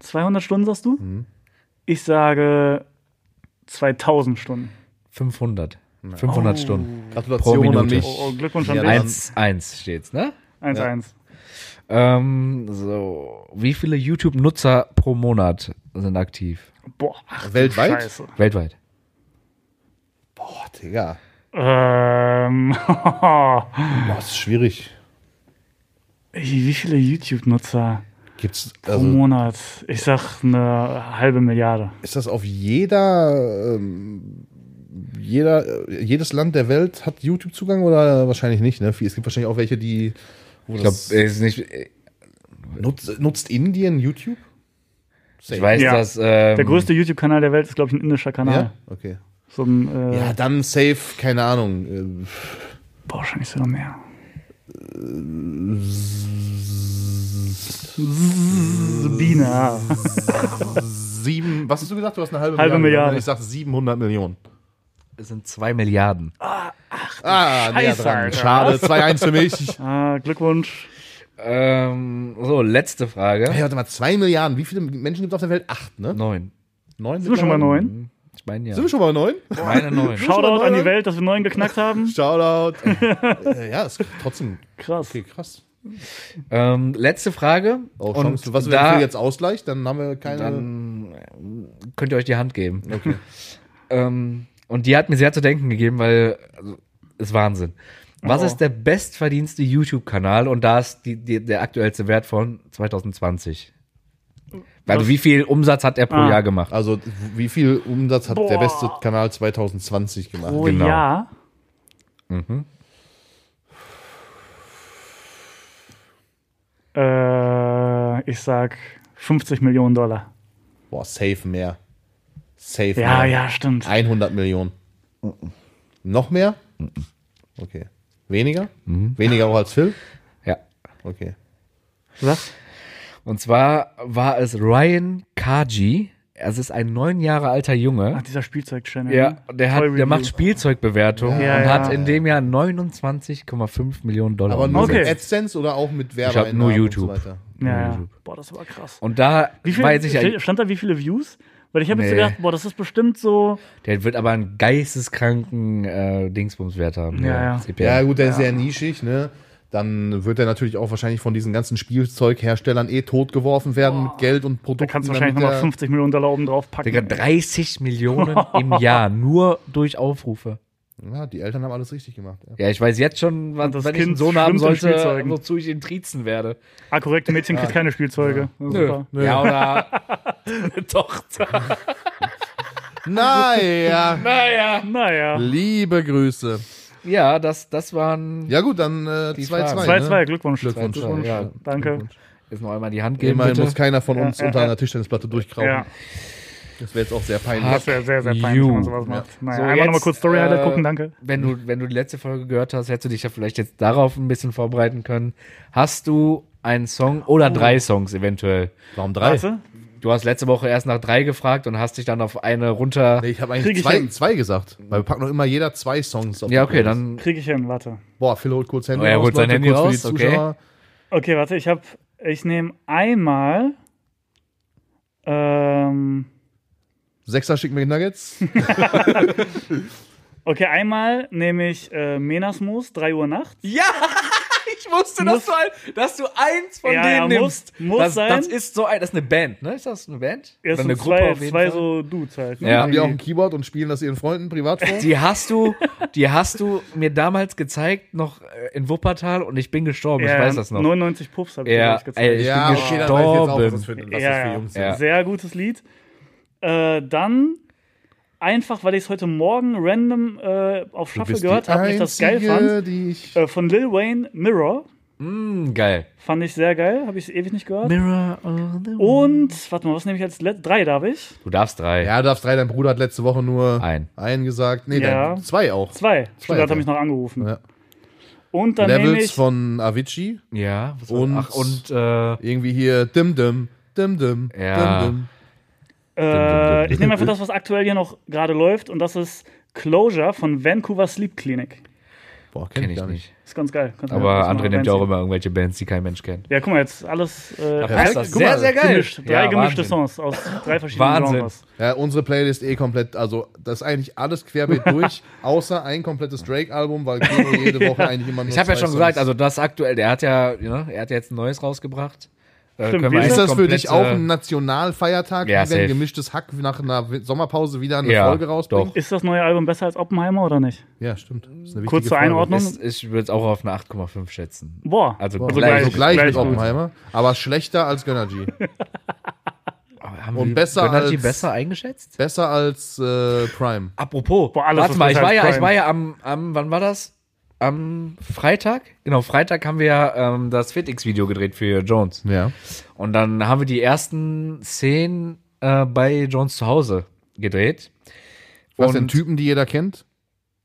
Speaker 2: 200 Stunden, sagst du?
Speaker 1: Mhm.
Speaker 2: Ich sage 2000 Stunden.
Speaker 4: 500. 500 Stunden. Pro
Speaker 1: Gratulation
Speaker 4: Minute.
Speaker 1: an mich.
Speaker 2: Oh, oh, Glückwunsch an
Speaker 1: Oh. Ja,
Speaker 2: dich.
Speaker 1: dann-
Speaker 4: 1-1 steht's, ne?
Speaker 2: 1-1.
Speaker 4: Ähm, so, wie viele YouTube-Nutzer pro Monat sind aktiv?
Speaker 2: Boah, ach, du
Speaker 1: Weltweit?
Speaker 2: Scheiße.
Speaker 4: Weltweit.
Speaker 1: Boah, Digga.
Speaker 2: Ähm,
Speaker 1: Boah, das ist schwierig.
Speaker 2: wie viele YouTube-Nutzer
Speaker 1: Gibt's,
Speaker 2: pro
Speaker 1: also,
Speaker 2: Monat? Ich sag eine halbe Milliarde.
Speaker 1: ist das auf jeder, ähm, jeder, äh, jedes Land der Welt hat YouTube-Zugang oder wahrscheinlich nicht? Ne? Es gibt wahrscheinlich auch welche, die. Wo
Speaker 4: Ich glaube,
Speaker 1: das-
Speaker 4: ist nicht.
Speaker 1: nutzt, nutzt Indien YouTube?
Speaker 4: Ich weiß,
Speaker 2: Ja.
Speaker 4: dass. Ähm,
Speaker 2: Der größte YouTube-Kanal der Welt ist, glaube ich, ein indischer Kanal.
Speaker 1: Mhm. Ja? Okay.
Speaker 2: So ein, äh,
Speaker 1: Ja, dann safe, keine Ahnung. äh,
Speaker 2: Boah, wahrscheinlich sogar mehr. Biene, ja.
Speaker 1: Sieben, was hast du gesagt? Du hast eine halbe,
Speaker 2: Halbe
Speaker 1: Milliarde.
Speaker 2: Milliarde.
Speaker 1: Ich sag 700 Millionen.
Speaker 4: Es sind zwei Milliarden.
Speaker 1: Ah, näher
Speaker 2: Scheiße,
Speaker 1: dran.
Speaker 2: Alter.
Speaker 1: Schade, 2-1 für mich.
Speaker 2: Ah, Glückwunsch.
Speaker 4: Ähm, so, letzte Frage.
Speaker 1: Hey, warte mal, 2 Milliarden. Wie viele Menschen gibt es auf der Welt? Acht, ne?
Speaker 4: Neun. Hm,
Speaker 1: Neun
Speaker 2: Sind wir schon bei neun?
Speaker 4: Ich meine ja.
Speaker 1: Sind wir schon bei neun?
Speaker 4: Ich meine neun.
Speaker 2: Shoutout an die Welt, dass wir neun geknackt haben.
Speaker 1: Shoutout. äh, ja, ist trotzdem
Speaker 2: Krass.
Speaker 1: okay, krass.
Speaker 4: ähm, letzte Frage.
Speaker 1: Oh,
Speaker 4: Und
Speaker 1: Chance. Was, wenn
Speaker 4: da
Speaker 1: wir jetzt ausgleicht, dann haben wir keine.
Speaker 4: äh, könnt ihr euch die Hand geben. ähm, und die hat mir sehr zu denken gegeben, weil also, ist Wahnsinn. Was
Speaker 2: Oh.
Speaker 4: ist der bestverdienste YouTube-Kanal? Und da ist die, die, der aktuellste Wert von 2020. Also
Speaker 2: Was?
Speaker 4: wie viel Umsatz hat er pro
Speaker 2: Ah.
Speaker 4: Jahr gemacht?
Speaker 1: also, wie viel Umsatz hat der
Speaker 2: Boah.
Speaker 1: beste Kanal 2020 gemacht?
Speaker 2: Oh
Speaker 4: genau. Mhm.
Speaker 2: ja. Äh, ich sag 50 Millionen Dollar.
Speaker 1: Boah, safe mehr. Safe
Speaker 2: Ja,
Speaker 1: mehr.
Speaker 2: ja, stimmt.
Speaker 1: 100 Millionen. Noch mehr? Okay. Weniger? Weniger auch als Phil?
Speaker 6: Okay.
Speaker 4: Sag. Und zwar war es Ryan Kaji. Er ist ein neun Jahre alter Junge.
Speaker 2: Ach, dieser Spielzeug-Channel.
Speaker 4: Ja,
Speaker 2: ne?
Speaker 4: der, hat,
Speaker 2: Toy
Speaker 4: der
Speaker 2: Review.
Speaker 4: macht Spielzeugbewertungen
Speaker 2: Ja,
Speaker 4: und
Speaker 2: ja.
Speaker 4: hat in dem Jahr 29,5 Millionen Dollar.
Speaker 1: Aber nur
Speaker 4: umgesetzt.
Speaker 2: Okay.
Speaker 1: mit AdSense oder auch mit Werbung?
Speaker 4: hab nur YouTube.
Speaker 1: Und so weiter.
Speaker 2: Ja,
Speaker 4: Mhm.
Speaker 2: ja. Boah, das war krass.
Speaker 4: Und da
Speaker 2: Wie viel,
Speaker 4: weiß ich ja,
Speaker 2: stand da wie viele Views? Weil ich habe jetzt
Speaker 4: Nee.
Speaker 2: gedacht, boah, das ist bestimmt so.
Speaker 4: der wird aber einen geisteskranken äh, Dingsbumswert haben. E
Speaker 2: Ja, ja.
Speaker 4: CPM.
Speaker 1: Ja, gut, der ist sehr nischig, ne? Dann wird er natürlich auch wahrscheinlich von diesen ganzen Spielzeugherstellern eh totgeworfen werden mit Geld und
Speaker 2: Da
Speaker 1: Produkten.
Speaker 2: kannst du wahrscheinlich
Speaker 1: damit
Speaker 2: nochmal
Speaker 1: er-
Speaker 2: 50 Millionen Dollar oben drauf
Speaker 4: Digga,
Speaker 2: packen.
Speaker 4: 30 Millionen im Jahr nur durch Aufrufe.
Speaker 1: Ja, die Eltern haben alles richtig gemacht. Ja.
Speaker 4: Ja, ich weiß jetzt schon, wann,
Speaker 2: das
Speaker 4: wenn ich einen
Speaker 2: Kind
Speaker 4: Sohn haben
Speaker 2: schwimmt in
Speaker 4: sollte,
Speaker 2: Spielzeugen.
Speaker 4: wozu ich ihn triezen werde.
Speaker 2: Ah, korrekt, ein Mädchen kriegt keine Spielzeuge. Ja. Super.
Speaker 4: Ja, oder eine Tochter.
Speaker 1: Naja,
Speaker 4: Naja.
Speaker 2: Naja.
Speaker 1: liebe Grüße.
Speaker 4: Ja, das, das waren.
Speaker 1: Ja, gut, dann 2-2. Äh, zwei,
Speaker 4: Fragen.
Speaker 1: zwei,
Speaker 2: 2-2,
Speaker 1: ne?
Speaker 2: Glückwunsch.
Speaker 1: Glückwunsch.
Speaker 2: Glückwunsch.
Speaker 4: Ja.
Speaker 2: Danke.
Speaker 4: Jetzt noch einmal die Hand geben.
Speaker 1: Immerhin
Speaker 4: bitte.
Speaker 1: muss keiner von uns
Speaker 2: Ja, ja,
Speaker 1: unter
Speaker 2: ja.
Speaker 1: einer Tischtennisplatte durchkrauchen.
Speaker 2: Ja,
Speaker 1: Das wäre jetzt auch sehr
Speaker 2: das
Speaker 1: peinlich.
Speaker 2: wäre sehr, sehr peinlich,
Speaker 4: You.
Speaker 2: wenn man sowas macht. Naja,
Speaker 4: So,
Speaker 2: einmal
Speaker 4: jetzt,
Speaker 2: nochmal kurz Story-Highlight
Speaker 4: äh,
Speaker 2: gucken, danke.
Speaker 4: Wenn du, wenn du die letzte Folge gehört hast, hättest du dich ja vielleicht jetzt darauf ein bisschen vorbereiten können. Hast du einen Song oder
Speaker 2: Oh.
Speaker 4: drei Songs eventuell?
Speaker 1: Warum
Speaker 2: Warte.
Speaker 4: Du hast letzte Woche erst nach drei gefragt und hast dich dann auf eine runter.
Speaker 1: Nee, ich habe
Speaker 2: Krieg
Speaker 1: eigentlich
Speaker 2: ich
Speaker 1: zwei,
Speaker 2: hin.
Speaker 1: zwei gesagt. Weil wir packen doch immer jeder zwei Songs auf
Speaker 4: Ja,
Speaker 1: die
Speaker 4: okay,
Speaker 1: Playlist.
Speaker 4: dann.
Speaker 2: Krieg ich hin, warte.
Speaker 1: Boah, Phil holt kurz Handy
Speaker 4: Oh, er
Speaker 1: raus,
Speaker 4: holt sein
Speaker 1: Leute,
Speaker 4: Handy
Speaker 1: kurz
Speaker 4: raus,
Speaker 1: für die Zuschauer.
Speaker 2: Okay, warte, ich habe, ich nehme einmal ähm,
Speaker 1: Sechser schicken wir Nuggets.
Speaker 2: okay, einmal nehme ich äh, Menasmos, 3 Uhr nachts.
Speaker 4: Ja! Ich wusste, dass, du ein, dass du eins von
Speaker 2: Ja,
Speaker 4: denen
Speaker 2: ja, muss-
Speaker 4: nimmst.
Speaker 2: muss
Speaker 4: das,
Speaker 2: sein.
Speaker 4: das ist so ein, das ist eine Band, ne? Ist das eine Band?
Speaker 2: Ja, es
Speaker 4: Oder eine
Speaker 2: sind zwei,
Speaker 4: auf jeden
Speaker 2: zwei
Speaker 4: Fall?
Speaker 2: so Dudes halt. ne?
Speaker 4: Ja.
Speaker 1: Haben die auch ein Keyboard und spielen das ihren Freunden privat vor?
Speaker 4: Die hast du, die hast du mir damals gezeigt, noch äh, in Wuppertal und ich bin gestorben.
Speaker 2: Ja,
Speaker 4: ich weiß das noch.
Speaker 2: 99 Puffs habe ich
Speaker 4: Ja,
Speaker 2: ja,
Speaker 4: ey,
Speaker 2: gezeigt.
Speaker 4: ich
Speaker 1: ja,
Speaker 4: bin
Speaker 1: okay, dann weiß ich jetzt auch, was das für, was
Speaker 2: Ja,
Speaker 1: das für
Speaker 2: ja.
Speaker 1: Jungs
Speaker 4: Ja.
Speaker 1: sind.
Speaker 2: Sehr gutes Lied. Äh, dann einfach, weil ich es heute Morgen random äh, auf Shuffle
Speaker 4: bist die
Speaker 2: gehört habe und ich das geil fand.
Speaker 1: die ich
Speaker 2: Äh, von Lil Wayne, Mirror.
Speaker 4: Hm, geil.
Speaker 2: Fand ich sehr geil, habe ich ewig nicht gehört.
Speaker 4: Mirror on the
Speaker 2: Und, warte mal, was nehme ich als letztes? Drei darf ich?
Speaker 4: Du darfst drei.
Speaker 1: Ja, du darfst drei. Dein Bruder hat letzte Woche nur
Speaker 4: Ein.
Speaker 1: einen gesagt. Nee,
Speaker 2: Ja.
Speaker 1: dein, zwei auch.
Speaker 2: Zwei. Stimmt,
Speaker 1: okay.
Speaker 2: habe ich noch angerufen.
Speaker 1: Ja.
Speaker 2: Und dann nehme
Speaker 1: Levels
Speaker 2: ich.
Speaker 1: von Avicii.
Speaker 4: Ja, was
Speaker 1: Und-
Speaker 4: war, ach, und äh,
Speaker 1: Irgendwie hier dim dim dim dim
Speaker 4: Ja.
Speaker 1: dim
Speaker 2: äh, ich nehme einfach das, was aktuell hier noch gerade läuft und das ist Closure von Vancouver Sleep Clinic.
Speaker 1: dim. Boah, kenn,
Speaker 4: kenn
Speaker 1: ich
Speaker 4: ich
Speaker 1: gar nicht.
Speaker 4: nicht.
Speaker 2: Ist ganz geil. Kannst du mir
Speaker 4: Aber
Speaker 2: das mal
Speaker 4: André nimmt ja auch
Speaker 2: reinziehen.
Speaker 4: immer irgendwelche Bands, die kein Mensch kennt.
Speaker 2: Ja, guck mal, jetzt alles äh,
Speaker 1: perfekt. Guck mal,
Speaker 2: gemischt. Drei
Speaker 4: Ja,
Speaker 2: gemischte
Speaker 4: Wahnsinn.
Speaker 2: Songs aus drei verschiedenen
Speaker 4: Wahnsinn.
Speaker 2: Genres.
Speaker 1: Ja, unsere Playlist eh komplett, also das ist eigentlich alles querbeet durch, außer ein komplettes Drake-Album, weil Kino jede Woche eigentlich immer nur
Speaker 4: Ich habe ja
Speaker 1: zwei
Speaker 4: schon
Speaker 1: Songs-
Speaker 4: gesagt, also das aktuell, der hat ja, ne, er hat ja jetzt ein neues rausgebracht. Äh,
Speaker 2: Stimmt,
Speaker 4: können wir
Speaker 2: wie
Speaker 1: Ist
Speaker 4: eigentlich
Speaker 1: das für dich auch
Speaker 4: komplett, äh,
Speaker 1: ein Nationalfeiertag,
Speaker 4: Ja,
Speaker 1: wie wenn
Speaker 4: safe.
Speaker 1: gemischtes Hack nach einer W- Sommerpause wieder eine
Speaker 4: Ja,
Speaker 1: Folge rausbringt?
Speaker 4: doch.
Speaker 2: Ist das neue Album besser als Oppenheimer oder nicht?
Speaker 1: Ja, stimmt. Das ist eine
Speaker 2: Kurz
Speaker 1: wichtige
Speaker 2: zur
Speaker 1: Frage.
Speaker 4: äh,
Speaker 2: Einordnung.
Speaker 4: ist, Ich würde es auch auf eine 8,5 schätzen.
Speaker 2: Boah.
Speaker 4: Also
Speaker 1: Boah,
Speaker 4: gleich.
Speaker 1: Also gleich,
Speaker 2: Gleich
Speaker 1: mit
Speaker 2: gut.
Speaker 1: Oppenheimer, aber schlechter als Gönnergy.
Speaker 4: Aber haben
Speaker 1: Und
Speaker 4: wir
Speaker 1: besser
Speaker 4: Gönnergy
Speaker 1: als-
Speaker 4: besser eingeschätzt?
Speaker 1: Besser als äh, Prime.
Speaker 4: Apropos,
Speaker 2: Boah, alles,
Speaker 4: warte
Speaker 2: was
Speaker 4: mal, ich
Speaker 2: besser
Speaker 4: war,
Speaker 2: als
Speaker 4: ja, ich
Speaker 2: Prime.
Speaker 4: war ja am, am, wann war das? Am Freitag? Genau, Freitag haben wir ja ähm, das FitX-Video gedreht für Jones.
Speaker 1: Ja.
Speaker 4: Und dann haben wir die ersten Szenen äh, bei Jones zu Hause gedreht.
Speaker 1: Was
Speaker 4: Und-
Speaker 1: sind Typen, die jeder kennt?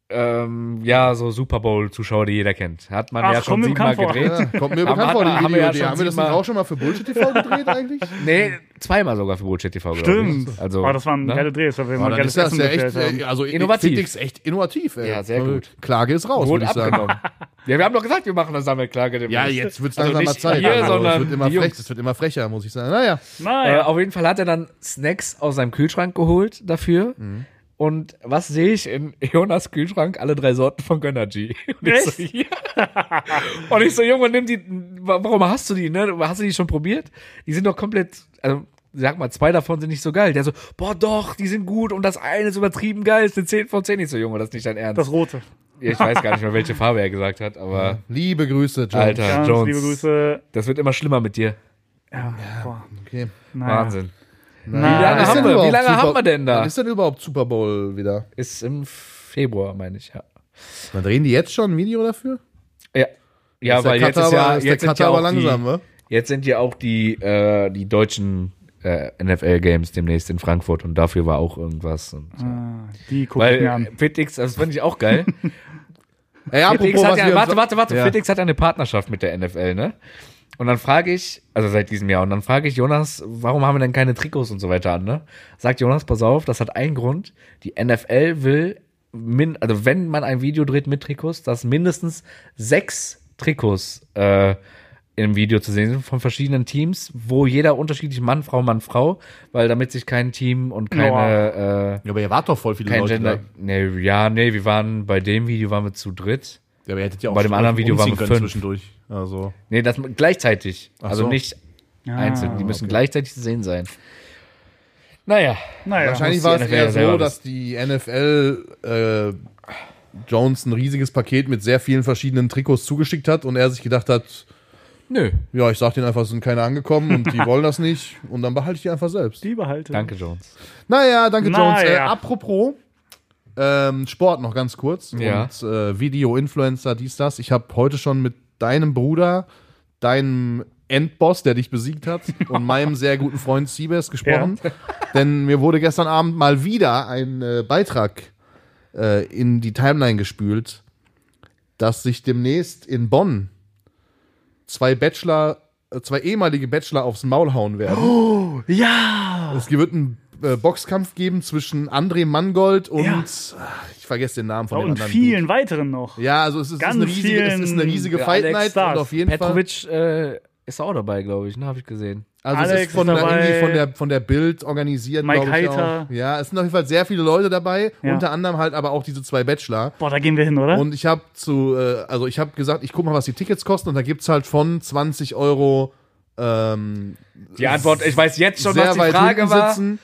Speaker 4: Ähm, ja, so Super Bowl-Zuschauer, die jeder kennt. Hat man
Speaker 2: Ach,
Speaker 4: ja schon
Speaker 2: komm, mir
Speaker 4: siebenmal
Speaker 2: bekannt vor.
Speaker 4: gedreht.
Speaker 1: Ja, kommt mir
Speaker 4: Aber
Speaker 1: bekannt
Speaker 4: hat-
Speaker 1: vor, die
Speaker 4: haben wir
Speaker 1: Videoidee.
Speaker 4: ja
Speaker 1: Haben wir, das
Speaker 4: schon
Speaker 1: nicht
Speaker 4: siebenmal-
Speaker 1: auch schon mal für Bullshit TV gedreht eigentlich?
Speaker 4: Nee, zweimal sogar für Bullshit TV. glaub
Speaker 2: Stimmt.
Speaker 4: Ich. Also,
Speaker 2: Boah, das waren
Speaker 4: ne?
Speaker 2: geile Drehs, weil wir
Speaker 1: Aber
Speaker 2: mal
Speaker 1: Ah, dann ist
Speaker 2: geiles
Speaker 1: das
Speaker 2: Essen
Speaker 1: ja echt,
Speaker 2: bestellt haben.
Speaker 1: äh, also
Speaker 4: Innovativ.
Speaker 1: Fitix echt innovativ. Ey. Hm.
Speaker 4: Ja, sehr gut.
Speaker 1: Klage ist raus,
Speaker 4: Wurde
Speaker 1: würde ich sagen.
Speaker 4: abgenommen. ja, wir haben doch gesagt, wir machen eine Sammelklage. demnächst.
Speaker 1: Ja, jetzt wird es
Speaker 4: Also
Speaker 1: langsam mal
Speaker 4: nicht
Speaker 1: Zeit.
Speaker 4: ihr,
Speaker 1: also, es
Speaker 4: sondern
Speaker 1: wird immer
Speaker 4: die Jungs.
Speaker 1: frech, es wird immer frecher, muss ich sagen. Naja,
Speaker 4: Äh,
Speaker 2: Naja.
Speaker 4: auf jeden Fall hat er dann Snacks aus seinem Kühlschrank geholt dafür.
Speaker 1: Mhm.
Speaker 4: Und was sehe ich in Jonas Kühlschrank? Alle drei Sorten von Gönnergy. Und ich, so,
Speaker 2: Echt?
Speaker 4: ja. und ich so, Junge, nimm die. wa- Warum hast du die? Ne? Hast du die schon probiert? Die sind doch komplett. Also, sag mal, zwei davon sind nicht so geil. Der so, boah, doch, die sind gut. Und das eine ist übertrieben geil. Ist eine 10 von 10. Ich so, Junge, das ist nicht dein Ernst.
Speaker 2: Das Rote.
Speaker 4: ich weiß gar nicht mehr, welche Farbe er gesagt hat, aber.
Speaker 1: liebe Grüße, John.
Speaker 4: Alter,
Speaker 2: Ganz
Speaker 4: Jones.
Speaker 2: liebe Grüße.
Speaker 4: Das wird immer schlimmer mit dir.
Speaker 2: Ja, boah.
Speaker 1: Okay.
Speaker 2: Naja.
Speaker 4: Wahnsinn.
Speaker 2: Wie
Speaker 4: lange
Speaker 1: Wann ist
Speaker 4: haben
Speaker 1: denn
Speaker 4: wir- wie
Speaker 1: überhaupt
Speaker 4: lange haben wir denn da?
Speaker 1: Wann ist denn überhaupt Super Bowl wieder?
Speaker 4: Ist im Februar, meine ich, ja.
Speaker 1: Dann drehen die jetzt schon ein Video dafür?
Speaker 4: Ja, ja
Speaker 1: Ist der
Speaker 4: weil jetzt
Speaker 1: Cutter
Speaker 4: ist ja
Speaker 1: aber- ist der
Speaker 4: jetzt sind
Speaker 1: Cutter
Speaker 4: ja
Speaker 1: aber
Speaker 4: auch
Speaker 1: langsam,
Speaker 4: die,
Speaker 1: ne?
Speaker 4: Jetzt sind ja auch die äh, die deutschen äh, NFL Games demnächst in Frankfurt und dafür war auch irgendwas. Und,
Speaker 2: Ah, Die gucke Mhm. ich
Speaker 4: weil
Speaker 2: mir
Speaker 4: äh,
Speaker 2: an.
Speaker 4: Pittix, das fand ich auch geil.
Speaker 1: Ey,
Speaker 4: Felix
Speaker 1: apropos,
Speaker 4: hat
Speaker 1: was
Speaker 4: ja,
Speaker 1: wir-
Speaker 4: warte, warte, warte.
Speaker 1: Ja.
Speaker 4: Felix hat eine Partnerschaft mit der NFL, ne? Und dann frage ich, also seit diesem Jahr, und dann frage ich Jonas, warum haben wir denn keine Trikots und so weiter an, ne? Sagt Jonas, pass auf, das hat einen Grund. Die NFL will, min, also wenn man ein Video dreht mit Trikots, dass mindestens sechs Trikots äh, im Video zu sehen sind von verschiedenen Teams, wo jeder unterschiedlich Mann, Frau, Mann, Frau, weil damit sich kein Team und keine,
Speaker 1: Ja, aber ihr wart doch voll viele
Speaker 4: äh, kein
Speaker 1: Leute
Speaker 4: Gender.
Speaker 1: da.
Speaker 4: Nee, ja, nee, wir waren bei dem Video waren wir zu dritt.
Speaker 1: Ja, aber ihr hättet ja auch
Speaker 4: Bei dem
Speaker 1: schon
Speaker 4: anderen Video
Speaker 1: umziehen
Speaker 4: waren wir
Speaker 1: können
Speaker 4: fünf.
Speaker 1: zwischendurch. Also.
Speaker 4: Nee, das gleichzeitig. also
Speaker 1: so.
Speaker 4: nicht einzeln. Die müssen gleichzeitig zu sehen sein. Naja.
Speaker 2: Naja,
Speaker 1: Wahrscheinlich
Speaker 4: muss
Speaker 1: war
Speaker 4: die
Speaker 1: es
Speaker 4: NFL
Speaker 1: eher so,
Speaker 4: selber
Speaker 1: dass die NFL äh, Jones ein riesiges Paket mit sehr vielen verschiedenen Trikots zugeschickt hat und er sich gedacht hat,
Speaker 4: Nö.
Speaker 1: ja, ich sag denen einfach, es sind keine angekommen und die wollen das nicht und dann behalte ich die einfach selbst.
Speaker 2: die behalten.
Speaker 4: Danke, Jones.
Speaker 1: Naja, danke Jones. Äh,
Speaker 2: Naja.
Speaker 1: apropos ähm, Sport noch ganz kurz
Speaker 4: Ja.
Speaker 1: und äh, Video-Influencer, dies, das. Ich habe heute schon mit deinem Bruder, deinem Endboss, der dich besiegt hat, und meinem sehr guten Freund Siebes gesprochen. Denn mir wurde gestern Abend mal wieder ein äh, Beitrag äh, in die Timeline gespült, dass sich demnächst in Bonn zwei Bachelor, äh, zwei ehemalige Bachelor aufs Maul hauen werden.
Speaker 2: Ja!
Speaker 1: Es wird einen äh, Boxkampf geben zwischen André Mangold und
Speaker 2: Ja.
Speaker 1: ach, ich vergesse den Namen von dem
Speaker 2: Oh, Und
Speaker 1: anderen.
Speaker 2: vielen weiteren noch.
Speaker 1: Dude. Ja, also es ist, es ist, eine,
Speaker 2: Ganz
Speaker 1: riesige, es ist eine
Speaker 2: vielen-
Speaker 1: riesige
Speaker 4: Ja,
Speaker 1: Fight
Speaker 4: Alex
Speaker 1: Night
Speaker 2: Stars.
Speaker 1: und auf jeden
Speaker 4: Petrovic äh, ist auch dabei, glaube ich, ne? Habe ich gesehen.
Speaker 1: Fall. Also es
Speaker 2: Alex
Speaker 1: ist von,
Speaker 2: ist
Speaker 1: der,
Speaker 2: dabei.
Speaker 1: irgendwie von der von der Bild organisiert.
Speaker 2: Mike
Speaker 1: glaub ich,
Speaker 2: Heiter.
Speaker 1: Auch. Ja, es sind auf jeden Fall sehr viele Leute dabei,
Speaker 2: Ja.
Speaker 1: unter anderem halt aber auch diese zwei Bachelor.
Speaker 2: Boah, da gehen wir hin, oder?
Speaker 1: Und ich habe zu, äh, also ich habe gesagt, ich guck mal, was die Tickets kosten und da gibt's halt von 20 Euro ähm,
Speaker 4: Die Antwort, ich weiß jetzt schon,
Speaker 1: sehr
Speaker 4: was die
Speaker 1: weit
Speaker 4: Frage
Speaker 1: hinten
Speaker 4: war.
Speaker 1: sitzen.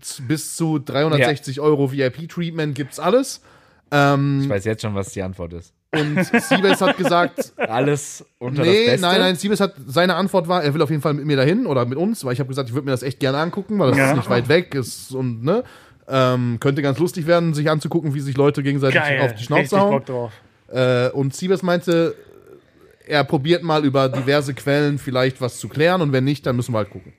Speaker 1: Z- Bis zu 360 Euro VIP-Treatment gibt's alles. Ähm,
Speaker 4: Ich weiß jetzt schon, was die Antwort ist.
Speaker 1: Und Siebes hat gesagt,
Speaker 4: Alles unter das
Speaker 1: nee,
Speaker 4: Beste.
Speaker 1: nein, nein, Siebes hat, seine Antwort war, er will auf jeden Fall mit mir dahin oder mit uns, weil ich habe gesagt, ich würde mir das echt gerne angucken, weil das
Speaker 2: Ja.
Speaker 1: ist nicht weit weg ist und, ne, ähm, könnte ganz lustig werden, sich anzugucken, wie sich Leute gegenseitig
Speaker 2: Geil.
Speaker 1: auf die
Speaker 2: Richtig
Speaker 1: Schnauze hauen.
Speaker 2: Bock drauf.
Speaker 1: Äh, und Siebes meinte, er probiert mal über diverse Quellen vielleicht was zu klären und wenn nicht, dann müssen wir halt gucken.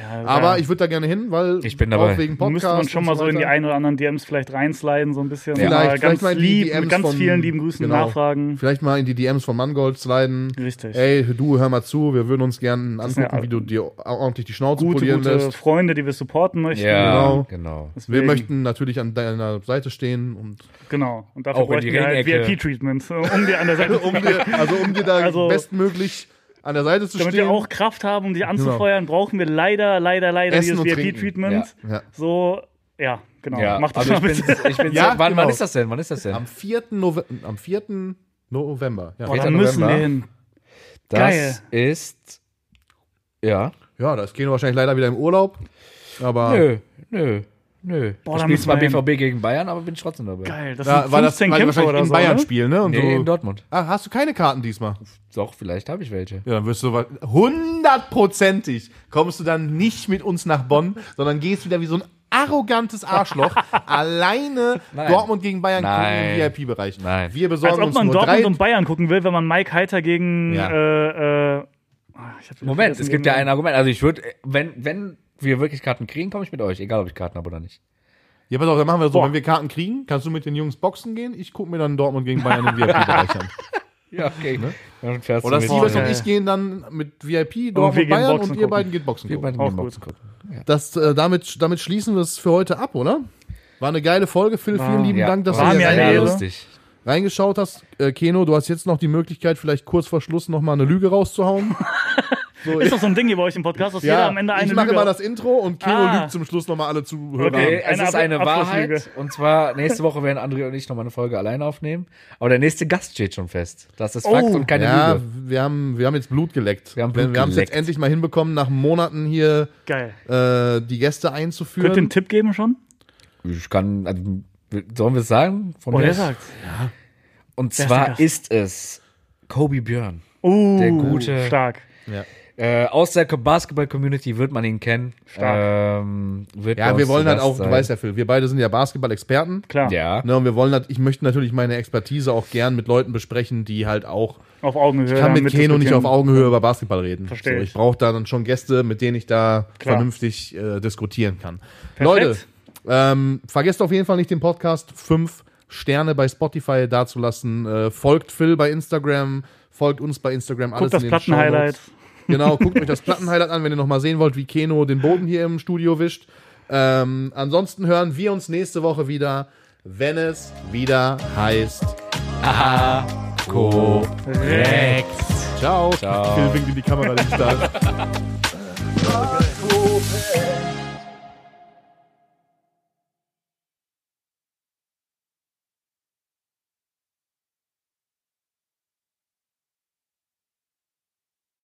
Speaker 2: Ja,
Speaker 1: Aber
Speaker 2: ja.
Speaker 1: ich würde da gerne hin, weil
Speaker 4: Ich bin dabei.
Speaker 1: auch wegen Podcast
Speaker 2: Podcast müsste man schon
Speaker 1: und
Speaker 2: mal so in die
Speaker 1: weiter.
Speaker 2: ein oder anderen DMs vielleicht reinsliden, so ein bisschen.
Speaker 1: Vielleicht,
Speaker 2: mal
Speaker 1: vielleicht
Speaker 2: ganz
Speaker 1: mal in die
Speaker 2: lieb,
Speaker 1: DMs
Speaker 2: mit ganz
Speaker 1: von-
Speaker 2: vielen lieben Grüßen
Speaker 1: genau.
Speaker 2: nachfragen.
Speaker 1: Vielleicht mal in die DMs von Mangold sliden.
Speaker 2: Richtig.
Speaker 1: Ey, du, hör mal zu, wir würden uns gerne
Speaker 2: sind
Speaker 1: angucken,
Speaker 2: ja
Speaker 1: wie du dir au- ordentlich die Schnauze
Speaker 2: Gute,
Speaker 1: polieren
Speaker 2: gute
Speaker 1: lässt.
Speaker 2: Freunde, die wir supporten möchten.
Speaker 4: Ja,
Speaker 1: Genau.
Speaker 4: genau.
Speaker 1: Wir
Speaker 2: Deswegen-
Speaker 1: möchten natürlich an deiner Seite stehen und
Speaker 2: Genau. Und dafür
Speaker 4: Auch in
Speaker 2: bräuchten
Speaker 4: die
Speaker 2: wir halt
Speaker 4: Rennecke.
Speaker 2: VIP-Treatment, um dir an der Seite zu
Speaker 1: um dir, also um dir da
Speaker 2: Also-
Speaker 1: bestmöglich an der Seite zu
Speaker 2: Damit
Speaker 1: stehen. Genau.
Speaker 2: wir auch Kraft haben, um dich anzufeuern, brauchen wir leider, leider, leider
Speaker 1: Essen und
Speaker 2: dieses
Speaker 1: Trinken.
Speaker 2: VIP-Treatment.
Speaker 1: Ja.
Speaker 2: So, ja, genau.
Speaker 4: Ja,
Speaker 2: Mach das
Speaker 4: also
Speaker 2: mal
Speaker 4: ich
Speaker 2: bitte.
Speaker 4: bin, ich bin
Speaker 1: Ja,
Speaker 4: so, wann, wann
Speaker 1: genau.
Speaker 4: ist das denn? Wann ist das denn?
Speaker 1: am 4. November, am 4. November. Ja,
Speaker 2: Boah, Oh, da
Speaker 4: Peter
Speaker 2: müssen wir
Speaker 4: November.
Speaker 2: hin.
Speaker 4: das
Speaker 2: geil.
Speaker 4: ist. Ja.
Speaker 1: ja das gehen wir wahrscheinlich leider wieder im Urlaub. Aber
Speaker 4: Nö, nö,
Speaker 2: Boah, da
Speaker 4: nö. ich spiele
Speaker 2: müssen wir
Speaker 4: zwar
Speaker 2: hin.
Speaker 4: BVB gegen Bayern, aber bin trotzdem dabei.
Speaker 2: Geil, das
Speaker 1: da
Speaker 2: sind
Speaker 1: war das
Speaker 2: 15
Speaker 1: weil
Speaker 2: Kämpfe
Speaker 1: wahrscheinlich
Speaker 2: oder
Speaker 1: in
Speaker 2: so.
Speaker 1: Bayern
Speaker 2: ne?
Speaker 1: spielen, ne? Und
Speaker 4: Nee, in
Speaker 1: du,
Speaker 4: Dortmund.
Speaker 1: ah, hast du keine Karten diesmal?
Speaker 4: Doch, vielleicht habe ich welche.
Speaker 1: Ja, dann wirst du wa- hundertprozentig kommst du dann nicht mit uns nach Bonn, sondern gehst wieder wie so ein arrogantes Arschloch alleine
Speaker 4: Nein.
Speaker 1: Dortmund gegen Bayern gucken
Speaker 4: Nein.
Speaker 1: im VIP-Bereich.
Speaker 4: Nein.
Speaker 1: Wir
Speaker 2: Als
Speaker 1: besorgen
Speaker 2: ob
Speaker 1: uns
Speaker 2: man
Speaker 1: nur
Speaker 2: Dortmund
Speaker 1: drei.
Speaker 2: und Bayern gucken will, wenn man Mike Heiter gegen.
Speaker 1: Ja.
Speaker 2: Äh, äh, ah, ich hab wieder
Speaker 4: Moment,
Speaker 2: vergessen,
Speaker 4: es gibt ja
Speaker 2: gegen-
Speaker 4: ein Argument. Also ich würde, wenn, wenn wir wirklich Karten kriegen, komme ich mit euch, egal ob ich Karten habe oder nicht.
Speaker 1: Ja, pass auf, dann machen wir so,
Speaker 2: Boah.
Speaker 1: wenn wir Karten kriegen, kannst du mit den Jungs boxen gehen. Ich gucke mir dann Dortmund gegen Bayern im VIP-Bereich an.
Speaker 4: Ja, okay. Dann fährst
Speaker 1: Oder
Speaker 4: du mit.
Speaker 1: Sievers
Speaker 2: Boah,
Speaker 1: und
Speaker 2: geil.
Speaker 1: ich gehen dann mit VIP Dortmund
Speaker 2: wir gehen
Speaker 1: Bayern
Speaker 2: boxen
Speaker 1: und ihr
Speaker 2: gucken.
Speaker 1: beiden geht boxen.
Speaker 4: Wir
Speaker 1: gucken.
Speaker 4: beiden
Speaker 2: Auch
Speaker 4: gehen
Speaker 2: gut.
Speaker 4: Boxen gucken. Ja.
Speaker 1: Das, äh, damit, damit schließen wir es für heute ab, oder? War eine geile Folge, Phil. Vielen lieben
Speaker 4: Ja.
Speaker 1: Dank, dass
Speaker 2: War
Speaker 1: du
Speaker 2: mir
Speaker 1: hier
Speaker 2: eine
Speaker 1: rein-
Speaker 2: Ehre.
Speaker 4: lustig.
Speaker 1: reingeschaut hast. Äh, Keno, du hast jetzt noch die Möglichkeit, vielleicht kurz vor Schluss nochmal eine Lüge rauszuhauen.
Speaker 2: Ist doch so ein Ding hier bei euch im Podcast, dass jeder am Ende eine
Speaker 1: ich mache
Speaker 2: Lüge-
Speaker 1: immer das Intro und Keno
Speaker 2: Ah.
Speaker 1: lügt zum Schluss nochmal alle Zuhörer.
Speaker 4: Okay,
Speaker 1: Okay.
Speaker 2: Okay,
Speaker 4: Äh, es
Speaker 2: eine
Speaker 4: ist
Speaker 2: Ab-
Speaker 4: eine
Speaker 2: Abschlusslüge.
Speaker 4: Wahrheit. Und zwar nächste Woche werden André und ich nochmal eine Folge alleine aufnehmen. Aber der nächste Gast steht schon fest. Das ist Fakt und keine
Speaker 1: ja,
Speaker 4: Lüge.
Speaker 1: wir haben, wir haben jetzt Blut geleckt.
Speaker 4: Wir haben Blut
Speaker 1: wir haben es jetzt
Speaker 4: geleckt.
Speaker 1: endlich mal hinbekommen, nach Monaten hier
Speaker 2: Geil.
Speaker 1: äh, die Gäste
Speaker 2: Könnt ihr einen
Speaker 1: einzuführen.
Speaker 2: Tipp geben schon?
Speaker 4: Ich kann, also, sollen wir es sagen? Von
Speaker 2: Oh,
Speaker 4: mir
Speaker 2: der
Speaker 4: aus?
Speaker 2: sagt's.
Speaker 4: Und
Speaker 2: ist der
Speaker 4: zwar
Speaker 2: Gast?
Speaker 4: ist es Kobe Björn.
Speaker 2: Uh,
Speaker 4: Der gute-
Speaker 2: Stark.
Speaker 4: Äh, aus der Basketball-Community wird man ihn kennen.
Speaker 2: Stark.
Speaker 4: Ähm, wird bei
Speaker 1: Ja,
Speaker 4: uns
Speaker 1: wir wollen
Speaker 4: zu
Speaker 1: halt
Speaker 4: Gast
Speaker 1: auch, du
Speaker 4: sein.
Speaker 1: weißt ja, Phil, wir beide sind ja Basketball-Experten.
Speaker 2: Klar.
Speaker 4: Ja.
Speaker 1: Ne, und wir wollen, halt- ich möchte natürlich meine Expertise auch gern mit Leuten besprechen, die halt auch
Speaker 2: Auf Augenhöhe.
Speaker 1: Ich kann mit
Speaker 2: mitdiskutieren.
Speaker 1: Keno nicht auf Augenhöhe über Basketball reden.
Speaker 2: Verstehe
Speaker 1: so,
Speaker 2: ich.
Speaker 1: ich brauche da dann schon Gäste, mit denen ich da
Speaker 2: Klar.
Speaker 1: vernünftig äh, diskutieren kann.
Speaker 2: Perfekt.
Speaker 1: Leute, ähm, vergesst auf jeden Fall nicht den Podcast 5 Sterne bei Spotify dazulassen. Äh, folgt Phil bei Instagram, folgt uns bei Instagram.
Speaker 2: Guckt das
Speaker 1: in den Shownotes.
Speaker 2: Plattenhighlight.
Speaker 1: Genau, guckt euch das Plattenhighlight an, wenn ihr nochmal sehen wollt, wie Keno den Boden hier im Studio wischt. Ähm, ansonsten hören wir uns nächste Woche wieder, wenn es wieder heißt. Ciao. Ciao. Phil winkt in die Kamera, nicht da. ist.